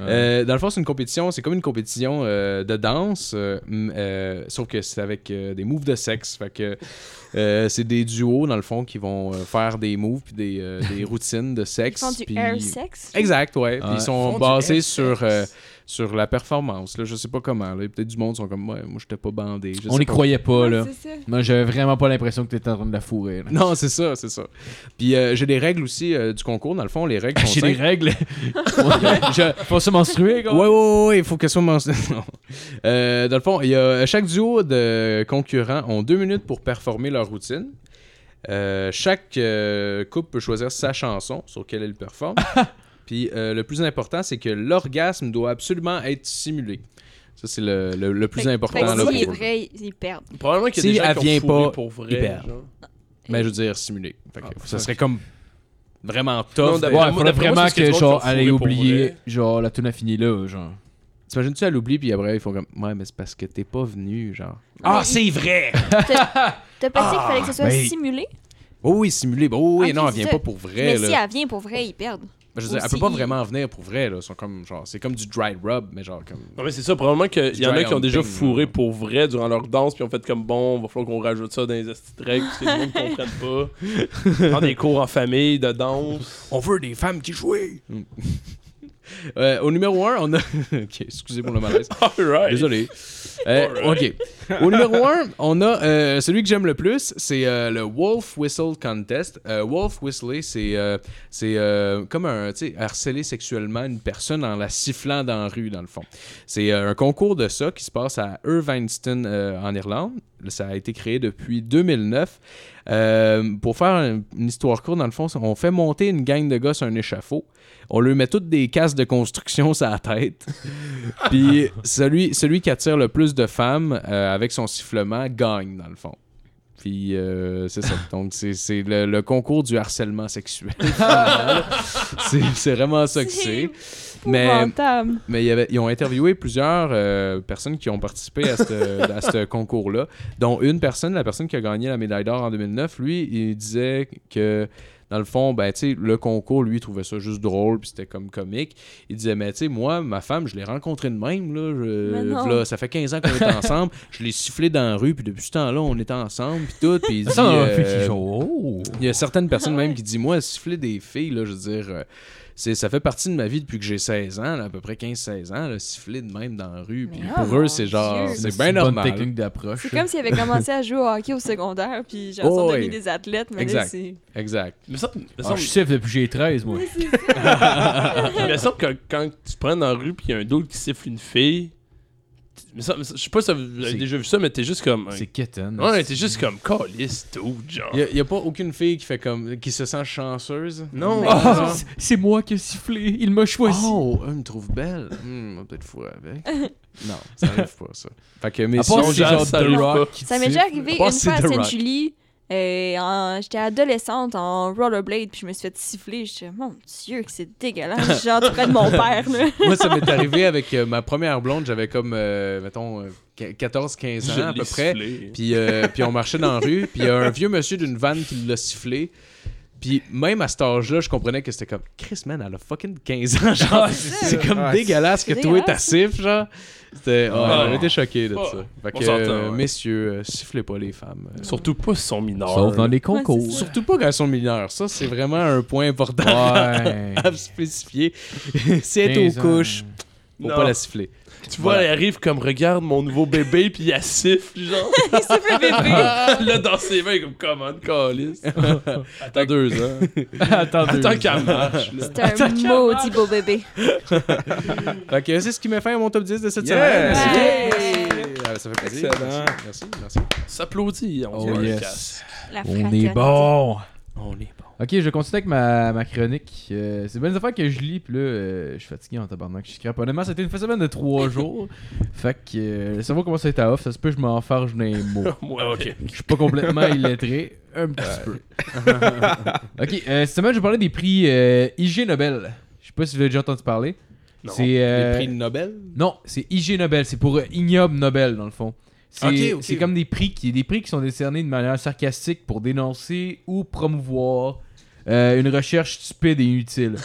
S5: Euh, dans le fond, c'est une compétition, c'est comme une compétition euh, de danse, euh, m- euh, sauf que c'est avec euh, des moves de sexe. Fait que euh, c'est des duos, dans le fond, qui vont euh, faire des moves puis des, euh, des routines de
S4: Ils
S5: sexe.
S4: font du
S5: puis-
S4: air sex.
S5: Exact, ouais. Puis
S3: Ouais.
S5: ils
S1: Ils font
S5: sont
S1: du
S5: basés
S1: air
S5: sur,
S1: sex.
S5: euh, sur la performance. Là, je sais pas comment. là. Peut-être du monde sont comme, ouais, moi, j'étais pas bandé. Je
S3: on
S5: sais
S3: y
S5: pas.
S3: croyait pas, là.
S4: Ouais, c'est ça.
S3: Moi, j'avais vraiment pas l'impression que t'étais en train de la fourrer. là.
S5: Non, c'est ça, c'est ça. Puis euh, j'ai des règles aussi euh, du concours. Dans le fond, les règles sont
S3: Ah, J'ai des
S5: simples.
S3: règles. je, faut se menstruer, gars.
S5: Ouais, ouais, ouais, ouais, il faut qu'elle soit mentionnée. Non. Euh, dans le fond, il y a, chaque duo de concurrents ont deux minutes pour performer leur routine. Euh, chaque euh, couple peut choisir sa chanson sur laquelle elle performe. Puis euh, le plus important, c'est que l'orgasme doit absolument être simulé. Ça, c'est le, le- le plus
S4: Fait-
S5: important.
S4: fait que
S5: là,
S4: s'il est
S5: pour-
S4: vrai, ils perdent.
S6: Probablement qu'il y
S5: Si
S6: a des gens
S5: elle
S6: qui ont
S5: vient
S6: fourré
S5: pas,
S6: pour vrai.
S5: il perd.
S6: genre.
S5: Mais Ben, je veux dire, simulé. Fait que
S3: Ah,
S5: ça
S3: fuck.
S5: serait comme vraiment
S6: Non,
S5: tough.
S6: d'après
S5: de-
S3: Ouais,
S6: moi-
S3: faudrait
S6: d'après moi,
S3: vraiment
S6: c'est ce que
S3: que,
S6: tu vas
S3: genre,
S6: te faire
S3: elle ait
S6: fourrer pour
S3: oublié,
S6: vrai.
S3: genre, la tune a fini là, genre.
S5: T'imagines-tu, elle oublie, puis après, ils font comme Ouais, mais c'est parce que t'es pas venu, genre.
S4: Ah,
S5: c'est vrai!
S4: T'as pensé
S5: Ah,
S4: qu'il fallait que ce soit
S3: ben,
S4: simulé?
S5: Oh oui, simulé. Bon, oui,
S4: Ok,
S5: non, elle
S4: c'est
S5: vient
S4: ça.
S5: pas pour vrai.
S4: Mais
S5: là. Ben,
S4: si elle vient pour vrai, ils perdent.
S5: Je veux dire, elle
S4: aussi,
S5: peut pas
S4: il-
S5: vraiment venir pour vrai. Là. Ils sont comme, genre, c'est comme du dry rub, mais genre comme.
S6: Non, mais c'est ça, probablement qu'il y en
S5: dry
S6: a qui ont déjà
S5: humping,
S6: fourré
S5: là.
S6: pour vrai durant leur danse, puis ont fait comme bon, va falloir qu'on rajoute ça dans les petites règles, parce que les gens ne comprennent pas. Dans des cours en famille, de danse.
S5: On veut des femmes qui jouent! Euh, au numéro 1, on a. ok, excusez pour le malaise.
S6: Alright.
S5: Désolé. Euh, ok. Au numéro 1, on a euh, celui que j'aime le plus, c'est euh, le Wolf Whistle Contest. Euh, Wolf Whistler, c'est euh, c'est, euh, comme un, tu sais, harceler sexuellement une personne en la sifflant dans la rue, dans le fond. C'est euh, un concours de ça qui se passe à Irvineston, euh, en Irlande. Ça a été créé depuis 2009. Euh, pour faire un- une histoire courte, dans le fond, on fait monter une gang de gars sur un échafaud. On leur met toutes des casques de construction sur la tête. Puis celui, celui qui attire le plus de femmes euh, avec son sifflement gagne, dans le fond. Puis euh, c'est ça. Donc c'est, c'est le, le concours du harcèlement sexuel. c'est, c'est vraiment ça que c'est. Mais,
S4: Épouvantable.
S5: mais il y avait- ils ont interviewé plusieurs euh, personnes qui ont participé à ce à ce concours-là, dont une personne, la personne qui a gagné la médaille d'or en 2009, lui, il disait que, dans le fond, ben, tu sais, le concours, lui, il trouvait ça juste drôle, puis c'était comme comique. Il disait, mais tu sais, moi, ma femme, je l'ai rencontrée de même, là, je-
S4: Mais non.
S5: v'là, ça fait 15 ans qu'on est ensemble, je l'ai sifflé dans la rue, puis depuis ce temps-là, on est ensemble, puis tout, puis il dit...
S3: Ça,
S4: Ah,
S3: on a fait
S5: euh,
S3: qui, genre, oh.
S5: il y a certaines personnes même qui disent Moi, siffler des filles, là, je veux dire, euh, c'est, ça fait partie de ma vie depuis que j'ai 16 ans, là, à peu près 15-16 ans, là, siffler de même dans la rue. Puis
S4: Mais oh
S5: pour eux,
S4: mon
S5: c'est genre,
S4: Dieu.
S5: c'est
S3: une
S5: bien
S3: bonne
S5: normal.
S3: technique d'approche.
S4: C'est comme s'il avait commencé à jouer au hockey au secondaire, puis genre,
S5: Oh,
S4: sont
S5: ouais.
S4: devenus des athlètes, mais là,
S5: Exact.
S4: c'est...
S5: Exact.
S6: Mais ça, me
S3: Ah,
S6: semble-
S3: je sais depuis que j'ai 13, moi.
S6: Il me semble que quand tu prends dans la rue puis il y a un doute qui siffle une fille, tu- il me semble- je sais pas si vous avez
S3: C'est-
S6: déjà vu ça, mais t'es juste comme.
S3: C'est kitten.
S6: Ouais, t'es juste comme calice, dude, genre.
S5: Il n'y a, pas aucune fille qui fait comme qui se sent chanceuse.
S6: Non,
S3: Ah, c'est- c'est moi qui ai sifflé, il m'a choisi.
S5: Oh, elle me trouve belle. Hmm, on va peut-être fourrer avec. non, ça n'arrive pas, ça. Fait que, mais
S3: À
S5: si
S3: part
S5: on
S3: si c'est
S5: jase,
S3: genre
S6: ça arrive
S3: The Rock
S6: pas.
S3: qui
S4: Ça
S3: te
S4: m'est déjà
S3: siffle.
S4: arrivé
S5: Je
S4: une
S5: pense
S4: fois
S5: que c'est The
S4: à
S5: Rock.
S4: Sainte-Julie. euh, en- J'étais adolescente en rollerblade, puis je me suis fait siffler. Je suis mon Dieu, que c'est dégueulasse. Genre, tu près de mon père, là.
S5: Moi, ça m'est arrivé avec euh, ma première blonde, j'avais comme, euh, mettons, euh, 14-15
S6: Je
S5: ans à
S6: l'ai
S5: peu près.
S6: sifflé.
S5: Puis, euh, puis on marchait dans la rue, puis il y a un vieux monsieur d'une vanne qui l'a sifflé. Puis même à cet âge-là, je comprenais que c'était comme Chris, man, elle a fucking 15 ans. Genre,
S6: Ah,
S5: c'est comme
S7: Ouais,
S5: dégueulasse que
S4: c'est
S5: toi et ta
S4: dégueulasse.
S5: cif, genre. C'était. Oh,
S6: Ouais.
S5: J'avais été choqué de
S6: Ah, Ouais.
S5: ça. Fait
S6: On
S5: que,
S6: s'entend,
S5: euh,
S6: ouais.
S5: messieurs, euh, sifflez pas les femmes. Euh,
S6: Surtout pas si sont mineurs.
S3: Sauf dans les concours.
S4: Ouais, c'est
S5: Surtout pas quand elles sont mineures. Ça, c'est vraiment un point important
S3: Ouais.
S5: à spécifier. si elle est
S3: 15
S5: aux
S3: ans.
S5: couches, faut
S6: Non.
S5: pas la siffler.
S6: Tu vois, elle arrive comme regarde mon nouveau bébé, puis elle siffle, genre.
S4: Il se fait bébé.
S6: là, dans ses mains, comme comment, calice. Attends deux ans.
S5: Attends,
S6: Attends qu'elle marche. là.
S4: C'est un maudit beau bébé.
S5: Fait que c'est ce qui m'a fait mon top 10 de cette
S7: Yeah!
S5: semaine.
S4: Ouais.
S5: Ah, ça fait plaisir.
S7: Excellent.
S5: Merci, merci. merci.
S6: S'applaudit, on
S3: Oh
S6: dirait,
S3: yes.
S6: le casse.
S4: La
S3: On est
S4: fracotte.
S3: bon!
S5: On est bon.
S3: Ok, je continue avec ma, ma chronique. Euh, c'est bonnes affaires que je lis, puis là, euh, je suis fatigué en tabarnak. Je scrape. Honnêtement, c'était une semaine de 3 jours. fait que euh, le cerveau commence à être à off. Ça se peut que je m'en farge dans les mots.
S6: Moi, Ah, ok.
S3: Je suis pas complètement illettré. Un petit peu. ok, euh, cette semaine, je vais parler des prix euh, IG Nobel. Je sais pas si vous avez déjà entendu parler.
S6: Non.
S3: C'est, euh,
S5: Les prix Nobel
S3: Non, c'est IG Nobel, c'est pour euh, ignoble Nobel dans le fond. C'est
S5: Ok, ok.
S3: c'est comme des prix qui des prix qui sont décernés de manière sarcastique pour dénoncer ou promouvoir euh, une recherche stupide et inutile.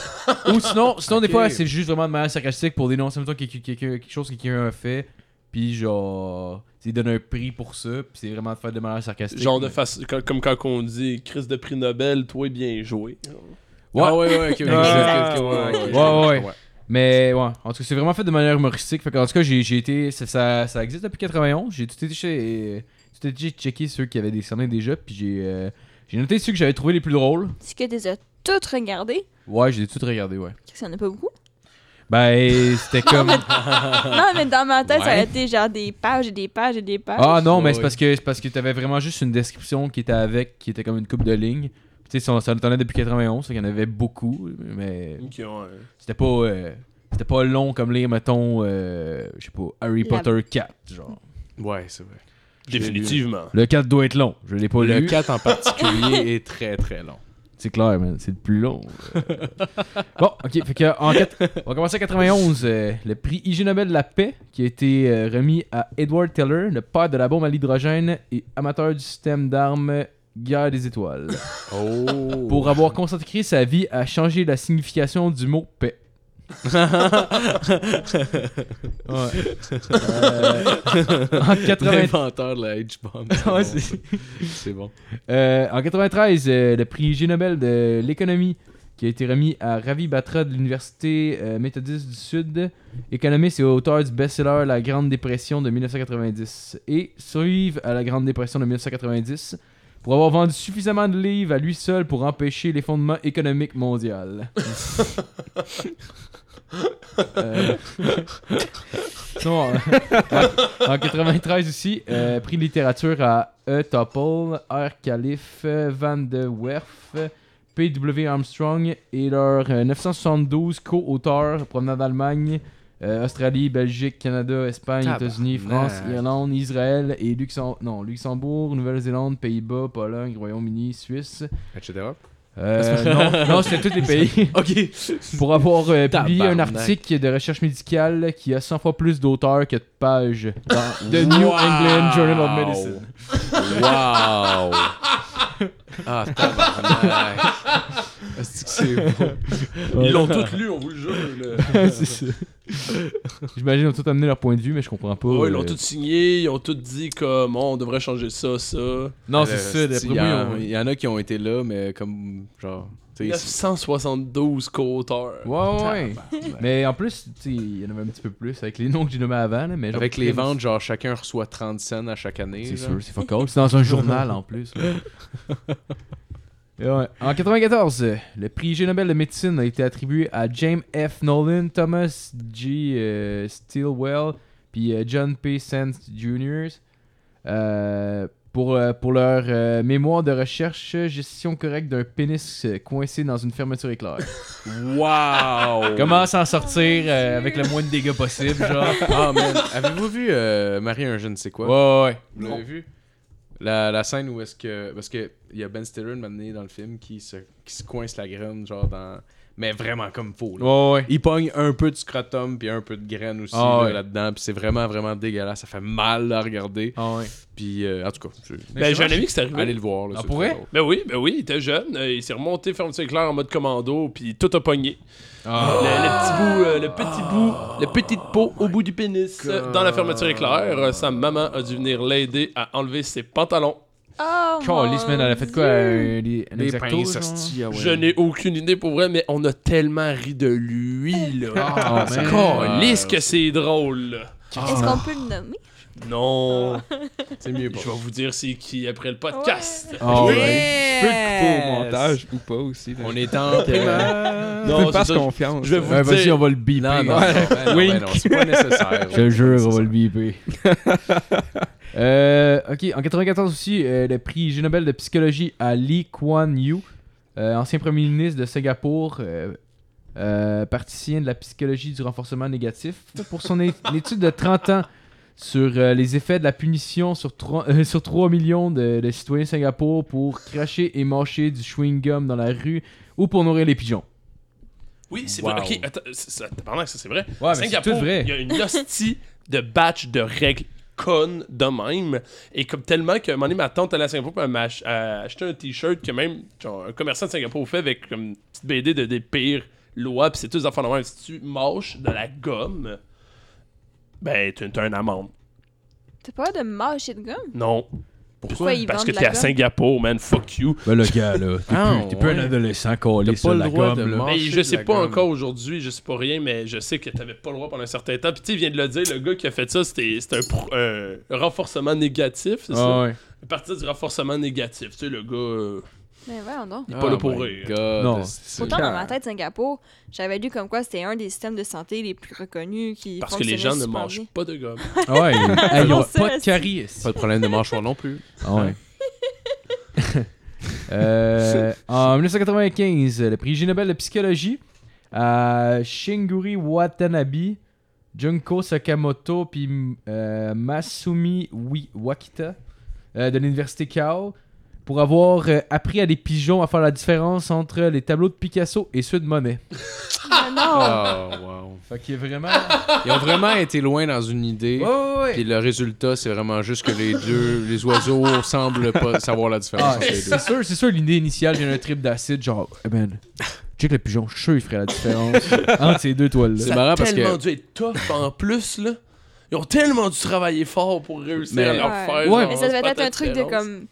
S3: ou sinon, sinon des
S5: Ok.
S3: fois c'est juste vraiment de manière sarcastique pour dénoncer mettons, quelque, quelque- quelque chose que quelqu'un a fait, puis genre ils donnent un prix pour ça, puis c'est vraiment de faire de manière sarcastique.
S6: Genre de
S3: Mais-
S6: façon. Comme, comme quand on dit Chris de prix Nobel, toi, bien joué.
S5: Ouais, Ah ouais, ouais, ok, ok,
S3: Exact.
S5: ok, ok, ouais, ok,
S3: Ouais,
S5: je comprends,
S3: ouais.
S5: je comprends.
S3: Mais ouais, en tout cas, c'est vraiment fait de manière humoristique. Fait que, en tout cas, j'ai j'ai été. Ça, ça, ça existe depuis 91. J'ai tout été, chez- tout été checké ceux qui avaient décerné déjà. Puis j'ai euh, j'ai noté ceux que j'avais trouvé les plus drôles.
S4: Tu que déjà toutes regardées.
S3: Ouais, j'ai tout regardé, ouais.
S4: Qu'est-ce qu'il y en a pas beaucoup?
S3: Ben, c'était comme.
S4: Non, mais dans ma tête, ça
S5: Ouais.
S4: a été genre des pages et des pages et des pages.
S3: Ah non, mais
S5: Ouais,
S3: c'est parce que c'est parce que t'avais vraiment juste une description qui était avec, qui était comme une coupe de lignes. Puis, Tu sais, ça, ça en tenait depuis 91, fait qu'il y en avait beaucoup. Mais
S6: Ok, ouais.
S3: c'était pas. euh, c'était pas long comme lire, mettons, euh, je sais pas, Harry
S4: La-
S3: Potter 4, genre.
S5: Ouais, c'est vrai.
S6: Définitivement.
S3: Le 4 doit être long, je l'ai pas
S5: Le
S3: lu.
S5: 4 en particulier est très très long.
S3: C'est clair, man. C'est le plus long. Euh, bon, ok. Fait que, en quat- on va commencer en 91. euh, le prix IG Nobel de la paix qui a été euh, remis à Edward Teller, le père de la bombe à l'hydrogène et amateur du système d'armes Guerre des étoiles,
S5: Oh.
S3: pour avoir consacré sa vie à changer la signification du mot paix. Ouais. Euh, en 93,
S5: L'inventeur de la H-bomb. c'est
S3: Ouais,
S5: bon,
S3: c'est-
S5: ça. C'est bon.
S3: Euh, en 93, euh, le prix Ig Nobel de l'économie qui a été remis à Ravi Batra de l'Université euh, méthodiste du Sud, économiste et auteur du best-seller La Grande Dépression de 1990, et survivre à La Grande Dépression de 1990 pour avoir vendu suffisamment de livres à lui seul pour empêcher l'effondrement économique mondial. Euh, sinon, en, en 93 aussi, euh, prix littérature à E. Topple, R. Calif, euh, Van de Werf, P.W. Armstrong et leurs euh, 972 co-auteurs provenant d'Allemagne, euh, Australie, Belgique, Canada, Espagne,
S5: Tabarnak.
S3: États-Unis, France, Irlande, Israël et Luxem- non, Luxembourg, Nouvelle-Zélande, Pays-Bas, Pologne, Royaume-Uni, Suisse.
S5: Etc.
S3: Euh, non, non c'était tous les pays
S5: Ok.
S3: pour avoir euh, publié un
S5: Tabarnak.
S3: article de recherche médicale qui a 100 fois plus d'auteurs que de pages dans The New England Journal of Medicine.
S5: Wow. Ah, tabarnak. Est-ce que c'est bon?
S6: Ils l'ont tous lu, on vous le jure. là.
S3: C'est ça. J'imagine qu'ils ont tout amené leur point de vue, mais je comprends pas.
S6: Ouais, ils l'ont
S3: euh,
S6: tous signé, ils ont tous dit comme Oh, on devrait changer ça, ça.
S3: Non,
S5: Euh,
S3: c'est ça.
S5: c'est-
S3: D'après
S5: Il y,
S3: moi,
S5: en-
S3: ils ont-
S5: il y en a qui ont été là, mais comme, genre, tu sais,
S6: 972 co-auteurs.
S3: Ouais, ouais. Mais en plus, tu sais, il y en avait un petit peu plus avec les noms que j'ai nommés avant. là, mais genre-
S5: avec les ventes, genre, chacun reçoit 30 cents à chaque année.
S3: C'est
S5: genre.
S3: sûr, c'est fuck all. C'est dans un journal en plus. là. Et ouais. En 94, euh, le prix Ig Nobel de médecine a été attribué à James F. Nolan, Thomas G. euh, Stilwell, puis euh, John P. Sands Jr. euh, pour, euh, pour leur euh, mémoire de recherche euh, gestion correcte d'un pénis euh, coincé dans une fermeture éclair.
S5: Wow!
S3: Comment s'en sortir euh, avec le moins de dégâts possible, genre?
S5: Ah, man. Avez-vous vu euh, Marie un jeune, c'est quoi?
S3: Ouais, ouais.
S5: Vous l'avez vu? La, la scène où est-ce que. Parce que il y a Ben Stiller, un moment donné, dans le film, qui se, qui se coince la graine, genre, dans, mais vraiment comme faux. là.
S3: Ouais, ouais.
S5: Il pogne un peu de scrotum puis un peu de graines aussi
S3: Ah
S5: là,
S3: ouais.
S5: là-dedans. puis c'est vraiment, vraiment dégueulasse. Ça fait mal à regarder.
S3: Ah ouais.
S5: Puis, euh, en tout cas, c'est-
S6: Ben, j'ai un ami qui s'est arrivé.
S5: allez le voir. Là,
S3: Ah,
S5: c'est
S3: pour
S5: très
S3: vrai?
S5: drôle.
S6: Ben oui, ben oui, il était jeune, euh, il s'est remonté ferme ses clair en mode commando, puis tout a pogné.
S3: Ah.
S6: Le,
S3: Oh.
S6: le petit bout, euh, le petit bout, le petite peau au bout du pénis euh, dans la fermeture éclair. euh, sa maman a dû venir l'aider à enlever ses pantalons.
S4: Oh,
S3: Quand
S4: mon
S3: les semaines, Ah, elle a fait quoi un, les, un
S5: Les
S3: exacto,
S5: pinces,
S3: genre?
S5: hostie, ah ouais.
S6: Je n'ai aucune idée pour vrai, mais on a tellement ri de lui là.
S3: Ah, man.
S6: Calisse que c'est drôle. là.
S5: Ah,
S4: Est-ce
S3: Ah.
S4: qu'on peut le nommer?
S6: Non,
S5: C'est mieux pas.
S6: je vais vous dire c'est qui après le podcast.
S3: Ah ouais.
S7: Tu peux le couper au montage ou pas aussi. là.
S5: On est en
S3: euh,
S5: Ah.
S7: Tu
S6: Non,
S7: peux
S6: c'est
S7: pas se
S6: ça,
S7: confiance.
S6: je vais
S7: là.
S6: vous
S3: Ouais, vas-y,
S6: dire-
S3: on va le biper.
S5: Non, non, non, ben non, ben non, c'est pas nécessaire.
S3: Je te jure, on va le biper. Euh, ok, en 94 aussi, euh, le prix Ig Nobel de psychologie à Lee Kuan Yew, euh, ancien premier ministre de Singapour, euh, euh, praticien de la psychologie du renforcement négatif, pour son é- étude de 30 ans sur euh, les effets de la punition sur 3, sur 3 millions de, de citoyens de Singapour pour cracher et mâcher du chewing-gum dans la rue ou pour nourrir les pigeons.
S6: Oui, c'est
S5: Wow.
S6: vrai. Ok, attends, c'est- ça- tabarnak, ça c'est vrai.
S3: Ouais, mais c'est
S6: Singapour,
S3: tout vrai.
S6: il y a une hostie de batch de règles connes de même. Et comme tellement que, à un moment donné, ma tante allait à Singapour, puis elle m'a ach- a acheté un t-shirt que même genre, un commerçant de Singapour fait avec comme, une petite BD de des pires lois, puis c'est tous des enfants de même. Si tu mâches de la gomme, ben, t'as t'as une amende.
S4: T'as pas l'air de mâcher de gomme?
S6: Non.
S4: Pourquoi ils
S6: Parce
S4: vendent
S6: que
S4: de la
S6: t'es à
S4: gomme?
S6: Singapour, man, fuck you.
S3: Ben le gars, là, t'es
S5: Ah,
S3: plus, t'es plus
S5: ouais.
S3: un adolescent
S5: T'as
S3: collé
S5: pas
S3: sur
S5: le
S3: la
S5: droit
S3: gomme,
S5: de
S3: là.
S5: manger.
S6: Mais
S5: Marcher
S6: je
S5: de
S6: sais
S5: la
S6: pas
S5: gomme.
S6: encore aujourd'hui, je sais pas rien, mais je sais que t'avais pas le droit pendant un certain temps. Puis tu sais, il vient de le dire, le gars qui a fait ça, c'était c'était un, pro- un renforcement négatif, c'est ça?
S3: Ah ouais.
S6: À partir du renforcement négatif, tu sais, le gars, euh,
S4: Mais voyons
S5: Ah,
S4: donc.
S6: il est pas là pour rire.
S3: Non.
S4: Pourtant, dans ma tête, Singapour, j'avais lu comme quoi c'était un des systèmes de santé les plus reconnus qui
S6: Parce que les gens ne
S4: fonctionnait super
S6: mangent
S4: bien.
S6: pas de gomme.
S3: Ah ouais, hey, ils ont
S4: Bon, ça,
S3: pas de
S4: c'est-
S3: caries.
S5: Pas de problème de mâchoire non plus.
S3: Ah ouais. Ah Euh, en 1995, le prix Ig Nobel de psychologie à Shinguri Watanabe, Junko Sakamoto puis euh, Masumi Wi- Wakita euh, de l'université Kao pour avoir euh, appris à des pigeons à faire la différence entre les tableaux de Picasso et ceux de Monet.
S4: Ah non!
S5: Oh, wow.
S3: Fait qu'il est vraiment
S5: Ils ont vraiment été loin dans une idée.
S3: Ah! Ouais, ouais, ouais.
S5: Puis le résultat, c'est vraiment juste que les deux, les oiseaux semblent pas savoir la différence
S3: Ah,
S5: entre les deux.
S3: c'est sûr, c'est sûr, l'idée initiale, j'ai un trip d'acide, genre, eh ben, check le pigeon, je suis sûr, il ferait la différence entre ces deux toiles-là.
S5: C'est marrant parce
S6: tellement
S5: que.
S6: dû être tough en plus, là. Ils ont tellement dû travailler fort pour réussir
S5: Mais-
S6: à leur
S4: Ouais.
S6: faire.
S3: Ouais.
S6: genre,
S4: Mais
S6: c'est
S4: ça devait
S6: pas
S4: être un truc de
S6: référence.
S4: comme.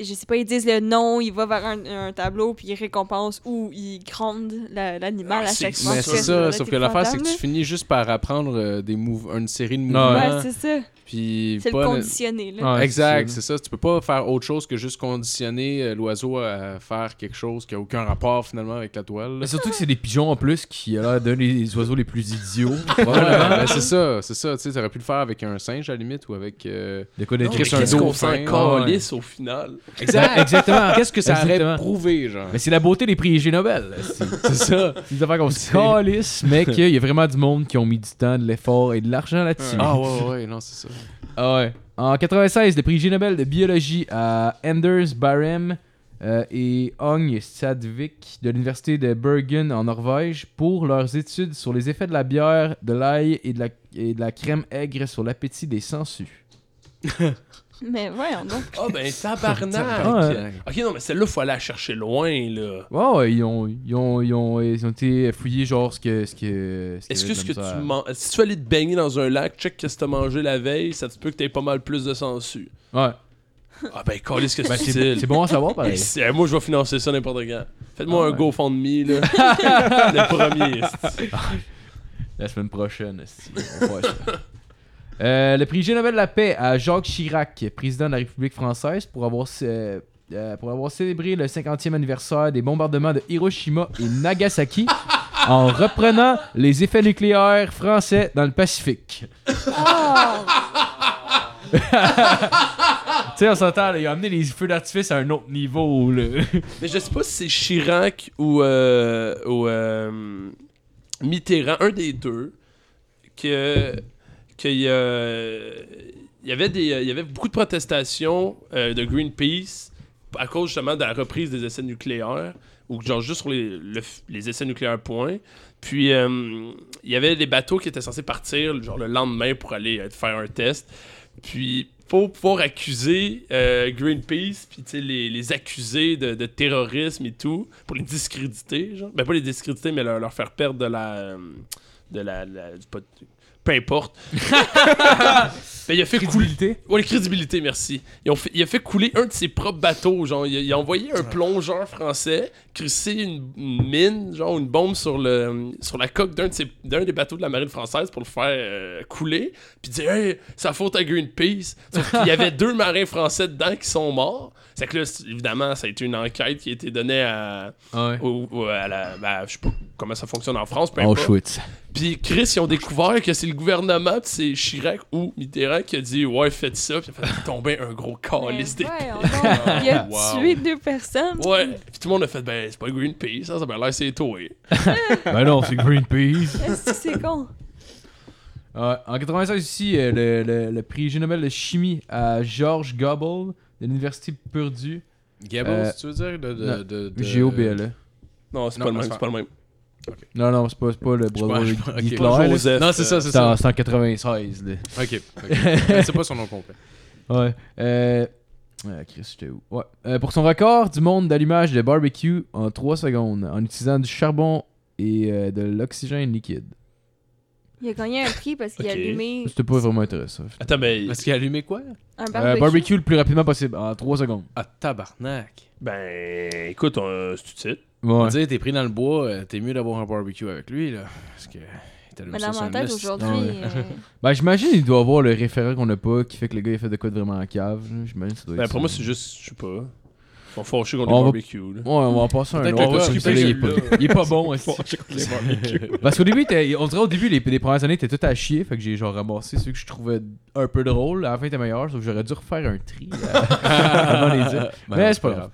S4: Je sais pas, ils disent le nom, il va vers un, un tableau, puis il récompense ou il gronde la- l'animal
S6: Ah,
S4: à chaque
S6: c'est-
S4: fois.
S5: Mais
S6: pense
S5: c'est
S6: que
S5: ça, sauf que l'affaire, c'est que tu finis juste par apprendre euh, des mouve- une série de mouvements.
S3: Ouais,
S4: Ouais, c'est ça.
S5: puis
S4: C'est le
S5: pas- Ah.
S4: conditionné, là.
S3: Ouais,
S5: exact,
S3: c'est
S5: c'est ça. Tu peux pas faire autre chose que juste conditionner euh, l'oiseau à faire quelque chose qui a aucun rapport finalement avec la toile. là.
S3: Mais surtout que c'est des pigeons en plus qui a l'air d'un des oiseaux les plus idiots.
S5: Voilà, ben, c'est ça, c'est ça. Tu sais, t'aurais pu le faire avec un singe à la limite ou avec. euh,
S3: De quoi
S6: Non, mais
S3: d'écrire sur un
S6: Qu'est-ce
S3: dos.
S6: qu'on
S5: dauphin,
S6: s'en
S5: ouais.
S6: calisse au final?
S3: Exact, exactement.
S5: Qu'est-ce que ça
S3: Exactement.
S5: aurait prouvé, genre
S3: Mais c'est la beauté des prix IG Nobel.
S5: C'est ça.
S3: C'est des affaires qu'on se calisse, mais qu'il y a vraiment du monde qui ont mis du temps, de l'effort et de l'argent là-dessus.
S5: Ah ouais, ouais, non, c'est ça.
S3: Ah ouais. En 96, le prix Ig Nobel de biologie à Anders Barem euh, et Ong Sadvik de l'université de Bergen en Norvège pour leurs études sur les effets de la bière, de l'ail et de la, et de la crème aigre sur l'appétit des sangsues.
S4: Mais voyons donc.
S6: Ah ben tabarnak!
S3: Ah,
S5: ouais.
S6: Ok, non, mais celle-là, faut aller la chercher loin, là.
S3: Ouais, ouais, ils ont, ils ont, ils ont, ils ont été fouillés genre ce que... Ce que ce
S6: Est-ce que, ce que
S3: comme ça.
S6: tu manges. Si tu allais te baigner dans un lac, check qu'est-ce que t'as mangé la veille, ça te peut que t'aies pas mal plus de sangsues.
S3: Ouais.
S6: Ah ben, calisse que
S3: Ben,
S6: c'est
S3: c'est
S6: utile.
S3: c'est bon à savoir, pareil.
S6: Et c'est- Moi, je vais financer ça n'importe quand. Faites-moi
S3: Ah
S6: un
S3: ouais.
S6: GoFundMe, là. le premier. esti.
S3: La semaine prochaine, si on va faire ça. Euh, le prix Ig Nobel de la paix à Jacques Chirac, président de la République française, pour avoir, cé- euh, pour avoir célébré le 50e anniversaire des bombardements de Hiroshima et Nagasaki en reprenant les effets nucléaires français dans le Pacifique. Ah! tu sais, on s'entend, là, il a amené les feux d'artifice à un autre niveau. Là.
S6: Mais je sais pas si c'est Chirac ou, euh, ou, euh, Mitterrand, un des deux, que qu'il y a- il y avait des il y avait beaucoup de protestations euh, de Greenpeace à cause justement de la reprise des essais nucléaires, ou genre juste sur les, le f- les essais nucléaires, point. Puis euh, il y avait des bateaux qui étaient censés partir genre le lendemain pour aller euh, faire un test. Puis pour pouvoir accuser euh, Greenpeace, puis tu sais, les, les accuser de, de terrorisme et tout, pour les discréditer, genre. Ben pas les discréditer, mais leur, leur faire perdre de la. euh, de la. la- du pot- peu importe. ben, il a fait couler.
S3: Crédibilité.
S6: Ouais, crédibilité, merci. Ils ont fait- il a fait couler un de ses propres bateaux. Genre, il a, il a envoyé un plongeur français crisser une, une mine, genre une bombe sur, le, sur la coque d'un de ses- d'un des bateaux de la marine française pour le faire euh, couler. Puis dire, hey, ça faute à Greenpeace. Sauf qu'il y avait deux marins français dedans qui sont morts. C'est que là, c'est- évidemment, ça a été une enquête qui a été donnée à.
S3: Ah ouais.
S6: au- au- à la, ben, je sais pas comment ça fonctionne en France. Peu
S3: Oh,
S6: importe.
S3: chouette.
S6: Puis Chris, ils ont découvert que c'est le gouvernement, pis c'est Chirac ou Mitterrand qui a dit Ouais, faites ça, puis il a fait tomber un gros
S4: Mais
S6: calice Oh, des. Ah,
S4: voyons donc, Il a
S3: Wow.
S4: tué deux personnes.
S6: Ouais, puis tout le monde a fait Ben, c'est pas Greenpeace, ça, ça m'a l'air c'est toi.
S3: ben non, c'est Greenpeace.
S4: Est-ce que c'est con?
S3: Ouais, en 96 ici, euh, le, le- le prix Ig Nobel de chimie à George Gobble de l'université Purdue.
S5: Gabbles,
S3: Euh,
S5: tu veux dire de, de, de, de-
S3: GOBLE.
S6: Non, c'est
S5: Non,
S6: pas le même,
S5: c'est
S6: c'est pas le même.
S3: Non, non, c'est pas, c'est pas le bravo
S5: je pense- ok.
S3: d'Hitler.
S5: Pas euh,
S3: là.
S6: Joseph.
S5: Non, c'est ça, c'est
S3: C'est en,
S5: ça.
S3: c'est en 96. Là.
S5: Ok. ok. c'est pas son nom complet.
S3: Ouais. Euh, euh, Chris, j'étais où? Ouais. Euh, pour son record du monde d'allumage de barbecue en 3 secondes, en utilisant du charbon et euh, de l'oxygène liquide.
S4: Il a gagné un prix parce qu'il
S6: Ok.
S4: a allumé
S3: C'était pas vraiment intéressant.
S6: Attends, ben,
S5: Parce qu'il a allumé quoi
S4: un
S3: Euh,
S4: barbecue.
S3: barbecue le plus rapidement possible, en 3 secondes.
S5: Ah, tabarnak.
S6: ben, écoute, on- c'est tout de suite.
S5: On
S3: Ouais.
S5: dit, t'es pris dans le bois, euh, t'es mieux d'avoir un barbecue avec lui, là. Parce que. t'allumes
S4: Mais
S5: ça
S4: la
S5: sur une
S4: mentale
S5: liste. Ah,
S4: aujourd'hui. euh,
S3: Ben, j'imagine il doit avoir le référent qu'on a pas qui fait que le gars il fait de quoi de vraiment en cave. là. J'imagine que ça doit
S6: Ben,
S3: être
S6: pour
S3: ça.
S6: moi, c'est juste, je sais pas. Ils sont fâchés contre
S3: On
S6: les
S3: va-
S6: barbecue, là.
S3: Ouais, on va en passer un
S5: Peut-être
S3: autre.
S5: qu'on va
S3: parce que
S5: skipper
S3: celui-là, il est pas- il est pas bon. aussi.
S7: Fâché contre les barbecues.
S3: Parce qu'au début, t'es- on dirait au début, les, les premières années, t'es tout à chier. Fait que j'ai genre ramassé ceux que je trouvais un peu drôles. À la fin, t'es meilleur. Sauf que j'aurais dû refaire un tri euh, avant les dire.
S5: Ben,
S3: Mais c'est pas grave.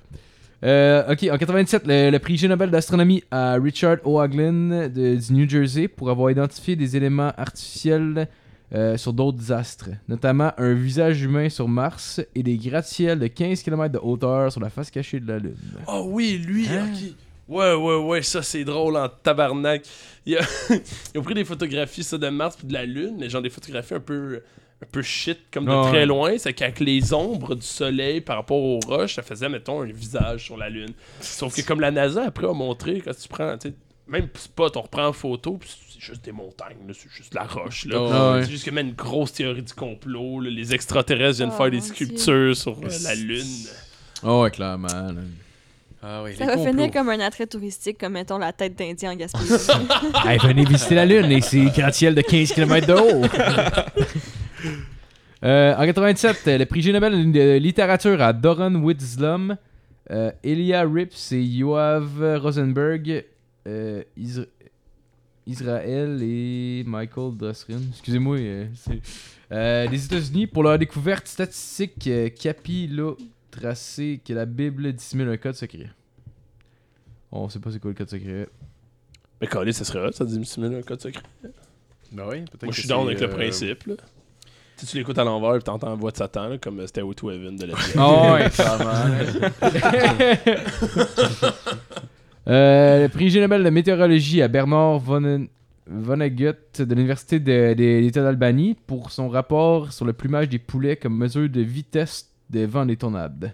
S3: Euh, ok, en 87, le, le prix Ig Nobel d'astronomie à Richard O'Haglin de- du New Jersey pour avoir identifié des éléments artificiels euh, sur d'autres astres, notamment un visage humain sur Mars et des gratte-ciels de 15 km de hauteur sur la face cachée de la Lune.
S6: Ah oui, lui,
S3: Hein?
S6: ok. Ouais, ouais, ouais, ça c'est drôle en tabarnak. Il a- Ils ont pris des photographies ça, de Mars puis de la Lune, mais genre des photographies un peu, un peu shit, comme de
S3: Ah ouais.
S6: très loin. C'est qu'avec les ombres du soleil par rapport aux roches, ça faisait, mettons, un visage sur la Lune. Sauf que comme la NASA après a montré, quand tu prends, tu sais, même spot, on reprend en photo, puis c'est juste des montagnes, là, c'est juste la roche. là.
S3: Ah ouais.
S6: C'est juste que même une grosse théorie du complot, là, les extraterrestres viennent
S4: Oh,
S6: faire des
S4: mon Dieu.
S6: sculptures sur euh, la Lune.
S3: Oh, ouais, clairement. là.
S5: Ah oui,
S4: Ça
S5: les
S4: va finir
S5: complots.
S4: comme un attrait touristique, comme mettons la tête d'Indien en Gaspésie.
S3: hey, venez visiter la Lune et ses gratte-ciels de 15 km de haut. Euh, en 87, euh, le prix Ig Nobel de littérature à Doran Witzlum, euh, Elia Rips et Yoav Rosenberg, euh, Isra- Israël et Michael Dosrin. Excusez-moi, euh, c'est- euh, des États-Unis pour leur découverte statistique euh, capillo tracée que la Bible dissimule un code secret. On sait pas c'est quoi le code secret.
S6: Mais collé, ça serait hot, ça dissimule un code secret.
S5: Ben oui, peut-être
S6: Moi, je
S5: que
S6: suis down
S5: c'est,
S6: avec
S5: euh,
S6: le principe. Là. Tu, sais, tu l'écoutes à l'envers et t'entends la voix de Satan, là, comme euh, c'était O2 Heaven de la
S3: Ah ouais, clairement. euh, le prix Ig Nobel de météorologie à Bernard von, Vonnegut de l'Université de- de- d'État d'Albanie pour son rapport sur le plumage des poulets comme mesure de vitesse des vents des tornades.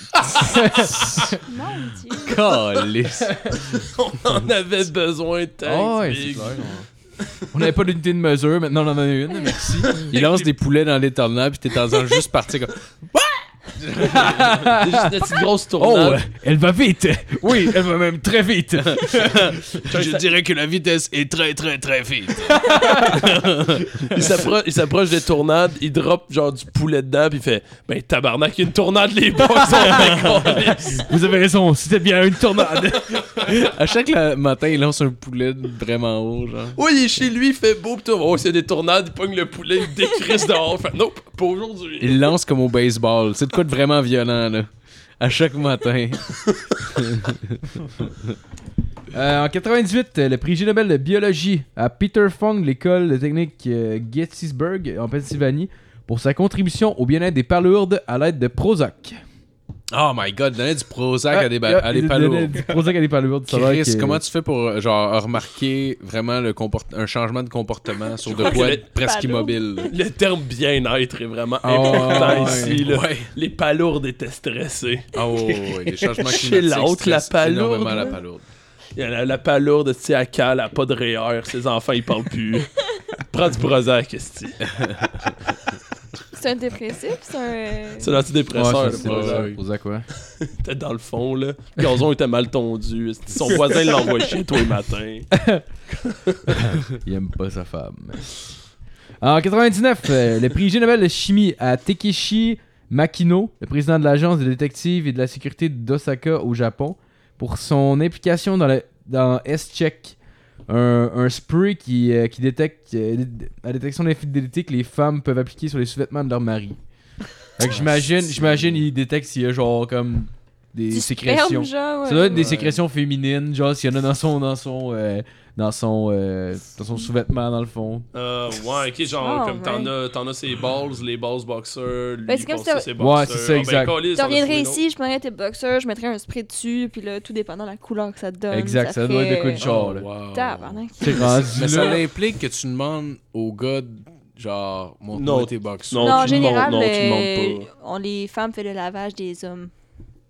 S4: Mon Dieu.
S5: Calisse.
S6: On en avait besoin,
S5: hein,
S6: thanks,
S3: Ah ouais, c'est
S6: big.
S3: clair. On n'avait pas d'unité de mesure, maintenant on en a une, merci.
S5: Il lance des poulets dans les tornades, puis t'es en train de juste partir comme.
S6: C'est juste une petite grosse
S5: Oh,
S6: tournade.
S3: Elle va vite! Oui, elle va même très vite!
S5: je dirais que la vitesse est très, très, très vite.
S6: Il s'appro- Il s'approche des tournades, il drop genre du poulet dedans, puis il fait Ben tabarnak, il y a une tournade, les boys, on est collés.
S3: Vous avez raison, c'était bien une tornade!
S5: À chaque la- matin, il lance un poulet vraiment haut, genre.
S6: Oui, il est chez lui, il fait beau, pis tout. Oh, c'est des tournades, il pogne le poulet, il décrisse dehors. Fait Nope, pas aujourd'hui.
S5: Il lance comme au baseball. C'est de quoi de vraiment violent, là. À chaque matin.
S3: Euh, en 98, euh, le prix Ig Nobel de biologie à Peter Fong de l'école de technique euh, Gettysburg en Pennsylvanie pour sa contribution au bien-être des palourdes à l'aide de Prozac.
S5: Oh my god, donner du Prozac à des, ba-
S3: Ah,
S5: à des
S3: il
S5: palourdes.
S3: donnait du Prozac à des palourdes. ça va
S5: Chris,
S3: que-
S5: comment tu fais pour euh, genre remarquer vraiment le comport- un changement de comportement sur de
S6: crois
S5: quoi
S6: que
S5: être presque
S4: palourde.
S5: immobile?
S6: Le terme bien-être est vraiment
S5: Ah,
S6: important
S5: ouais.
S6: ici. là.
S5: Ouais.
S6: Les palourdes étaient stressées.
S5: Oh, ouais, les changements
S6: Chez
S5: climatiques
S6: l'autre,
S5: stressent
S6: la palourde,
S5: énormément la
S6: là.
S5: palourde.
S6: Il y a la, la palourde, tu sais, à cale, elle a pas de REER, ses enfants, ils parlent plus. Prends du Prozac, esti.
S4: C'est un dépressif, c'est un. euh,
S6: C'est l'antidépresseur,
S5: Ouais,
S6: le
S5: c'est
S6: Prozac.
S5: Prozac.
S3: Prozac, ouais.
S6: T'es dans le fond, là. Le gazon était mal tondu. esti. Son voisin l'envoie chez toi le matin.
S3: Il aime pas sa femme. En 99, euh, le prix Ig Nobel de chimie à Takeshi Makino, le président de l'agence de détective et de la sécurité d'Osaka au Japon, pour son implication dans, le, dans S-Check, un, un spray qui, euh, qui détecte euh, la détection d'infidélité que les femmes peuvent appliquer sur les sous-vêtements de leur mari. Fait que j'imagine, j'imagine, il détecte s'il y a genre comme des
S4: du
S3: sécrétions.
S4: sperme, genre, ouais.
S3: Ça doit être des
S5: Ouais.
S3: sécrétions féminines, genre s'il y en a dans son dans son euh, dans son euh, dans son sous-vêtement dans le fond.
S6: Euh, ouais, ok, genre,
S4: Oh,
S6: comme t'en
S4: ouais.
S6: as, t'en as ses balls, les balls boxers, lui,
S4: Ben, c'est comme
S6: pense que
S4: si
S6: ses Ah,
S3: t'as-
S6: ben,
S3: Ouais,
S6: boxers.
S3: c'est ça, exact.
S6: calisse,
S4: Tu
S6: on a trouvé
S4: reviendrais
S6: l'autre.
S4: ici, je prendrais tes boxeurs, je mettrais un spray dessus, puis là, tout dépendant de la couleur que ça te donne.
S3: exact, ça, doit être de quoi
S6: Ah,
S4: fait-
S3: du genre là.
S5: Oh, wow.
S4: Tabarnak.
S3: C'est rendu
S5: Mais ça
S3: là.
S5: implique que tu demandes au gars, de- genre,
S6: Non.
S5: montre-moi tes boxers.
S6: Non,
S4: Non, en
S6: tu le montes,
S4: général,
S6: non, tu le
S4: euh,
S6: montes
S4: on, les femmes font le lavage des hommes.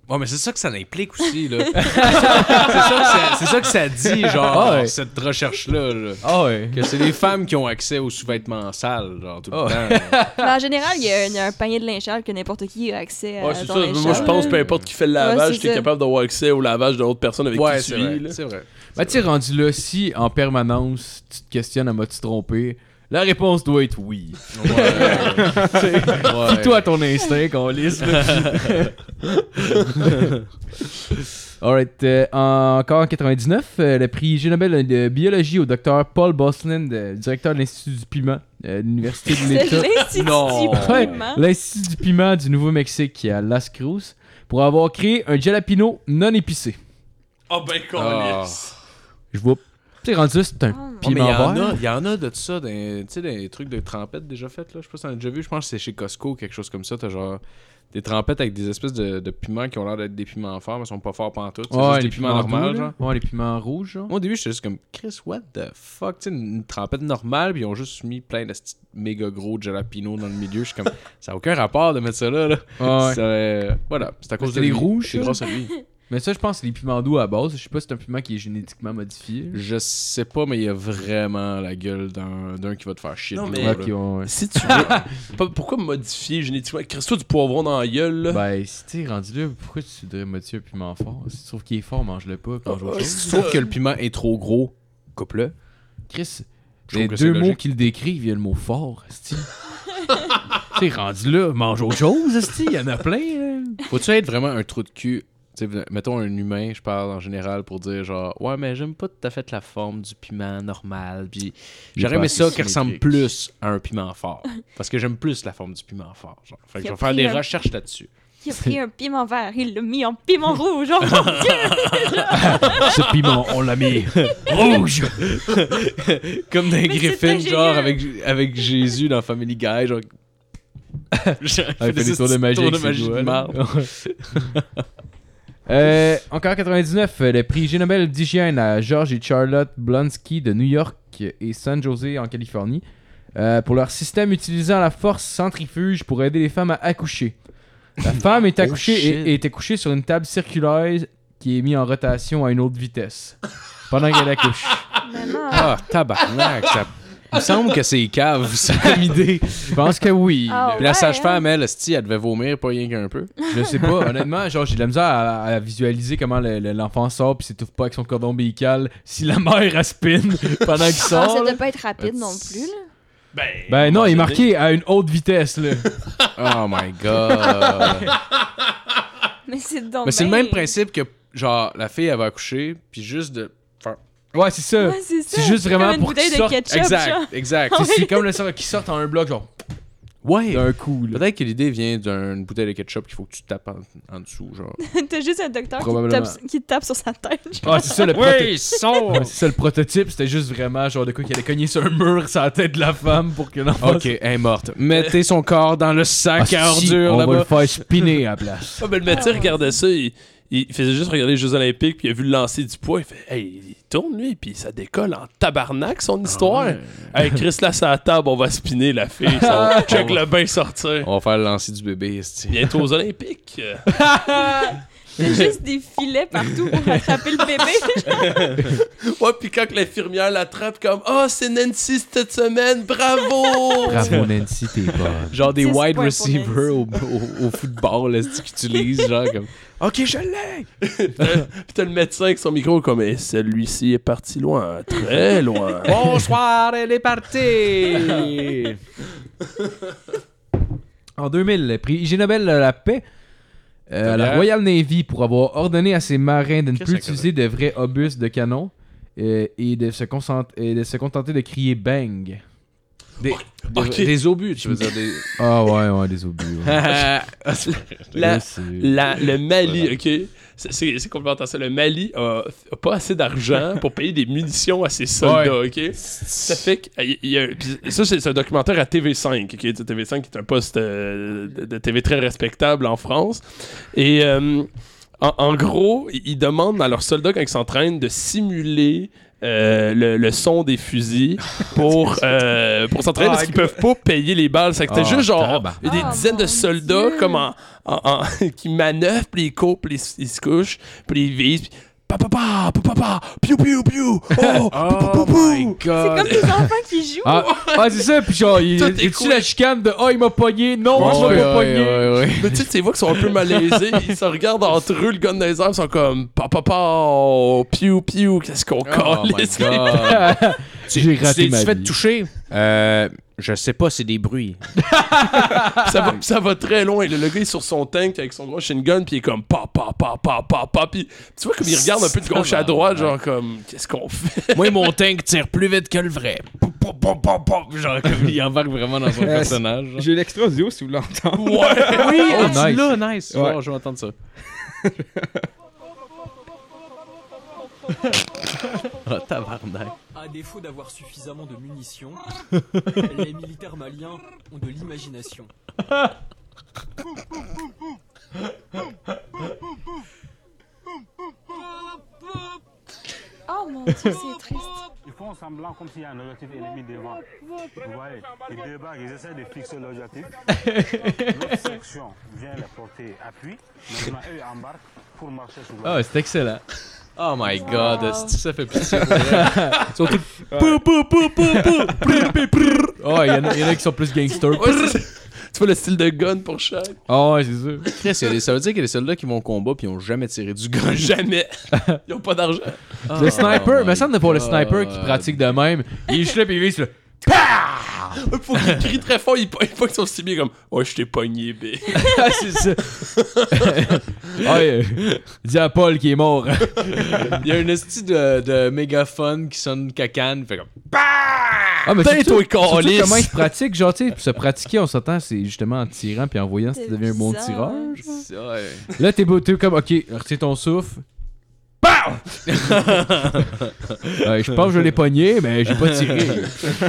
S5: Ouais, mais c'est ça que ça implique aussi, là. c'est, ça, c'est ça que ça dit, genre,
S3: Ah ouais.
S5: cette recherche-là. là.
S3: Ah ouais.
S5: Que c'est les femmes qui ont accès aux sous-vêtements sales, genre, tout le
S3: Ah.
S5: temps. là.
S4: Mais en général, il y, a un- il y a un panier de linchal que n'importe qui a accès à.
S6: Ouais, c'est
S4: ton
S6: ça. Moi, je
S4: linchal.
S6: pense, peu importe qui fait le lavage,
S4: c'est
S6: t'es
S4: ça.
S6: capable d'avoir accès au lavage de l'autre personne avec
S5: Ouais,
S6: qui
S5: c'est
S6: tu vis.
S5: vrai,
S6: là.
S5: c'est vrai.
S3: Bah tu rendu là si en permanence tu te questionnes à m'as-tu trompé La réponse doit être oui.
S5: Ouais. Ouais.
S3: Toi ton instinct qu'on lise. Alright, euh, encore en 99, euh, le prix Ig Nobel de biologie au docteur Paul Boslin, euh, directeur de l'Institut du piment euh, de l'Université de
S4: C'est
S3: l'État.
S4: l'institut
S5: Non.
S3: Ouais,
S4: piment.
S3: L'Institut du piment du Nouveau-Mexique qui est à Las Cruz pour avoir créé un jalapino non épicé.
S6: Ah ben, calisse.
S3: Je vois. Tu sais, rendu là, c'est un
S4: Oh,
S5: Ouais, Ah, mais
S3: piment
S5: il y en
S3: vert.
S5: a- il y, en a de ça, des, tu sais, des trucs de trempettes déjà faites, là. Je sais pas si t'en as déjà vu, je pense que c'est chez Costco, quelque chose comme ça. T'as genre des trempettes avec des espèces de, de piments qui ont l'air d'être des piments forts, mais sont pas forts pantoute. C'est
S3: Ouais,
S5: juste
S3: les
S5: des piments normaux,
S3: doux, là.
S5: genre.
S3: Ouais, les piments rouges, genre.
S5: Moi, au début, j'étais juste comme Chris, what the fuck? Tu sais, une, une trempette normale, puis ils ont juste mis plein de petits méga gros jalapino dans le milieu. Je suis comme, ça a aucun rapport de mettre ça là. là.
S3: Ouais.
S5: Ça, euh, voilà, c'est à cause
S3: C'était
S5: de
S3: les
S5: lui.
S3: rouges,
S5: C'est
S3: ça?
S5: grâce à lui.
S3: Mais ça, je pense, c'est les piments doux à base. Je sais pas si c'est un piment qui est génétiquement modifié.
S5: Je sais pas, mais il y a vraiment la gueule d'un d'un qui va te faire chier.
S6: Non,
S5: de
S6: mais-
S5: l'autre,
S3: Ok, ouais, ouais.
S6: Si tu veux. Pas- Pourquoi modifier génétiquement? Crisse-toi du poivron dans la gueule, là.
S3: Ben, si t'es rendu là, pourquoi tu voudrais modifier un piment fort Si tu trouves qu'il est fort, mange-le pas. puis mange autre chose.
S5: Si tu trouves que le piment est trop gros, coupe-le.
S3: Chris,
S5: Je
S3: les
S5: trouve que c'est
S3: deux mots
S5: logique.
S3: qui le décrivent, il y a le mot fort, Esti. t'es rendu là, mange autre chose, Esti. Il y en a plein, là.
S5: Faut-tu être vraiment un trou de cul? Tu sais, mettons un humain, je parle en général pour dire genre ouais mais j'aime pas tout à fait la forme du piment normal puis
S3: Il est pas
S5: j'aurais aimé ça
S3: assez
S5: qui ressemble
S3: symétrique.
S5: plus à un piment fort parce que j'aime plus la forme du piment fort genre. Fait que
S4: Il
S5: je
S4: a
S5: vais faire
S4: pris
S5: des
S4: un-
S5: recherches là-dessus.
S4: Il a pris un piment vert, il l'a mis en piment rouge. Oh mon dieu!
S3: Ce piment, on l'a mis rouge.
S5: Comme dans Griffin
S4: c'était
S5: genre
S4: génial.
S5: avec avec Jésus dans Family Guy genre
S3: Ah, il fait des tours de magie. avec ses doigts,
S5: de
S3: là.
S5: marde.
S3: Euh, encore en 99, euh, le prix Ig Nobel d'hygiène à George et Charlotte Blonsky de New York et San Jose en Californie euh, pour leur système utilisant la force centrifuge pour aider les femmes à accoucher. La femme est accouchée
S5: shit.
S3: et, est accouchée sur une table circulaire qui est mise en rotation à une autre vitesse pendant qu'elle accouche.
S4: Maman,
S5: Ah tabarnak ça il me semble que c'est cave ça comme idée.
S3: Je pense que oui.
S4: Ah
S5: Puis la
S4: ouais,
S5: sage-femme, elle, esti, elle devait vomir pas rien qu'un peu.
S3: Je sais pas, honnêtement, genre j'ai de la misère à, à visualiser comment le- le- l'enfant sort puis s'étouffe pas avec son cordon ombilical si la mère aspine pendant qu'il
S4: hein. Ah, ça
S3: sort. là.
S4: doit pas être rapide non plus. Là.
S6: Ben,
S3: Ben non, il est marqué à une haute vitesse là.
S5: Oh my god.
S4: Mais c'est donc.
S5: Mais c'est le même
S4: bien-
S5: principe que, genre, la fille, elle va accoucher, puis juste de. faire-
S3: Ouais, c'est ça.
S4: Ouais, c'est ça.
S3: C'est juste
S4: comme
S3: vraiment
S4: une
S3: pour
S4: bouteille
S3: qu'il
S4: de
S3: sorte.
S4: ketchup, genre. Ah
S5: Exact, exact.
S3: C'est c'est comme le sort qui sort en un bloc genre.
S5: Ouais.
S3: D'un coup, là.
S5: Peut-être que l'idée vient d'une bouteille de ketchup qu'il faut que tu tapes en, en dessous, genre.
S4: T'as juste un docteur qui te,
S3: Probablement.
S4: tape, qui te tape sur sa tête.
S3: Ah, c'est ça le prototype. c'est ça le prototype, c'était juste vraiment genre de quoi qu'il allait cogner sur un mur sur la tête de la femme pour que l'enfant.
S5: Ok, elle est morte. Mettez son corps dans le
S3: Ah,
S5: sac
S3: si,
S5: à ordures
S3: on va le
S5: là-bas.
S3: faire spinner à la place.
S6: Ah, ben, le médecin regardait ça, il, il faisait juste regarder les Jeux Olympiques, puis il a vu le lancer du poids, il fait Hey, il tourne lui, puis ça décolle en tabarnak son histoire.
S5: Ouais.
S6: Hey, Chris, là, c'est à la table, on va spinner la fille, on check le bain sortir.
S5: On va faire le lancer du bébé, esti.
S6: Bientôt aux Olympiques. Euh,
S4: T'as juste des filets partout pour attraper le bébé.
S6: Ouais, puis quand que l'infirmière l'attrape, comme Ah, c'est Nancy cette semaine, bravo!
S3: Bravo Nancy, t'es bonne.
S5: Genre des
S4: 10
S5: wide
S4: points pour
S5: receivers au, au, au football, là, qu'ils utilisent, genre comme. Ok, je l'ai!
S6: Puis t'as le médecin avec son micro, comme Eh, celui-ci est parti loin, très loin.
S5: Bonsoir, elle est partie!
S3: En 2000, le prix IG Nobel de la paix euh, à la
S5: Tabia.
S3: Royal Navy pour avoir ordonné à ses marins de ne
S5: Qu'est-ce
S3: plus
S5: que ça
S3: utiliser de vrais obus de canon euh, et, de se concent- et de se contenter de crier bang.
S5: Des, des-
S6: Ok.
S5: des obus, tu veux dire. Des...
S3: Ah ouais, ouais, des obus. ouais.
S6: La-
S3: Ouais, c'est-
S6: La- le Mali, ok? C'est- C'est c'est complètement ça. Le Mali a, a pas assez d'argent pour payer des munitions à ses soldats, ok? Ça fait que. euh, il y a- puis ça, c'est c'est un documentaire à TV5, ok? Tu sais, TV5 qui est un poste euh, de, de TV très respectable en France. Et. euh, en, en gros, ils ils demandent à leurs soldats quand ils s'entraînent de simuler euh, le, le son des fusils pour, euh, pour s'entraîner parce qu'ils peuvent pas payer les balles. C'est que t'as
S3: Ah,
S6: juste genre
S3: tabarnak.
S6: des
S4: Ah,
S6: dizaines de
S4: mon
S6: soldats
S4: Dieu.
S6: comme en- en- en- qui manœuvrent, puis ils courent, puis ils, s- ils se couchent, puis ils visent. Puis... Pa pa pa pa pa pa piou piou piou oh pou, pou, pou, pou.
S4: C'est comme des enfants qui jouent.
S3: Ah, ah, c'est ça, puis genre, il,
S6: Tout
S3: il
S6: est
S3: tue
S6: cool.
S3: la chicane de Ah, il m'a pogné, non, il m'a pas pogné.
S6: mais tu sais tu les vois qu'ils sont un peu malaisés ils se regardent entre eux le gun des airs ils sont comme pa pa pa oh, piou piou qu'est-ce qu'on
S5: Oh my
S6: calisse?
S5: god!
S3: J'ai raté
S5: tu
S3: ma
S5: t'es-tu fait
S3: vie.
S5: toucher? Euh, je sais pas, c'est des bruits.
S6: ça, va, ça va très loin. Le, le gars est sur son tank avec son gros shingun, puis il est comme pa pa pa pa pa pa. Puis tu vois comme il regarde un peu de gauche à droite, genre comme qu'est-ce qu'on fait
S5: Moi, mon tank tire plus vite que le vrai. Pou, pou, pou, pou, pou. Genre, comme il embarque vraiment dans son
S7: Euh,
S5: personnage. genre.
S7: J'ai l'extra audio si vous l'entendez.
S5: Oui,
S3: Oh,
S5: ah,
S3: nice.
S5: là, nice.
S7: Ouais.
S5: Oh, je vais entendre ça. oh, tabarnak.
S1: À défaut d'avoir suffisamment de munitions, les militaires maliens ont de l'imagination.
S4: Oh mon dieu, c'est triste.
S8: Ils font semblant comme s'il y a un objectif ennemi devant. Vous voyez, ils débarquent, ils essaient de fixer l'objectif. L'autre section vient les porter appui. Maintenant, eux embarquent pour marcher sur
S3: Ah,
S8: l'objectif.
S3: ouais, c'est excellent.
S5: Oh my god,
S4: Wow.
S5: est-ce que ça fait pitié. pour vrai? Surtout. Pou, pou, pou, pou, pou.
S3: Oh, il y, en a- il y en a qui sont plus gangsters.
S6: Ouais, c'est- Tu vois le style de gun pour chaque
S3: Ah, ouais, c'est sûr.
S5: Chris, il y a des- ça veut dire qu'il y a des soldats qui vont au combat puis ils ont jamais tiré du gun.
S6: Jamais. Ils ont pas d'argent.
S3: Le sniper,
S5: Oh
S3: mais ça, on a pas le sniper qui pratique de même. Il est juste là, puis il vise, là.
S6: Faut qu'ils crient très fort, ils pognent pas qu'ils sont si bien comme oh je t'ai pogné, B.
S3: Ah, c'est ça. Ah, ouais. Dis à Paul qui est mort.
S5: Il y a une esti de, de mégaphone qui sonne cacane. Fait comme.
S3: Ah, mais
S6: Putain,
S3: surtout-
S6: toi,
S3: surtout
S6: calice.
S3: comment il se pratique, genre, tu sais, se pratiquer, on s'entend, c'est justement en tirant puis en voyant si
S4: C'est
S3: tu deviens un bon
S4: bizarre.
S3: tireur.
S5: C'est ouais.
S3: Là, t'es beau, t'es comme, ok, retiens ton souffle. BAM! Euh, je pense que je l'ai pogné, mais j'ai pas tiré.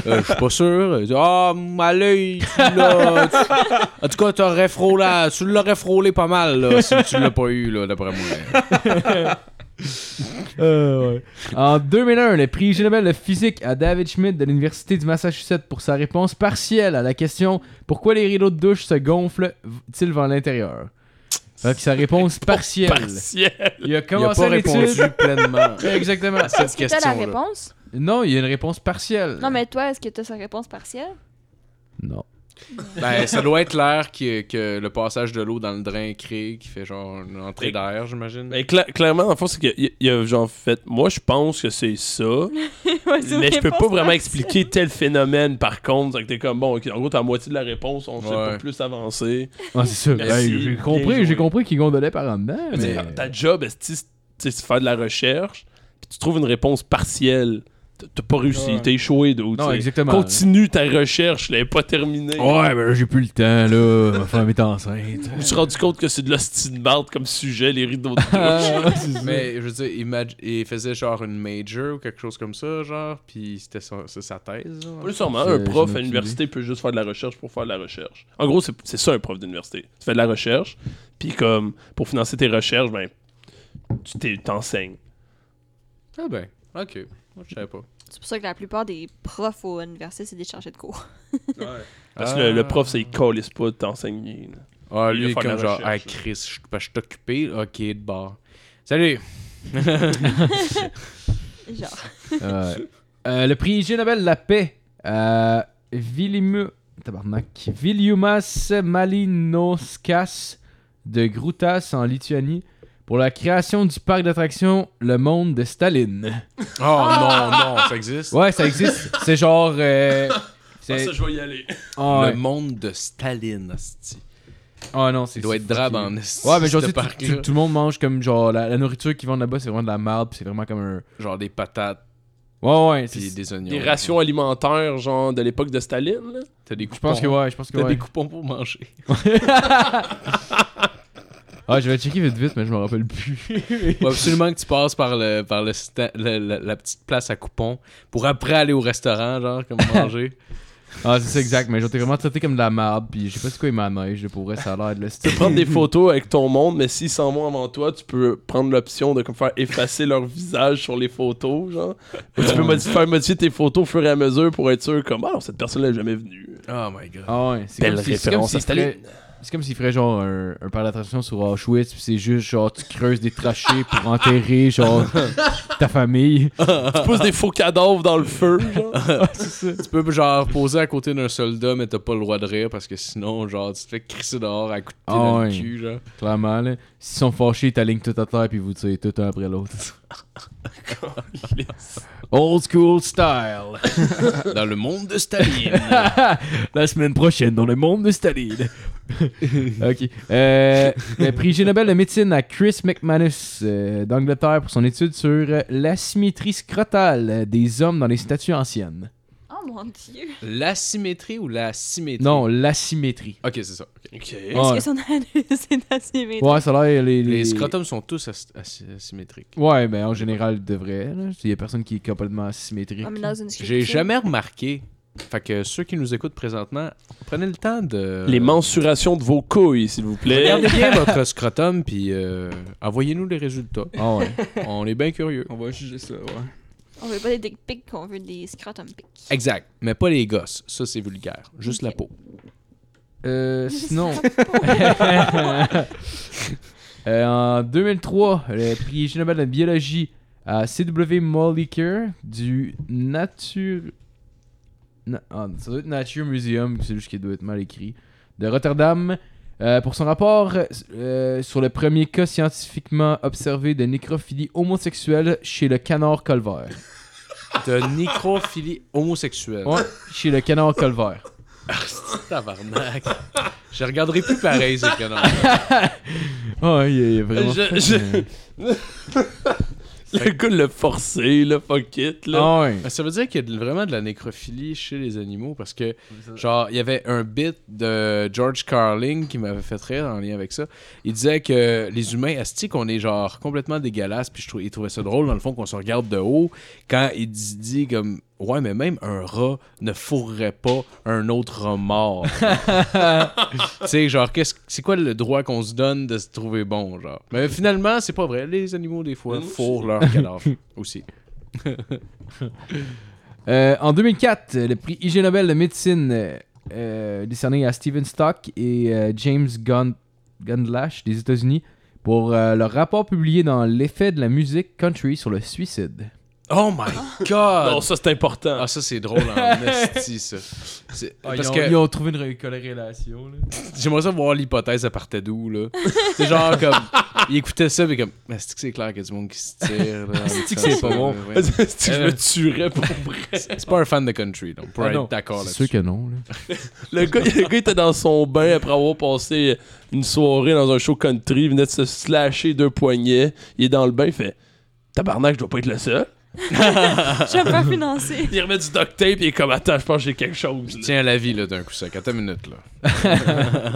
S5: Euh, je suis pas sûr. Il dit, Ah, à l'œil, tu l'as. tu- En tout cas, t'aurais frôlé, tu l'aurais frôlé pas mal là, si tu l'as pas eu, là, d'après moi.
S3: En 2001, le prix Ig Nobel de physique à David Schmidt de l'Université du Massachusetts pour sa réponse partielle à la question Pourquoi les rideaux de douche se gonflent-ils vers l'intérieur Fait que sa réponse partielle.
S6: Partiel.
S3: Il a
S5: Il a
S3: commencé
S5: pas répondu
S3: l'étude.
S5: pleinement.
S3: Exactement.
S5: Cette
S4: Est-ce que t'as la
S5: question-là.
S4: réponse?
S3: Non, il y a une réponse partielle.
S4: Non, mais toi, est-ce que t'as sa réponse partielle?
S3: Non.
S5: Ben, ça doit être l'air qui, que le passage de l'eau dans le drain crée, qui fait genre une entrée d'air, j'imagine.
S6: Mais cla- clairement, en fond, c'est qu'il y a genre fait moi je pense que c'est ça.
S4: Ouais, c'est une
S6: Mais je peux pas
S4: réponse
S6: vraiment
S4: partielle.
S6: expliquer tel phénomène par contre. C'est que t'es comme bon, ok, en gros, t'as la moitié de la réponse, on sait
S5: Ouais.
S6: pas plus avancer.
S3: Ah, c'est sûr.
S6: Merci,
S3: Hey, j'ai
S6: bien
S3: compris,
S6: joué.
S3: j'ai compris qu'il gondolait par en dedans.
S6: Mais
S3: Mais...
S6: t'sais, Ta job, est-ce que, tu sais, c'est de faire de la recherche, puis tu trouves une réponse partielle. T'as- t'as pas réussi,
S7: Ouais.
S6: t'as échoué. dude,
S3: Non,
S6: t'sais.
S3: exactement.
S6: Continue ta recherche, elle est pas terminée.
S3: Ouais, ben là, j'ai plus le temps, là. Ma femme est enceinte.
S6: Je me suis rendu compte que c'est de l'hostie de marde comme sujet, les rideaux de
S5: Mais je veux dire, il, mag- il faisait genre une major ou quelque chose comme ça, genre, puis c'était son- c'est sa thèse. genre.
S6: Plus sûrement,
S3: J'ai-
S6: un
S3: j'ai
S6: prof
S3: aucune
S6: à l'université peut juste faire de la recherche pour faire de la recherche. En gros, c'est c'est ça un prof d'université. Tu fais de la recherche, puis comme pour financer tes recherches, ben tu t'es- t'enseignes.
S5: Ah ben, ok. Moi, je savais pas.
S4: C'est pour ça que la plupart des profs au université, c'est des chargés de cours.
S6: Parce que
S5: Ah.
S6: le, le prof, c'est il calisse pas de t'enseigner. là.
S5: Ah,
S6: Il
S5: lui,
S6: va faire
S5: comme
S6: de la
S5: genre, ah,
S6: recherche.
S5: Chris, je ben, je suis occupé. Ok, de bord. Salut!
S4: Genre.
S3: Ouais. Euh, le prix Ig Nobel La Paix. Euh, Vilimu... Tabarnak. Viliumas Malinauskas de Groutas en Lituanie pour la création du parc d'attractions Le Monde de Staline.
S5: Oh non, non, ça existe?
S3: Ouais, ça existe. C'est genre... euh,
S6: Ah,
S3: c'est...
S6: ça, je vais y aller.
S3: Ah, ouais.
S5: Le monde de Staline, asti.
S3: Ah, non, c'est...
S5: Il doit
S3: c'est
S5: être drabe
S3: fucké.
S5: en esti,
S3: Ouais, mais genre,
S5: ce
S3: tu sais, tout,
S5: parc-là.
S3: tout- tout le monde mange comme genre... La, la nourriture qu'ils vendent là-bas, c'est vraiment de la merde. puis C'est vraiment comme un...
S5: Genre des patates
S3: Ouais, ouais.
S5: puis
S3: c'est-
S5: des oignons.
S6: Des rations alimentaires, genre de l'époque de Staline. là.
S5: T'as des
S3: Je pense que
S5: coupons.
S3: ouais, je pense que
S5: T'as
S3: ouais.
S5: des coupons pour manger.
S3: Ah, je vais checker vite vite, mais je me rappelle plus.
S5: Faut absolument que tu passes par le par le, sta- le- le- la petite place à coupons pour après aller au restaurant, genre, comme manger.
S3: Ah, c'est ça, exact, mais j'étais vraiment traité comme de la merde, pis je sais pas c'est quoi il m'a neige, pour vrai, ça a l'air de le
S6: Tu peux prendre des photos avec ton monde, mais s'ils s'en vont avant toi, tu peux prendre l'option de comme faire effacer leur visage sur les photos, genre. Ou tu peux modifier, faire modifier tes photos au fur et à mesure pour être sûr comme ah non, cette personne-là est jamais venue.
S5: oh my god.
S3: Ah ouais, c'est
S6: Belle
S3: comme si- c'est comme
S6: référence
S3: s'il
S6: à Staline.
S3: ferait- C'est comme s'il ferait genre un, un parc d'attraction sur Auschwitz, pis c'est juste genre tu creuses des trachées pour enterrer genre ta famille.
S6: tu pousses des faux cadavres dans le feu, genre.
S5: Tu peux genre poser à côté d'un soldat, mais t'as pas le droit de rire parce que sinon, genre, tu te fais crisser dehors à coups de
S3: Ah
S5: pied dans
S3: ouais.
S5: le cul, genre.
S3: Clairement, là. S'ils sont fâchés, ils t'alignent tout à terre pis vous tirez tout un après l'autre. Old school style.
S5: Dans le monde de Staline.
S3: La semaine prochaine dans le monde de Staline. ok. Euh, le prix Ig Nobel de médecine à Chris McManus euh, d'Angleterre pour son étude sur euh, l'asymétrie scrotale des hommes dans les statues anciennes.
S4: Oh mon dieu.
S5: L'asymétrie ou la symétrie?
S3: Non, l'asymétrie.
S5: Ok, c'est ça. ok.
S6: Ok.
S4: Est-ce
S3: Ouais.
S4: que son analyse est assez méchant?
S3: Ouais, ça a l'air. Les, les-
S5: Les scrotums sont tous as- as- asymétriques.
S3: Ouais, mais en général, de vrai. là. Il y a personne qui est complètement asymétrique.
S4: Ah, mais dans une
S5: J'ai
S4: sculpture.
S5: jamais remarqué. Fait que ceux qui nous écoutent présentement, prenez le temps de.
S6: Les mensurations de vos couilles, s'il vous plaît.
S5: Regardez bien votre scrotum, puis euh, envoyez-nous les résultats.
S3: Ah ouais.
S5: On est bien curieux.
S7: On va juger ça, ouais.
S4: On veut pas des dick pics, on veut des scrotum pics.
S5: Exact. Mais pas les gosses. Ça, c'est vulgaire. Juste la peau.
S3: Euh, sinon. Euh, en 2003, le prix Ig Nobel de biologie à C.W. Molliker du Nature. Na- ah, ça doit être Nature Museum, c'est juste qu'il doit être mal écrit. De Rotterdam. euh, pour son rapport euh, sur le premier cas scientifiquement observé de nécrophilie homosexuelle chez le canard colvert.
S5: De nécrophilie homosexuelle.
S3: Ouais, chez le canard colvert.
S5: Tabarnak. Je regarderai plus pareil, ces canards.
S3: Ouais, Oh, il est- il est vraiment.
S6: Je-
S3: fait,
S6: je-
S3: euh,
S6: Le gars l'a forcé, là, fuck it, là.
S3: ah ouais.
S5: Ça veut dire qu'il y a de- vraiment de la nécrophilie chez les animaux parce que, genre, il y avait un bit de George Carling qui m'avait fait rire en lien avec ça. Il disait que les humains astiques, on est genre complètement dégueulasses, puis je trou- il trouvait ça drôle dans le fond qu'on se regarde de haut quand il dit, dit comme Ouais, mais même un rat ne fourrerait pas un autre rat mort. tu sais, genre, qu'est-ce- c'est quoi le droit qu'on se donne de se trouver bon, genre Mais finalement, c'est pas vrai. Les animaux, des fois,
S6: Nous aussi.
S5: fourrent leur cadavre aussi.
S3: Euh, en 2004, euh, le prix IG Nobel de médecine euh, euh, décerné à Steven Stock et euh, James Gun- Gundlach des États-Unis pour euh, leur rapport publié dans L'effet de la musique country sur le suicide.
S5: Oh my god!
S6: Non, ça, c'est important.
S5: Ah, ça, c'est drôle en esti, ça. C'est- parce que
S3: Ah, ils ont trouvé une, corrélation.
S5: j'aimerais ça voir l'hypothèse, ça partait d'où, là. c'est genre comme. Il écoutait ça, mais comme. Mais c'est que c'est clair qu'il y a du monde qui se tire. là, en
S3: C'est-tu que
S5: même
S3: c'est
S5: temps,
S3: pas bon?
S5: là, ouais.
S6: Si je
S5: Euh.
S6: me tuerais pour vrai.
S5: C'est pas un fan de country, donc, pour
S3: Ah, non.
S5: être d'accord
S3: C'est sûr
S5: là-dessus.
S3: que non. là.
S6: Le gars, le gars était dans son bain après avoir passé une soirée dans un show country, il venait de se slasher deux poignets, il est dans le bain, il fait Tabarnak, je dois pas être le seul.
S4: Je vais pas financer. Ben,
S6: Il remet du duct tape et il est comme attends, je pense que j'ai quelque chose.
S5: Je
S6: là.
S5: tiens à la vie, là, d'un coup sec. Attends une minute, là.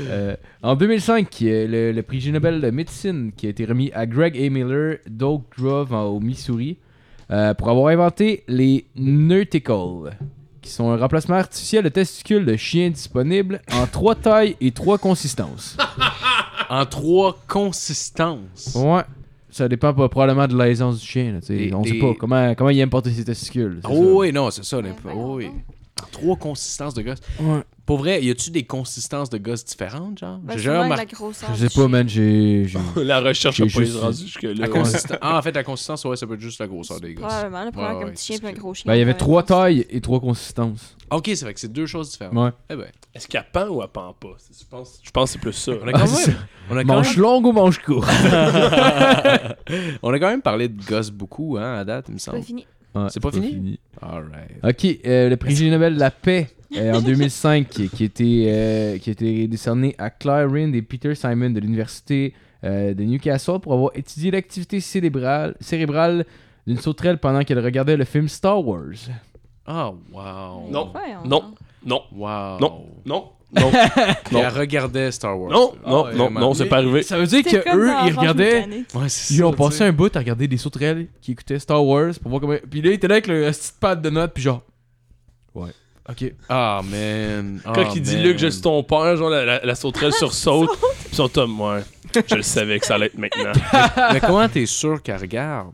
S3: Euh, en 2005, euh, le, le prix Ig Nobel de médecine qui a été remis à Greg A. Miller d'Oak Grove en- au Missouri euh, pour avoir inventé les Nerticals, qui sont un remplacement artificiel de testicules de chiens disponibles en trois tailles et trois consistances.
S5: En trois consistances.
S3: Ouais. Ça dépend pas- probablement de l'aisance du chien. là, tu sais.
S5: Des-
S3: on
S5: des-
S3: sait pas comment, comment il aime porter ses testicules. c'est
S5: Oh
S3: ça.
S5: oui, non, c'est ça. là.
S4: ben,
S5: Oh oui. En trois consistances de gosse. Pour vrai, y a-tu des consistances de gosses différentes, genre?
S4: Bah,
S5: J'ai
S4: souvent,
S5: jamais
S4: avec
S5: remarqué.
S4: la grosseur.
S3: Je sais
S4: du
S3: pas,
S4: chien.
S3: man. J'ai. j'ai-
S6: La recherche
S3: J'ai
S6: a pas été
S3: juste-
S6: rendue jusque-là.
S5: La consistance. Ah, en fait, la consistance, ouais, ça peut être juste la grosseur des gosses.
S4: Probablement, le
S5: Ouais,
S4: problème
S5: ouais,
S4: qu'un petit chien
S5: c'est
S4: puis un
S5: sûr.
S4: gros chien.
S3: Ben, il y avait
S4: ouais.
S3: trois tailles et trois consistances.
S5: Ok, c'est vrai que c'est deux choses différentes.
S3: Ah Ouais.
S5: Eh ben,
S6: Est-ce qu'elle pend ou elle pend pas C'est- Je pense, je pense que c'est plus ça.
S5: on a quand
S3: c'est
S5: même, on a quand
S3: Manche longue ou manche courte
S5: même- on a quand même parlé de gosses beaucoup, hein, à date, il me
S4: C'est pas
S5: semble.
S4: fini.
S3: Ouais,
S5: C'est pas fini? Alright.
S3: Ok, euh, le prix Ig Nobel de la paix euh, en 2005 qui, qui était, euh, qui a été décerné à Claire Rind et Peter Simon de l'université euh, de Newcastle pour avoir étudié l'activité cérébrale, cérébrale d'une sauterelle pendant qu'elle regardait le film Star Wars.
S5: Ah, wow.
S6: Non.
S4: Ouais, on-
S6: Non. Non,
S5: Wow.
S6: non, non, non,
S5: Puis elle regardait Star Wars.
S6: non,
S5: Ah,
S6: non,
S5: ouais,
S6: non,
S5: vraiment.
S6: non, c'est pas arrivé.
S3: Ça veut dire
S4: C'est
S3: que
S4: comme
S3: eux,
S4: dans
S3: ils
S4: Orange
S3: regardaient,
S4: Mécanique.
S5: Ouais, c'est
S3: ils ont
S5: ça,
S3: passé
S5: tu sais.
S3: un bout à regarder des sauterelles qui écoutaient Star Wars pour voir comment. Puis là, ils étaient là avec le petite pad de notes, puis genre. Ouais. Ok.
S5: Ah, man.
S6: Quand il dit Luc, je suis ton père, genre la, la- la sauterelle sursaute, pis son tome, ouais. Je le savais que ça allait être maintenant.
S5: Mais comment t'es sûr qu'elle regarde?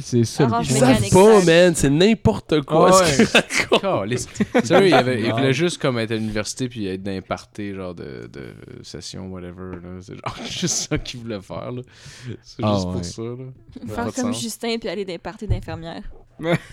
S3: C'est ça. le
S4: Orange
S3: point.
S4: Mécanique.
S6: savent pas, man, c'est n'importe quoi.
S5: Ah
S6: ce qu'il raconte.
S5: Caliste. Sérieux, il, avait, il
S3: Non.
S5: voulait juste comme être à l'université puis être dans un party, genre de, de session, whatever. là. C'est genre juste ça qu'il voulait faire. là. C'est
S3: Ah,
S5: juste
S3: ouais.
S5: pour ça. Là. Ça a pas
S4: Faire
S5: de
S4: comme
S5: sens.
S4: Justin puis aller dans les parties d'infirmières.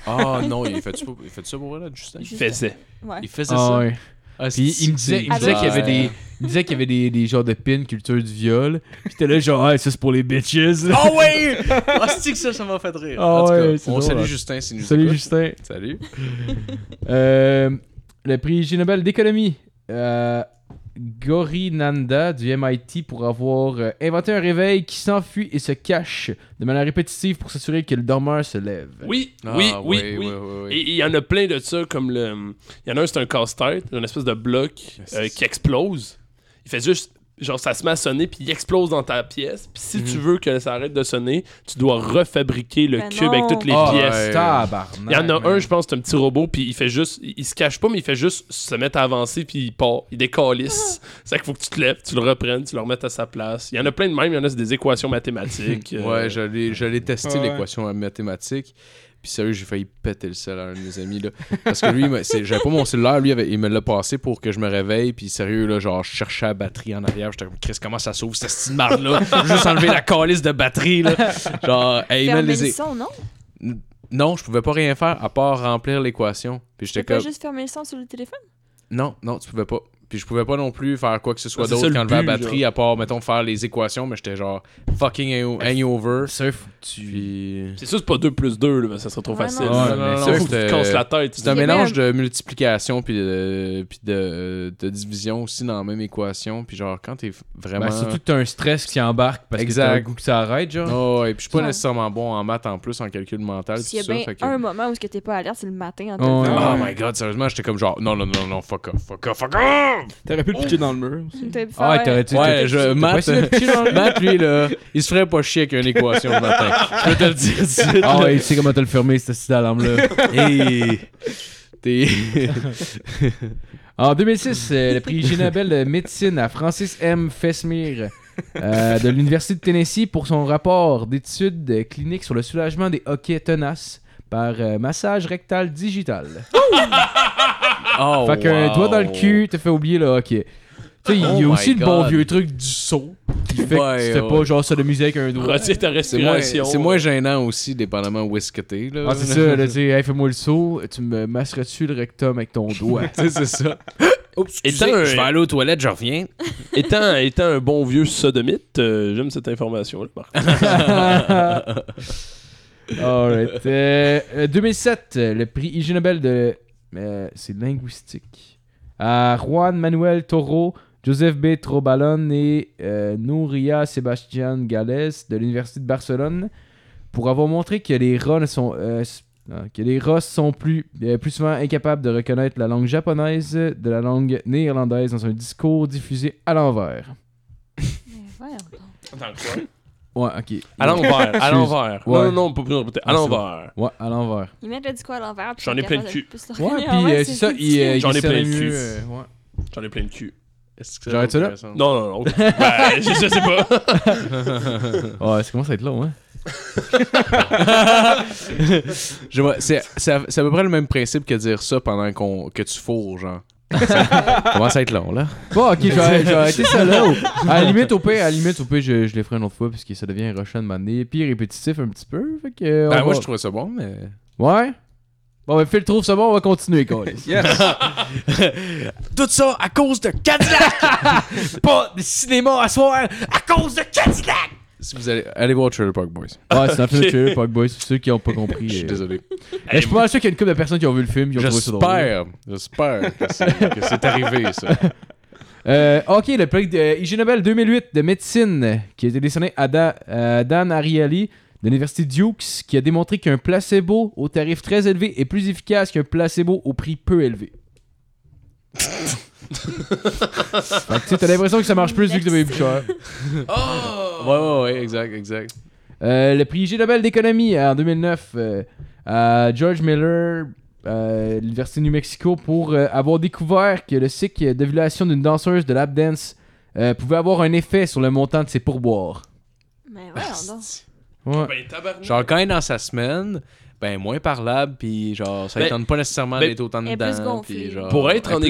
S5: Ah non, il fait, il fait ça pour vrai, là, Justin?
S6: Il faisait.
S4: Ouais.
S5: Il faisait
S3: Ah
S5: ça.
S3: ouais.
S5: Ah,
S3: Puis il me disait, il me disait qu'il y avait des, il me disait qu'il y avait des, des genres de pins culture du viol. Puis t'es là genre, hey, ça c'est pour les bitches. là.
S5: Oh ouais! Ah, c'est que ça, ça m'a fait rire.
S3: Ah
S5: en tout cas,
S3: ouais, c'est
S5: on
S3: drôle,
S5: salue
S3: hein.
S5: Justin s'il nous
S3: Salut
S5: écoute.
S3: Justin.
S5: Salut.
S3: Euh, le prix Ig Nobel d'économie. Euh, Gori Nanda du MIT pour avoir euh, inventé un réveil qui s'enfuit et se cache de manière répétitive pour s'assurer que le dormeur se lève.
S6: Oui,
S5: Ah,
S6: oui, oui,
S5: ouais,
S6: oui.
S5: ouais, ouais, ouais.
S6: Et il y en a plein de ça, comme le. Il y en a un, c'est un casse-tête, une espèce de bloc
S5: c'est
S6: euh,
S5: ça.
S6: qui explose. Il fait juste. Genre, ça se met à sonner, puis il explose dans ta pièce. Puis si tu veux que ça arrête de sonner, tu dois refabriquer le
S4: Ben
S6: cube
S4: non.
S6: avec toutes les
S5: Ah,
S6: pièces.
S5: ouais.
S3: Tabarnak. Ben,
S6: Il y en a
S3: man.
S6: un, je pense, c'est un petit robot, puis il fait juste. Il, il se cache pas, mais il fait juste se mettre à avancer, puis il part. Il décalisse.
S4: Ah.
S6: C'est qu'il faut que tu te lèves, tu le reprennes, tu le remettes à sa place. Il y en a plein de même, il y en a, c'est des équations mathématiques. euh,
S5: Ouais, je l'ai- je l'ai testé
S7: Ouais.
S5: l'équation mathématique. Puis sérieux, j'ai failli péter le sel à un de mes amis. Là, parce que lui, il m'a- c'est- j'avais pas mon cellulaire. Lui, il avait- il me l'a passé pour que je me réveille. Puis sérieux, là, genre, je cherchais la batterie en arrière. J'étais comme, Chris, comment ça s'ouvre cette petite marde-là? Juste enlever la calice de batterie. Là. Genre, hey, man,
S4: Fermer
S5: les
S4: le
S5: é-
S4: son, non?
S5: Non, je pouvais pas rien faire à part remplir l'équation. Puis
S4: Tu
S5: j'étais
S4: peux
S5: comme,
S4: juste fermer le son sur le téléphone?
S5: non, non, tu pouvais pas. Puis je pouvais pas non plus faire quoi que ce soit
S6: C'est ça,
S5: d'autre
S6: le
S5: qu'enlever la
S6: but,
S5: batterie, à part, mettons, faire les équations. Mais j'étais genre, fucking hang- hangover.
S3: Ça, faut que tu.
S5: Puis.
S6: C'est sûr, c'est pas 2 plus 2, là, mais ça serait trop
S4: Ouais,
S6: facile.
S4: non,
S3: Ouais,
S6: Ça,
S3: non, non,
S6: faut que
S5: non,
S6: tu te
S5: c'est-
S6: casses la tête.
S5: C'est un
S4: Il y avait
S5: mélange
S4: un-
S5: de multiplication puis de, puis de, de division aussi dans la même équation. Puis genre, quand t'es vraiment...
S3: Ben, surtout que t'as un stress qui embarque parce
S5: Exact.
S3: que t'as un goût que ça arrête, genre.
S5: Oh, et puis je suis pas
S4: Ouais.
S5: nécessairement bon en maths en plus, en calcul
S3: Ah,
S5: mental.
S4: S'il y a
S5: tout ça,
S4: bien
S5: fait que-
S4: un moment où ce que t'es pas alerte, c'est le matin en te
S3: Oh,
S4: levant.
S5: Oh my god, sérieusement, j'étais comme genre, non, non, non, non, fuck off, fuck off, fuck off!
S7: T'aurais pu le pitcher dans le mur. aussi.
S4: T'as pu faire,
S3: Ah, ouais, t'aurais dû.
S5: Ouais, je,
S3: t'as pas
S5: Matt,
S3: essayé de pitcher dans le-
S5: Matt, lui, là, il se ferait pas chier avec une équation le matin. Je peux te le dire. tout de suite,
S3: Ah
S5: là.
S3: ouais, il sait comment te le fermer, cette petite alarme-là.
S5: Et... T'es...
S3: En 2006, euh, le prix Ig Nobel de médecine à Francis M. Fesmire euh, de l'Université de Tennessee pour son rapport d'études euh, cliniques sur le soulagement des hoquets tenaces par euh, massage rectal digital.
S5: Oh,
S3: fait qu'un
S5: wow.
S3: doigt dans le cul te fait oublier le hockey. Tu sais, il y a
S5: Oh
S3: aussi
S5: my
S3: le bon
S5: God.
S3: vieux truc du saut qui fait que
S5: Ouais,
S3: tu fais
S5: ouais.
S3: pas genre sodomiser avec un doigt.
S6: Retiens ta
S5: C'est moins,
S6: respiration.
S5: c'est moins gênant aussi, dépendamment où est-ce que t'es. là.
S3: Ah, c'est ça, là, tu sais, hey, fais-moi le saut, tu me masserais-tu le rectum avec ton doigt?
S5: Tu sais, c'est ça. Oups,
S6: excusez, je vais aller
S5: aux toilettes, je reviens.
S6: étant, étant un bon vieux sodomite, euh, j'aime cette information-là, par contre.
S3: Alright. Euh, euh, 2007, euh, le prix IG Nobel de. euh, c'est linguistique. À Juan Manuel Toro, Joseph B. Trobalon et euh, Nouria Sebastian Gales de l'Université de Barcelone pour avoir montré que les rats ne sont euh, s- non, que les rats sont plus, euh, plus souvent incapables de reconnaître la langue japonaise de la langue néerlandaise dans un discours diffusé à l'envers.
S6: Dans quoi?
S3: Ouais, ok.
S6: À l'envers, à
S3: Excuse.
S6: l'envers.
S3: Ouais.
S6: Non, non, non, pas plus répéter. À
S3: Ah, c'est
S6: l'envers.
S3: Ouais, à l'envers.
S4: Ils mettent le discours à l'envers. puis
S6: J'en ai
S4: t'es
S6: plein le
S4: capable
S6: cul.
S4: de plus le
S3: Ouais,
S4: reconnaître.
S3: puis
S4: Ah ouais,
S3: euh,
S4: c'est
S3: c'est ça, il, euh, il
S6: J'en ai
S3: serrait
S6: plein le
S3: mieux,
S6: cul.
S3: euh, ouais.
S6: J'en ai plein de cul.
S3: J'arrête ça là?
S6: Non, non, non. ben, je, je sais pas.
S3: Ouais, ça commence à être long, hein.
S5: Je vois, c'est, c'est à, c'est à peu près le même principe que dire ça pendant qu'on, que tu fourres, genre. ça commence à être long, là.
S3: Bon, ok, je vais je vais arrêter ça là. au- À la limite, au pire, à la limite, au pire, je, je les ferai une autre fois parce que ça devient rushant de m'amener. Puis répétitif un petit peu. Fait que. euh, on
S5: Ben,
S3: va-
S5: moi, je trouvais ça bon, mais...
S3: Ouais. Bon, ben, Phil trouve ça bon, on va continuer, Colis.
S5: Tout ça à cause de Cadillac! Pas de cinéma à soir à cause de Cadillac! Si vous allez, allez voir Trailer Park Boys.
S3: Ouais, c'est un film de Trailer Park Boys, pour ceux qui n'ont pas compris.
S5: Je suis
S3: euh.
S5: désolé.
S3: Mais Je suis pas sûr qu'il y a une couple de personnes qui ont vu le film, qui ont trouvé ça drôle.
S5: J'espère, j'espère que c'est, que c'est arrivé, ça.
S3: Euh, ok, le prix de IG Nobel 2008 de médecine qui a été décerné à, Da- à Dan Ariely de l'université Dukes qui a démontré qu'un placebo au tarif très élevé est plus efficace qu'un placebo au prix peu élevé. fait que, tu sais, t'as l'impression que ça marche plus vu que t'avais plus cher.
S5: Ouais, ouais, ouais, exact, exact.
S3: Euh, le prix IG Nobel d'économie en 2009 euh, à George Miller, euh, l'Université du New Mexico, pour euh, avoir découvert que le cycle d'ovulation d'une danseuse de lap dance euh, pouvait avoir un effet sur le montant de ses pourboires.
S4: Mais ouais, donc.
S3: Ouais.
S6: Ben, tabarnak.
S5: Genre, quand il est dans sa semaine, ben, moins parlable, puis genre, ça
S6: Ben,
S5: ne tente pas nécessairement
S6: ben,
S5: d'être autant
S4: elle est
S5: dedans.
S4: plus gonflée.
S5: puis genre,
S6: Pour être
S5: elle est
S6: en
S5: plus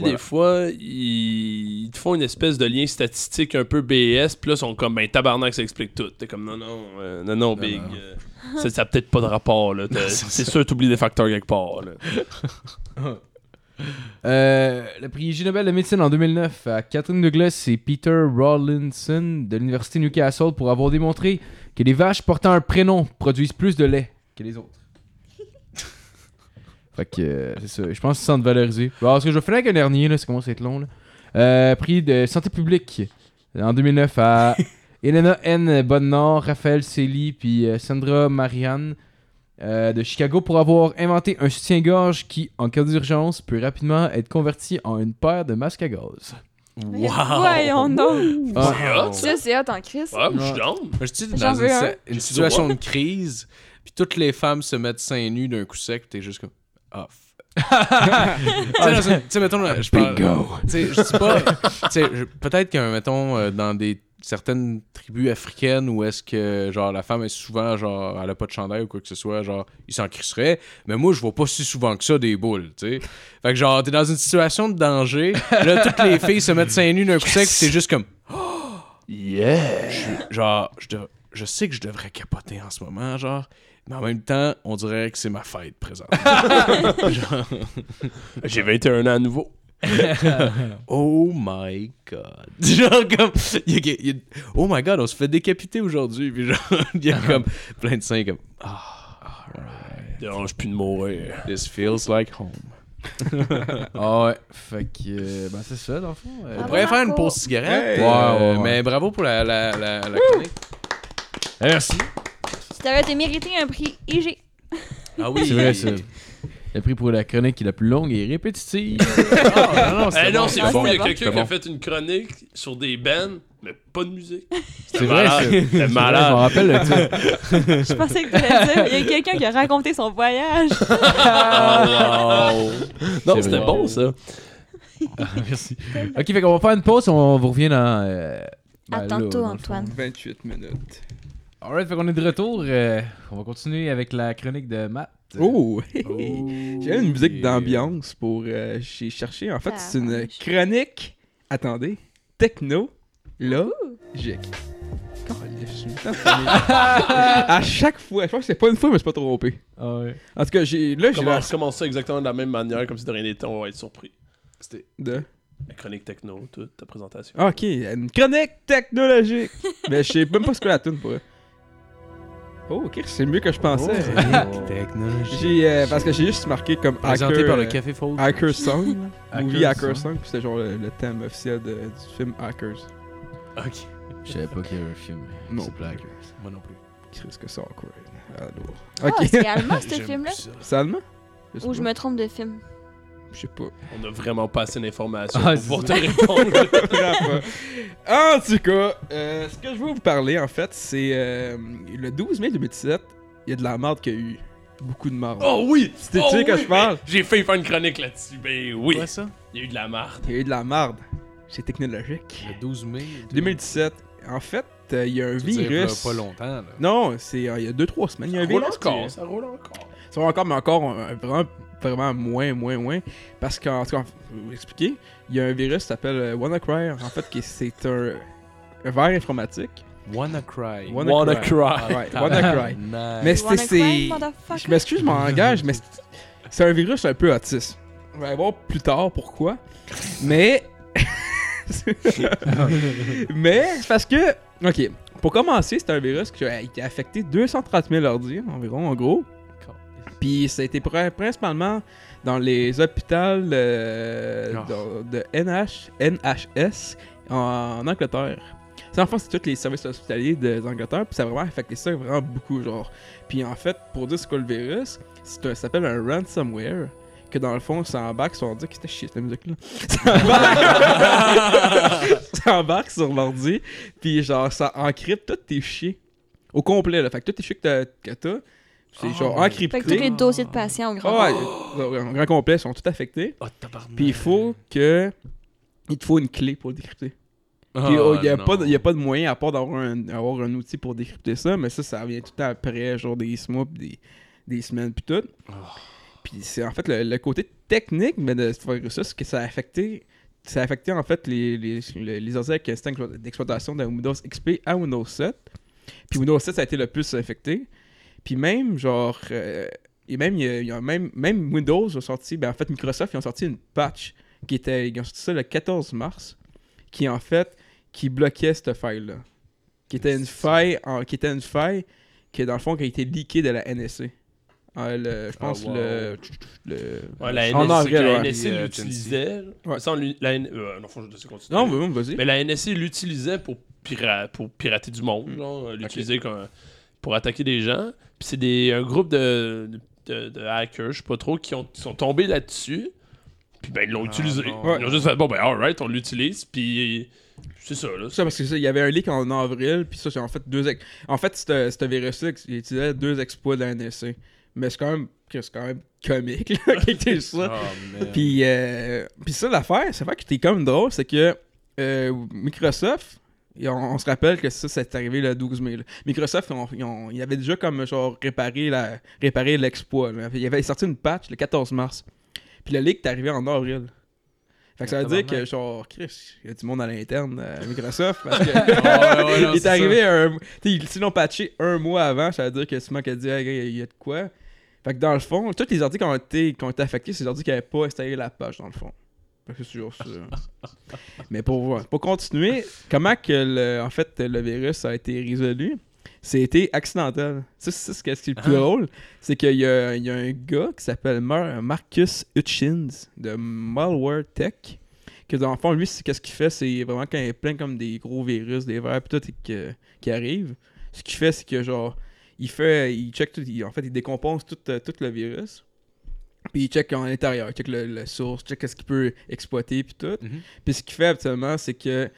S5: gonflée,
S6: des
S5: voilà.
S6: fois, ils... ils te font une espèce de lien statistique un peu BS, puis là, ils sont comme, ben, tabarnak, ça explique tout. T'es comme, non, non, euh, non, non, Big. euh, ça ça a peut-être pas de rapport, là. T'as- C'est sûr, t'oublies des facteurs quelque part, là.
S3: Euh, le prix Ig Nobel de médecine en 2009 à Catherine Douglas et Peter Rawlinson de l'Université Newcastle pour avoir démontré que les vaches portant un prénom produisent plus de lait que les autres. fait que euh, c'est ça. Je pense qu'ils se sentent valorisés. Bon, parce que je vais finir avec un dernier, là, ça commence à être long. Là. Euh, prix de santé publique en 2009 à Elena N. Bonnard, Raphaël Célie puis euh, Sandra Marianne euh, de Chicago pour avoir inventé un soutien-gorge qui, en cas d'urgence, peut rapidement être converti en une paire de masques à gaz.
S4: Wow. Voyons donc.
S3: Ah,
S6: Ah, ça,
S4: Ça, c'est hot en crise.
S6: ouais, je suis down.
S5: Moi, je dis,
S4: J'en
S5: dans
S4: veux
S5: une,
S4: un.
S5: sa- une situation de crise, puis toutes les femmes se mettent seins nus d'un coup sec, puis t'es juste comme ah. f- tu sais, dans une- tu sais, mettons, là, je parle.
S3: Bingo.
S5: Tu sais, je dis pas. tu sais, je- peut-être que, mettons, euh, dans des certaines tribus africaines où est-ce que, genre, la femme est souvent, genre, elle a pas de chandail ou quoi que ce soit, genre, ils s'en crisseraient. Mais moi, je vois pas si souvent que ça des boules, tu sais. Fait que, genre, t'es dans une situation de danger, là, toutes les filles se mettent seins nus d'un coup sec, puis t'es juste comme. Genre, je, dev- je sais que je devrais capoter en ce moment, genre, mais en même temps, on dirait que c'est ma fête présente.
S6: J'ai 21 ans à nouveau.
S5: oh my god. Genre, comme. il y a- il y a- oh my god, on se fait décapiter aujourd'hui. Puis genre, il y a comme plein de seins comme.
S6: Dérange plus de mourir.
S5: This feels like home.
S3: Ah ouais, fait que. euh, ben, c'est ça, dans le fond. euh.
S5: On
S4: Ah, Bravo,
S5: pourrait faire une
S4: Marco.
S5: pause cigarette.
S3: Ouais,
S5: euh,
S3: ouais, ouais.
S5: Mais bravo pour la, la, la, la chronique.
S3: Merci.
S4: Tu avais été mérité un prix IG.
S5: Ah oui,
S3: C'est vrai, ça. Le prix pour la chronique est la plus longue et répétitive.
S5: Ah, non, non,
S6: Eh
S5: c'est
S6: non,
S5: bon.
S6: c'est
S4: Ah,
S6: fou, il y
S4: c'était
S6: a
S4: bon.
S6: quelqu'un
S5: C'était
S6: qui a
S5: bon.
S6: fait une chronique sur des bands, mais pas de musique.
S3: C'est vrai, ça.
S6: malade. C'était
S3: Je me
S6: malade.
S3: rappelle le titre.
S4: Je pensais que tu allais dire. Il y a quelqu'un qui a raconté son voyage.
S6: Oh, wow. Non,
S3: C'est
S6: c'était
S3: vrai.
S6: bon, ça.
S3: Merci. Ok, fait qu'on va faire une pause, on vous revient dans. euh,
S4: À
S3: ben, là,
S4: tantôt,
S3: dans le fond.
S4: Antoine.
S7: 28 minutes.
S3: Alright, fait qu'on est de retour. euh, on va continuer avec la chronique de Matt.
S7: Oh!
S3: J'ai
S7: J'ai une musique d'ambiance pour. euh, J'ai cherché. En fait, c'est une
S4: Tabarnouche.
S7: chronique. Attendez. Techno. Logique. Calif, je suis tout le temps familier. à chaque fois, je pense que c'est pas une fois, mais je me suis pas trompé.
S3: Ah ouais.
S7: En tout cas, j'ai là, j'ai la...
S6: Commence, commence ça exactement de la même manière, comme si de rien n'était, on va être surpris.
S7: de-
S6: La chronique techno, toute ta présentation.
S7: Ah, Ok, une chronique technologique. mais je sais même pas ce que la tune pour. Oh, ok, c'est mieux que je pensais.
S5: Oh, Technologie.
S7: J'ai euh, parce que j'ai juste marqué comme
S5: Présenté
S7: hacker,
S5: par le
S7: euh,
S5: Café Fold.
S7: Hacker Song, movie
S3: Hacker
S7: Hacker Song, puis c'était genre le, le thème officiel de- du film Hackers.
S5: Ok.
S3: Je savais pas qu'il y avait un film.
S7: Non.
S3: C'est Blackers.
S5: Moi non plus.
S7: Christ, que c'est awkward. Alors.
S4: Ah,
S7: Ok.
S4: c'est allemand, ce film-là?
S7: C'est allemand? sais
S4: Ou je
S7: pas.
S4: me trompe de film?
S7: Je sais pas.
S6: On a vraiment pas assez d'informations
S3: Ah,
S6: pour te
S3: c'est
S6: répondre.
S7: Raph. en tout cas, euh, ce que je veux vous parler, en fait, c'est euh, le 12 mai 2017, il y a de la merde qu'il y a eu. Beaucoup de merde.
S6: oh oui!
S7: C'était
S6: oh
S7: tu sais que
S6: oui,
S7: je parle.
S6: mais J'ai failli faire une chronique là-dessus. Ben oui!
S5: Quoi ça?
S6: Il y a eu de la marde.
S7: Il y a eu de la merde. C'est technologique.
S5: Le 12 mai.
S7: 2017. En fait, euh, il y a un
S5: Tu veux dire,
S7: virus.
S5: là, pas longtemps, là.
S7: Non, c'est euh, il y a 2-3 semaines. Il y a un
S6: Ça roule
S7: virus. qui-
S6: encore, ça roule encore.
S7: Ça va encore, mais encore euh, vraiment, vraiment moins, moins, moins. Parce qu'en tout cas, je vais vous expliquer, il y a un virus qui s'appelle euh, WannaCry. En fait, qui c'est un, un verre informatique.
S5: WannaCry.
S7: WannaCry.
S6: cry.
S7: Ouais, WannaCry. Mais
S5: Mais
S7: c'est.
S4: Wanna cry,
S7: c'est-
S4: motherfucker?
S7: Je m'excuse, je m'engage, mais c'est- c'est un virus un peu autiste. On va voir plus tard pourquoi. Mais. mais, c'est parce que. Ok, pour commencer, c'est un virus qui a été affecté 230 000 ordi, environ, en gros. Puis ça a été pri- principalement dans les hôpitaux euh, dans- de NH, NHS en, en Angleterre. Ça, en fait, c'est tous les services hospitaliers de- d'Angleterre, puis ça a vraiment affecté ça vraiment beaucoup, genre. Puis en fait, pour dire ce qu'est le virus, c'est un- ça s'appelle un ransomware, que dans le fond, ça embarque sur l'ordi, que c'était chier cette musique-là. Ça embarque, ça embarque sur l'ordi, puis genre, ça encrypte tous tes fichiers au complet, là. Fait que tous tes fichiers que t'as- que t'as, c'est genre encrypté.
S4: Fait que tous les dossiers de patients, au grand
S7: Ah ouais, en grand complet, sont tous affectés. Puis il faut que. Il te faut une clé pour le décrypter. Puis, oh, il n'y a, pas de- il y a pas de moyen à part d'avoir un, avoir un outil pour décrypter ça, mais ça, ça vient tout le temps après, genre des mois, puis des, des semaines, puis tout. Puis c'est en fait le, le côté technique mais de ce virus-là, c'est que ça a affecté. Ça a affecté en fait les, les, les, les ordi avec un système d'exploitation de Windows XP à Windows 7. Puis Windows 7, ça a été le plus affecté. Puis même, genre. euh, et même, il y a- il y a même, même Windows a sorti. Ben en fait, Microsoft, ils ont sorti une patch qui était. Ils ont sorti ça le 14 mars. Qui en fait qui bloquait cette faille-là. Qui était une faille, en- qui était une faille qui dans le fond qui a été leakée de la NSC. Euh, le- je pense
S5: wow.
S7: le, le-
S6: Ouais, la
S7: En
S6: NSC,
S7: anglais,
S6: la
S7: ouais.
S6: NSC
S5: Puis, euh,
S6: l'utilisait.
S7: Ouais.
S6: Ça, on l'u- la N- euh, non, faut que je te continue.
S7: Non, vas-y, vas-y.
S6: Mais la NSC l'utilisait pour, pira- pour pirater du monde,
S7: Mm.
S6: genre, euh, l'utiliser comme, pour attaquer des gens. Puis c'est des, un groupe de, de, de hackers, je sais pas trop, qui ont, qui sont tombés là-dessus. Puis ben, ils
S5: Ah,
S6: l'ont utilisé.
S7: Ouais.
S6: Ils ont juste fait, bon, ben, alright, on l'utilise. Puis c'est ça, là.
S7: Ça, parce que ça, il y avait un leak en avril, puis ça, c'est en fait deux. ex- En fait, ce ce virus-là, il utilisait deux exploits de la NSC. Mais c'est quand même, c'est quand même comique, là, qu'il était ça. Puis, euh, puis ça, l'affaire, c'est vrai que t'es comme drôle, c'est que euh, Microsoft, et on, on se rappelle que ça, c'est arrivé le 12 mai. là. Microsoft, on- ils, ont- ils avaient déjà comme genre réparé la- réparé l'exploit. là. Ils avaient sorti une patch le 14 mars. Puis le leak est arrivé en avril. Fait que ça veut dire que, genre, Chris, il y a du monde à l'interne euh, à Microsoft. Parce que il est arrivé un. T'sais, ils s'ils l'ont patché un mois avant, ça veut dire que Simon qui a dit, Hey, gars, il y a de quoi. Fait que dans le fond, tous les ordi qui ont été, qui ont été affectés, c'est les ordi qui n'avaient pas installé la page, dans le fond. Fait que c'est toujours ça. Mais pour, pour continuer, comment que le, en fait, le virus a été résolu C'était accidentel. Ça, c'est ce qui est le plus drôle. C'est qu'il y, a- il y a un gars qui s'appelle Mar- Marcus Hutchins de Malware Tech que dans le fond, lui, c'est- qu'est-ce qu'il fait, c'est vraiment quand il y a plein comme des gros virus, des vers, pis tout, et que- qui arrivent, ce qu'il fait, c'est que genre, il fait, il check tout, il- en fait, il décompose tout, euh, tout le virus, puis il check en l'intérieur, il check le, la source, check qu'est-ce qu'il peut exploiter, puis tout.
S5: Mhm.
S7: Puis ce qu'il fait habituellement, c'est que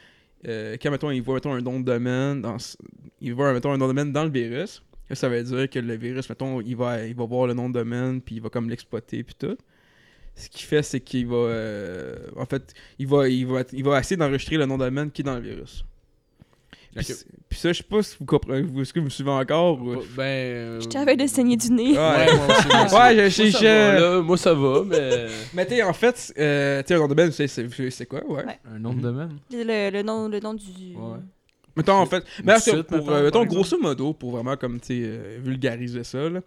S7: euh, quand, mettons, il voit, mettons, un don de domaine, dans, ce- il voit, mettons, un nom de domaine dans le virus, ça, ça veut dire que le virus, mettons, il va, il va voir le nom de domaine, puis il va comme l'exploiter, puis tout. Ce qu'il fait, c'est qu'il va, euh, en fait, il va, il va, il va essayer d'enregistrer le nom de domaine qui est dans le virus. Puis,
S5: Ok.
S7: c'est- puis ça, je sais pas si vous comprenez, vous- est-ce que vous me suivez encore ou...
S5: Ben.
S4: Je t'avais de saigner du nez.
S7: Ouais,
S5: Ouais, moi aussi, moi aussi.
S7: ouais, je-
S6: Moi,
S7: je-
S6: ça
S7: je-
S6: va, là. Moi, ça va, mais.
S7: Mais t'es en fait, euh, t'es un nom de domaine, c'est, c'est, c'est quoi, ouais.
S4: Ouais.
S3: Un nom de domaine.
S4: Le, le nom, le nom du.
S3: Ouais.
S7: Mettons en fait,
S3: Une
S7: mais en tout cas,
S3: suite,
S7: pour,
S3: mettons,
S7: euh,
S3: par
S7: mettons,
S3: exemple.
S7: grosso modo, pour vraiment comme tu sais, euh, vulgariser ça, là,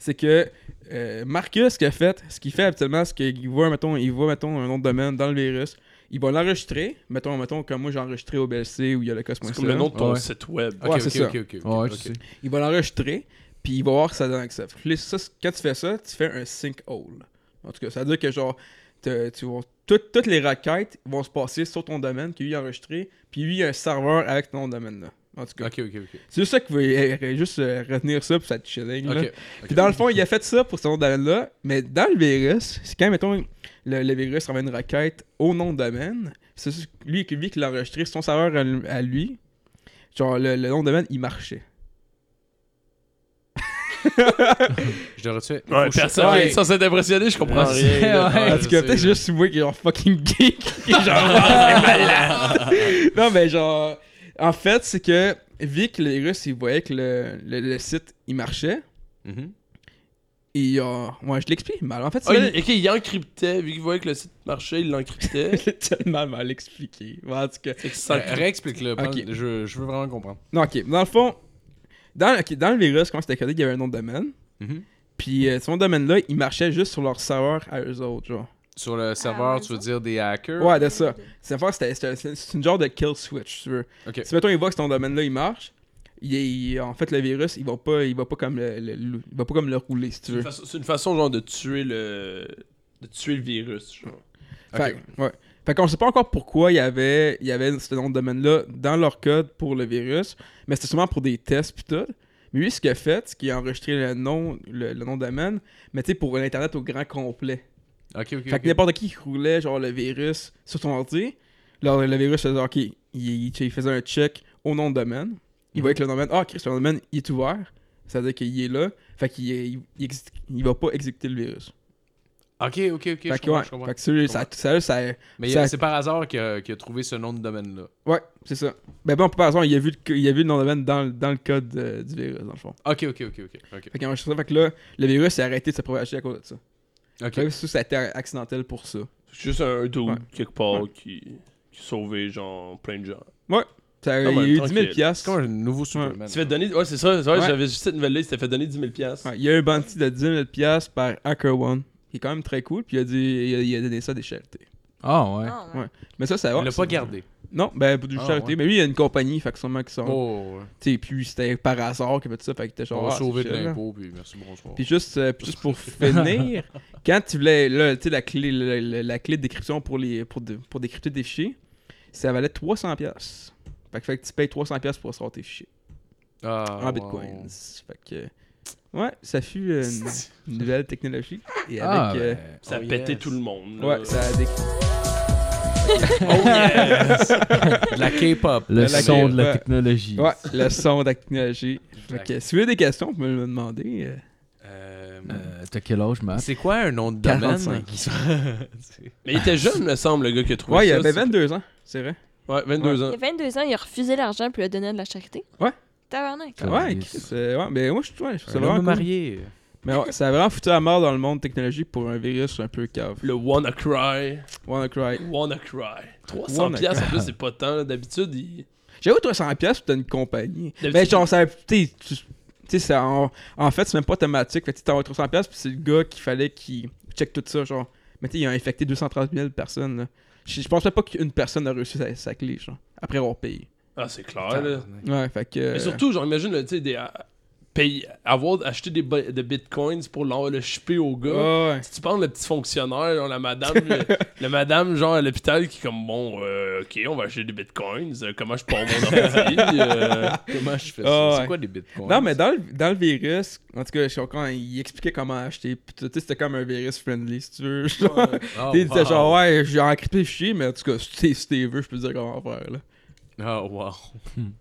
S7: c'est que euh, Marcus, ce qu'il a fait, ce qu'il fait habituellement, c'est qu'il voit, mettons, il voit, mettons, un nom de domaine dans le virus, il va l'enregistrer, mettons, mettons, comme moi j'ai enregistré au BLC où il y a le
S6: C'est
S7: Cosmos.
S6: comme le nom de ton
S3: Ouais.
S6: site web.
S5: Ok,
S7: Ouais,
S5: ok,
S7: c'est
S5: ok, ok, ok,
S3: Ouais, je
S5: ok.
S3: sais.
S7: Il va l'enregistrer, puis il va voir que ça donne avec ça. Fait que là, ça, c'est- quand tu fais ça, tu fais un sinkhole. En tout cas, ça veut dire que genre, te- tu vas- tout- toutes les requêtes vont se passer sur ton domaine que lui a enregistré, puis lui, il y a un serveur avec ton domaine-là. En tout cas,
S5: Ok, ok, ok.
S7: c'est juste ça qu'il veut euh, juste euh, retenir ça pour sa chilling. là.
S5: Ok.
S7: Puis dans le fond, il a fait ça pour ce nom de domaine-là, mais dans le virus, c'est quand, mettons, le, le virus renvoie une requête au nom de domaine, c'est juste lui, lui qui l'a enregistré sur son serveur à lui- à lui, genre le, le nom de domaine, il marchait.
S5: Je Ah, le retire.
S6: Ouais, personne
S3: Ouais.
S6: est censé être impressionné, je comprends rien. Ah, là.
S3: Ouais,
S7: En tout cas, peut-être juste moi qui est genre fucking geek, qui est genre vraiment malade. Non, mais genre, en fait, c'est que Vic, le virus, il voyait que le, le- le site, il marchait.
S5: Mhm.
S7: Et euh, ouais, je l'explique mal. En fait,
S6: Mm-hmm. Ah,
S7: c'est
S6: il- ok, il encryptait, vu qu'il voyait que le site marchait, il l'encryptait.
S7: c'est tellement mal expliqué. Ouais, En tout cas,
S6: Fait que ça-
S5: Ré- euh, Réexplique-le. prends-
S7: Ok.
S5: Je, je veux vraiment comprendre.
S7: Non, ok. Dans le fond, dans, ok, dans le virus, quand c'était codé, il y avait un nom de domaine.
S5: Mhm.
S7: Puis euh, ce nom de domaine-là, il marchait juste sur leur serveur à eux autres, genre.
S5: Sur le
S4: Ah,
S5: serveur, tu veux dire des hackers
S7: Ouais, de ça. C'est une fois, c'était- c'était- c'est c'est une genre de kill switch, si tu veux.
S5: Ok.
S7: Si mettons, il voit que ce nom de domaine-là, il marche, il, il- en fait, le virus, il va pas, il va pas, comme, le, le- le- il va pas comme le rouler, si tu
S6: C'est une
S7: veux.
S6: façon- c'est une façon, genre, de tuer le. de tuer le virus, genre.
S7: Fait, que- ouais. Fait qu'on sait pas encore pourquoi il y avait, il y avait ce nom de domaine-là dans leur code pour le virus, mais c'était sûrement pour des tests pis tout. Mais lui, ce qu'il a fait, c'est qu'il a enregistré le nom, le, le nom de domaine, mais tu sais, pour l'Internet au grand complet.
S5: Ok, ok.
S7: Fait
S5: ok.
S7: que n'importe qui qui roulait, genre, le virus sur son ordi, là, le virus faisait, ok, il, il- il faisait un check au nom de domaine. Il
S5: Mhm.
S7: voyait que le nom de domaine, ah, Chris, le nom de domaine, il est ouvert. Ça veut dire qu'il est là. Fait qu'il il, il exé- il va pas exécuter le virus.
S5: Ok, ok, ok. je
S7: fait que,
S5: comprends,
S7: ouais.
S5: je comprends.
S7: Fait que ça, ça, ça, ça,
S5: Mais il-
S7: ça-
S5: c'est par hasard qu'il a, qu'il a trouvé ce nom de domaine-là.
S7: Ouais, c'est ça. Ben bon, par exemple, il a vu le, co- il a vu le nom de domaine dans, le- dans le code euh, du virus, dans le fond.
S5: Ok, ok, ok, ok. ok.
S7: Fait, qu'il a enregistré ça, fait que là, le virus a arrêté de se propager à cause de ça.
S5: Ok.
S7: Fait que ça, ça a été accidentel pour ça.
S6: C'est juste un dude,
S7: Ouais.
S6: quelque part, qui. qui sauvait, genre, plein de gens.
S7: ça
S6: Ah,
S7: il y a
S6: ben,
S7: eu 10
S6: tranquille.
S7: 000
S5: C'est
S7: piastres.
S5: comme un nouveau Superman.
S6: Il s'est fait donner. Ouais, c'est ça, c'est vrai,
S7: Ouais.
S6: j'avais juste cette nouvelle-là, il s'était fait donner 10 000$. piastres.
S7: Ouais, il y a eu un bounty de 10 000 piastres par HackerOne, qui est quand même très cool, puis il a, dit, il a, il a donné ça à des charités.
S3: Ah ouais.
S4: Ah,
S7: Ouais. Mais ça, ça va.
S5: Il l'a pas gardé.
S7: Non, ben, pour du
S5: Ah,
S7: charité.
S5: ouais.
S7: Mais lui, il y a une compagnie, fait que sûrement qu'ils sont.
S5: Oh, ouais.
S7: Tu sais, puis c'était par hasard qu'il a fait ça, fait qu'il était genre.
S5: on va
S7: ah,
S5: sauver
S7: c'est
S5: de
S7: chill, là.
S5: l'impôt, puis merci, bonsoir.
S7: Puis juste, euh, puis juste pour finir, quand tu voulais là, tu sais, la, clé, la, la- la clé de décryption pour, les, pour, de- pour décrypter tes fichiers, ça valait 300$. piastres. Fait que, fait que tu payes 300$ piastres pour sortir tes fichiers
S5: Ah,
S7: en
S5: wow.
S7: bitcoins. Fait que, ouais, ça fut euh, une, une nouvelle technologie. Et
S3: Ah,
S7: avec. euh,
S3: ben,
S6: Ça a
S3: oh
S6: pété
S3: yes.
S6: tout le monde. ben, là.
S7: ouais, ça a déc-
S5: De la K-pop.
S3: Le
S7: la
S3: son de la
S7: guerre.
S3: technologie.
S7: Ouais, le son de la technologie. Fait que,
S5: Exact.
S7: si vous avez des questions, vous pouvez me le demander. euh,
S5: Euh,
S3: Euh, T'as quel âge, Matt?
S5: C'est quoi un nom de
S7: 45.
S5: domaine
S6: Mais il était jeune, me semble, le gars qui a trouvé
S7: Ouais, il
S6: ça.
S7: avait
S6: c'est-
S7: 22 ans, c'est vrai.
S6: Ouais, 22
S4: Il y
S6: ans.
S4: a 22 ans, il a refusé l'argent puis il a donné de la charité.
S7: Ouais.
S4: Tabarnak.
S3: Ah,
S7: ouais,
S3: yes.
S7: Chris, euh, ouais, mais moi, je trouve ouais, je trouve ça
S5: Un
S7: vraiment.
S5: homme
S7: cool.
S5: marié.
S7: Mais ouais, ça a vraiment foutu à mort dans le monde technologique pour un virus un peu cave.
S6: Le Wanna Cry.
S7: Wanna cry.
S6: Wanna Cry. 300
S7: Wanna
S6: piastres, en plus, c'est pas tant. là. D'habitude, il...
S7: J'avoue, 300 pièces t'as une compagnie.
S6: D'habitude-
S7: Mais genre, ça, t'sais, tu sais, ça, en, en fait, c'est même pas thématique. Fait que t'as 300 pièces puis c'est le gars qu'il fallait qu'il check tout ça, genre. Mais tu il a infecté 230 000 personnes, là. Je je pense même pas qu'une personne a reçu sa, sa clé, genre, après avoir payé.
S6: Ah, c'est clair, là.
S7: Ouais, fait que...
S6: Mais surtout, genre, imagine, là, tu sais, des... euh, payer- avoir acheté des, bi- des bitcoins pour l'en- le shipper au gars.
S7: euh, Ouais, ouais.
S6: Si tu parles le petit fonctionnaire, genre, la madame, le, la madame genre à l'hôpital qui est comme bon, euh, ok, on va acheter des bitcoins, euh, comment je pars mon ordi euh,
S5: Comment je fais
S7: Ah,
S5: ça?
S7: ouais.
S5: C'est quoi des bitcoins?
S7: Non, mais dans le, dans le virus, en tout cas, je sais pas, quand il expliquait comment acheter, pis tu sais, c'était comme un virus friendly, si tu veux. genre.
S5: Oh,
S7: il disait
S5: wow.
S7: genre, ouais, j'ai encrypté le fichier, mais en tout cas, si t'es si t'es veux, je peux te dire comment faire, là.
S5: Ah, wow.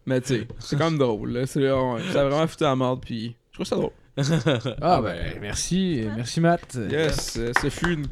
S7: Mais tu sais, c'est quand même drôle, là. C'est on- ça a vraiment foutu à la merde, puis je trouve ça drôle.
S3: Ah ben, merci, euh, merci Matt.
S7: Yes, euh, ce fut une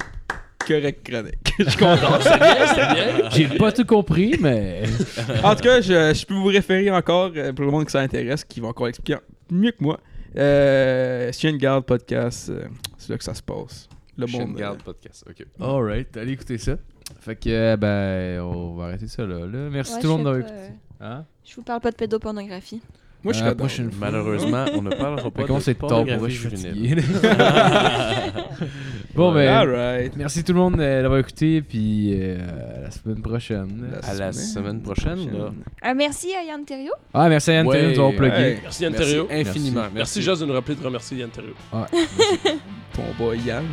S7: correcte chronique.
S6: Non, c'est bien, c'est bien.
S3: J'ai pas tout compris, mais...
S7: en tout cas, je, je peux vous référer encore, euh, pour le monde qui s'intéresse, qui va encore expliquer mieux que moi. Euh, Chien de garde podcast, euh, c'est là que ça se passe. Le
S5: Chaîne
S7: monde. euh,
S5: Garde podcast. Ok.
S3: Alright, allez écouter ça. Fait que, euh, ben, on va arrêter ça là. là. Merci
S4: Ouais,
S3: tout le monde
S4: je sais
S3: d'avoir
S4: pas,
S3: écouté. Hein?
S4: euh, Je vous parle pas de pédopornographie.
S7: euh, moi, je
S3: À
S7: suis
S3: la prochaine fois.
S5: Malheureusement, on ne parlera
S3: Fait
S5: pas
S3: qu'on
S5: de
S3: c'est tard pour moi, je suis
S5: pornographie juvénile.
S3: fatigué. bon, ben,
S7: Alright.
S3: merci tout le monde euh, d'avoir écouté, puis euh, à la semaine prochaine.
S5: À la semaine prochaine, là.
S4: Ah, merci à Yann Thériault.
S3: Ah, merci à Yann
S5: Ouais.
S3: Taylor de t'avoir plugué.
S7: Hey,
S6: Merci Yann
S5: Merci
S6: Terrio.
S5: infiniment. Merci,
S6: Merci Jazz de nous rappeler de remercier Yann Terrio.
S3: Ouais.
S7: ton boy Yann,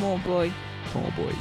S4: Mon boy.
S7: ton boy.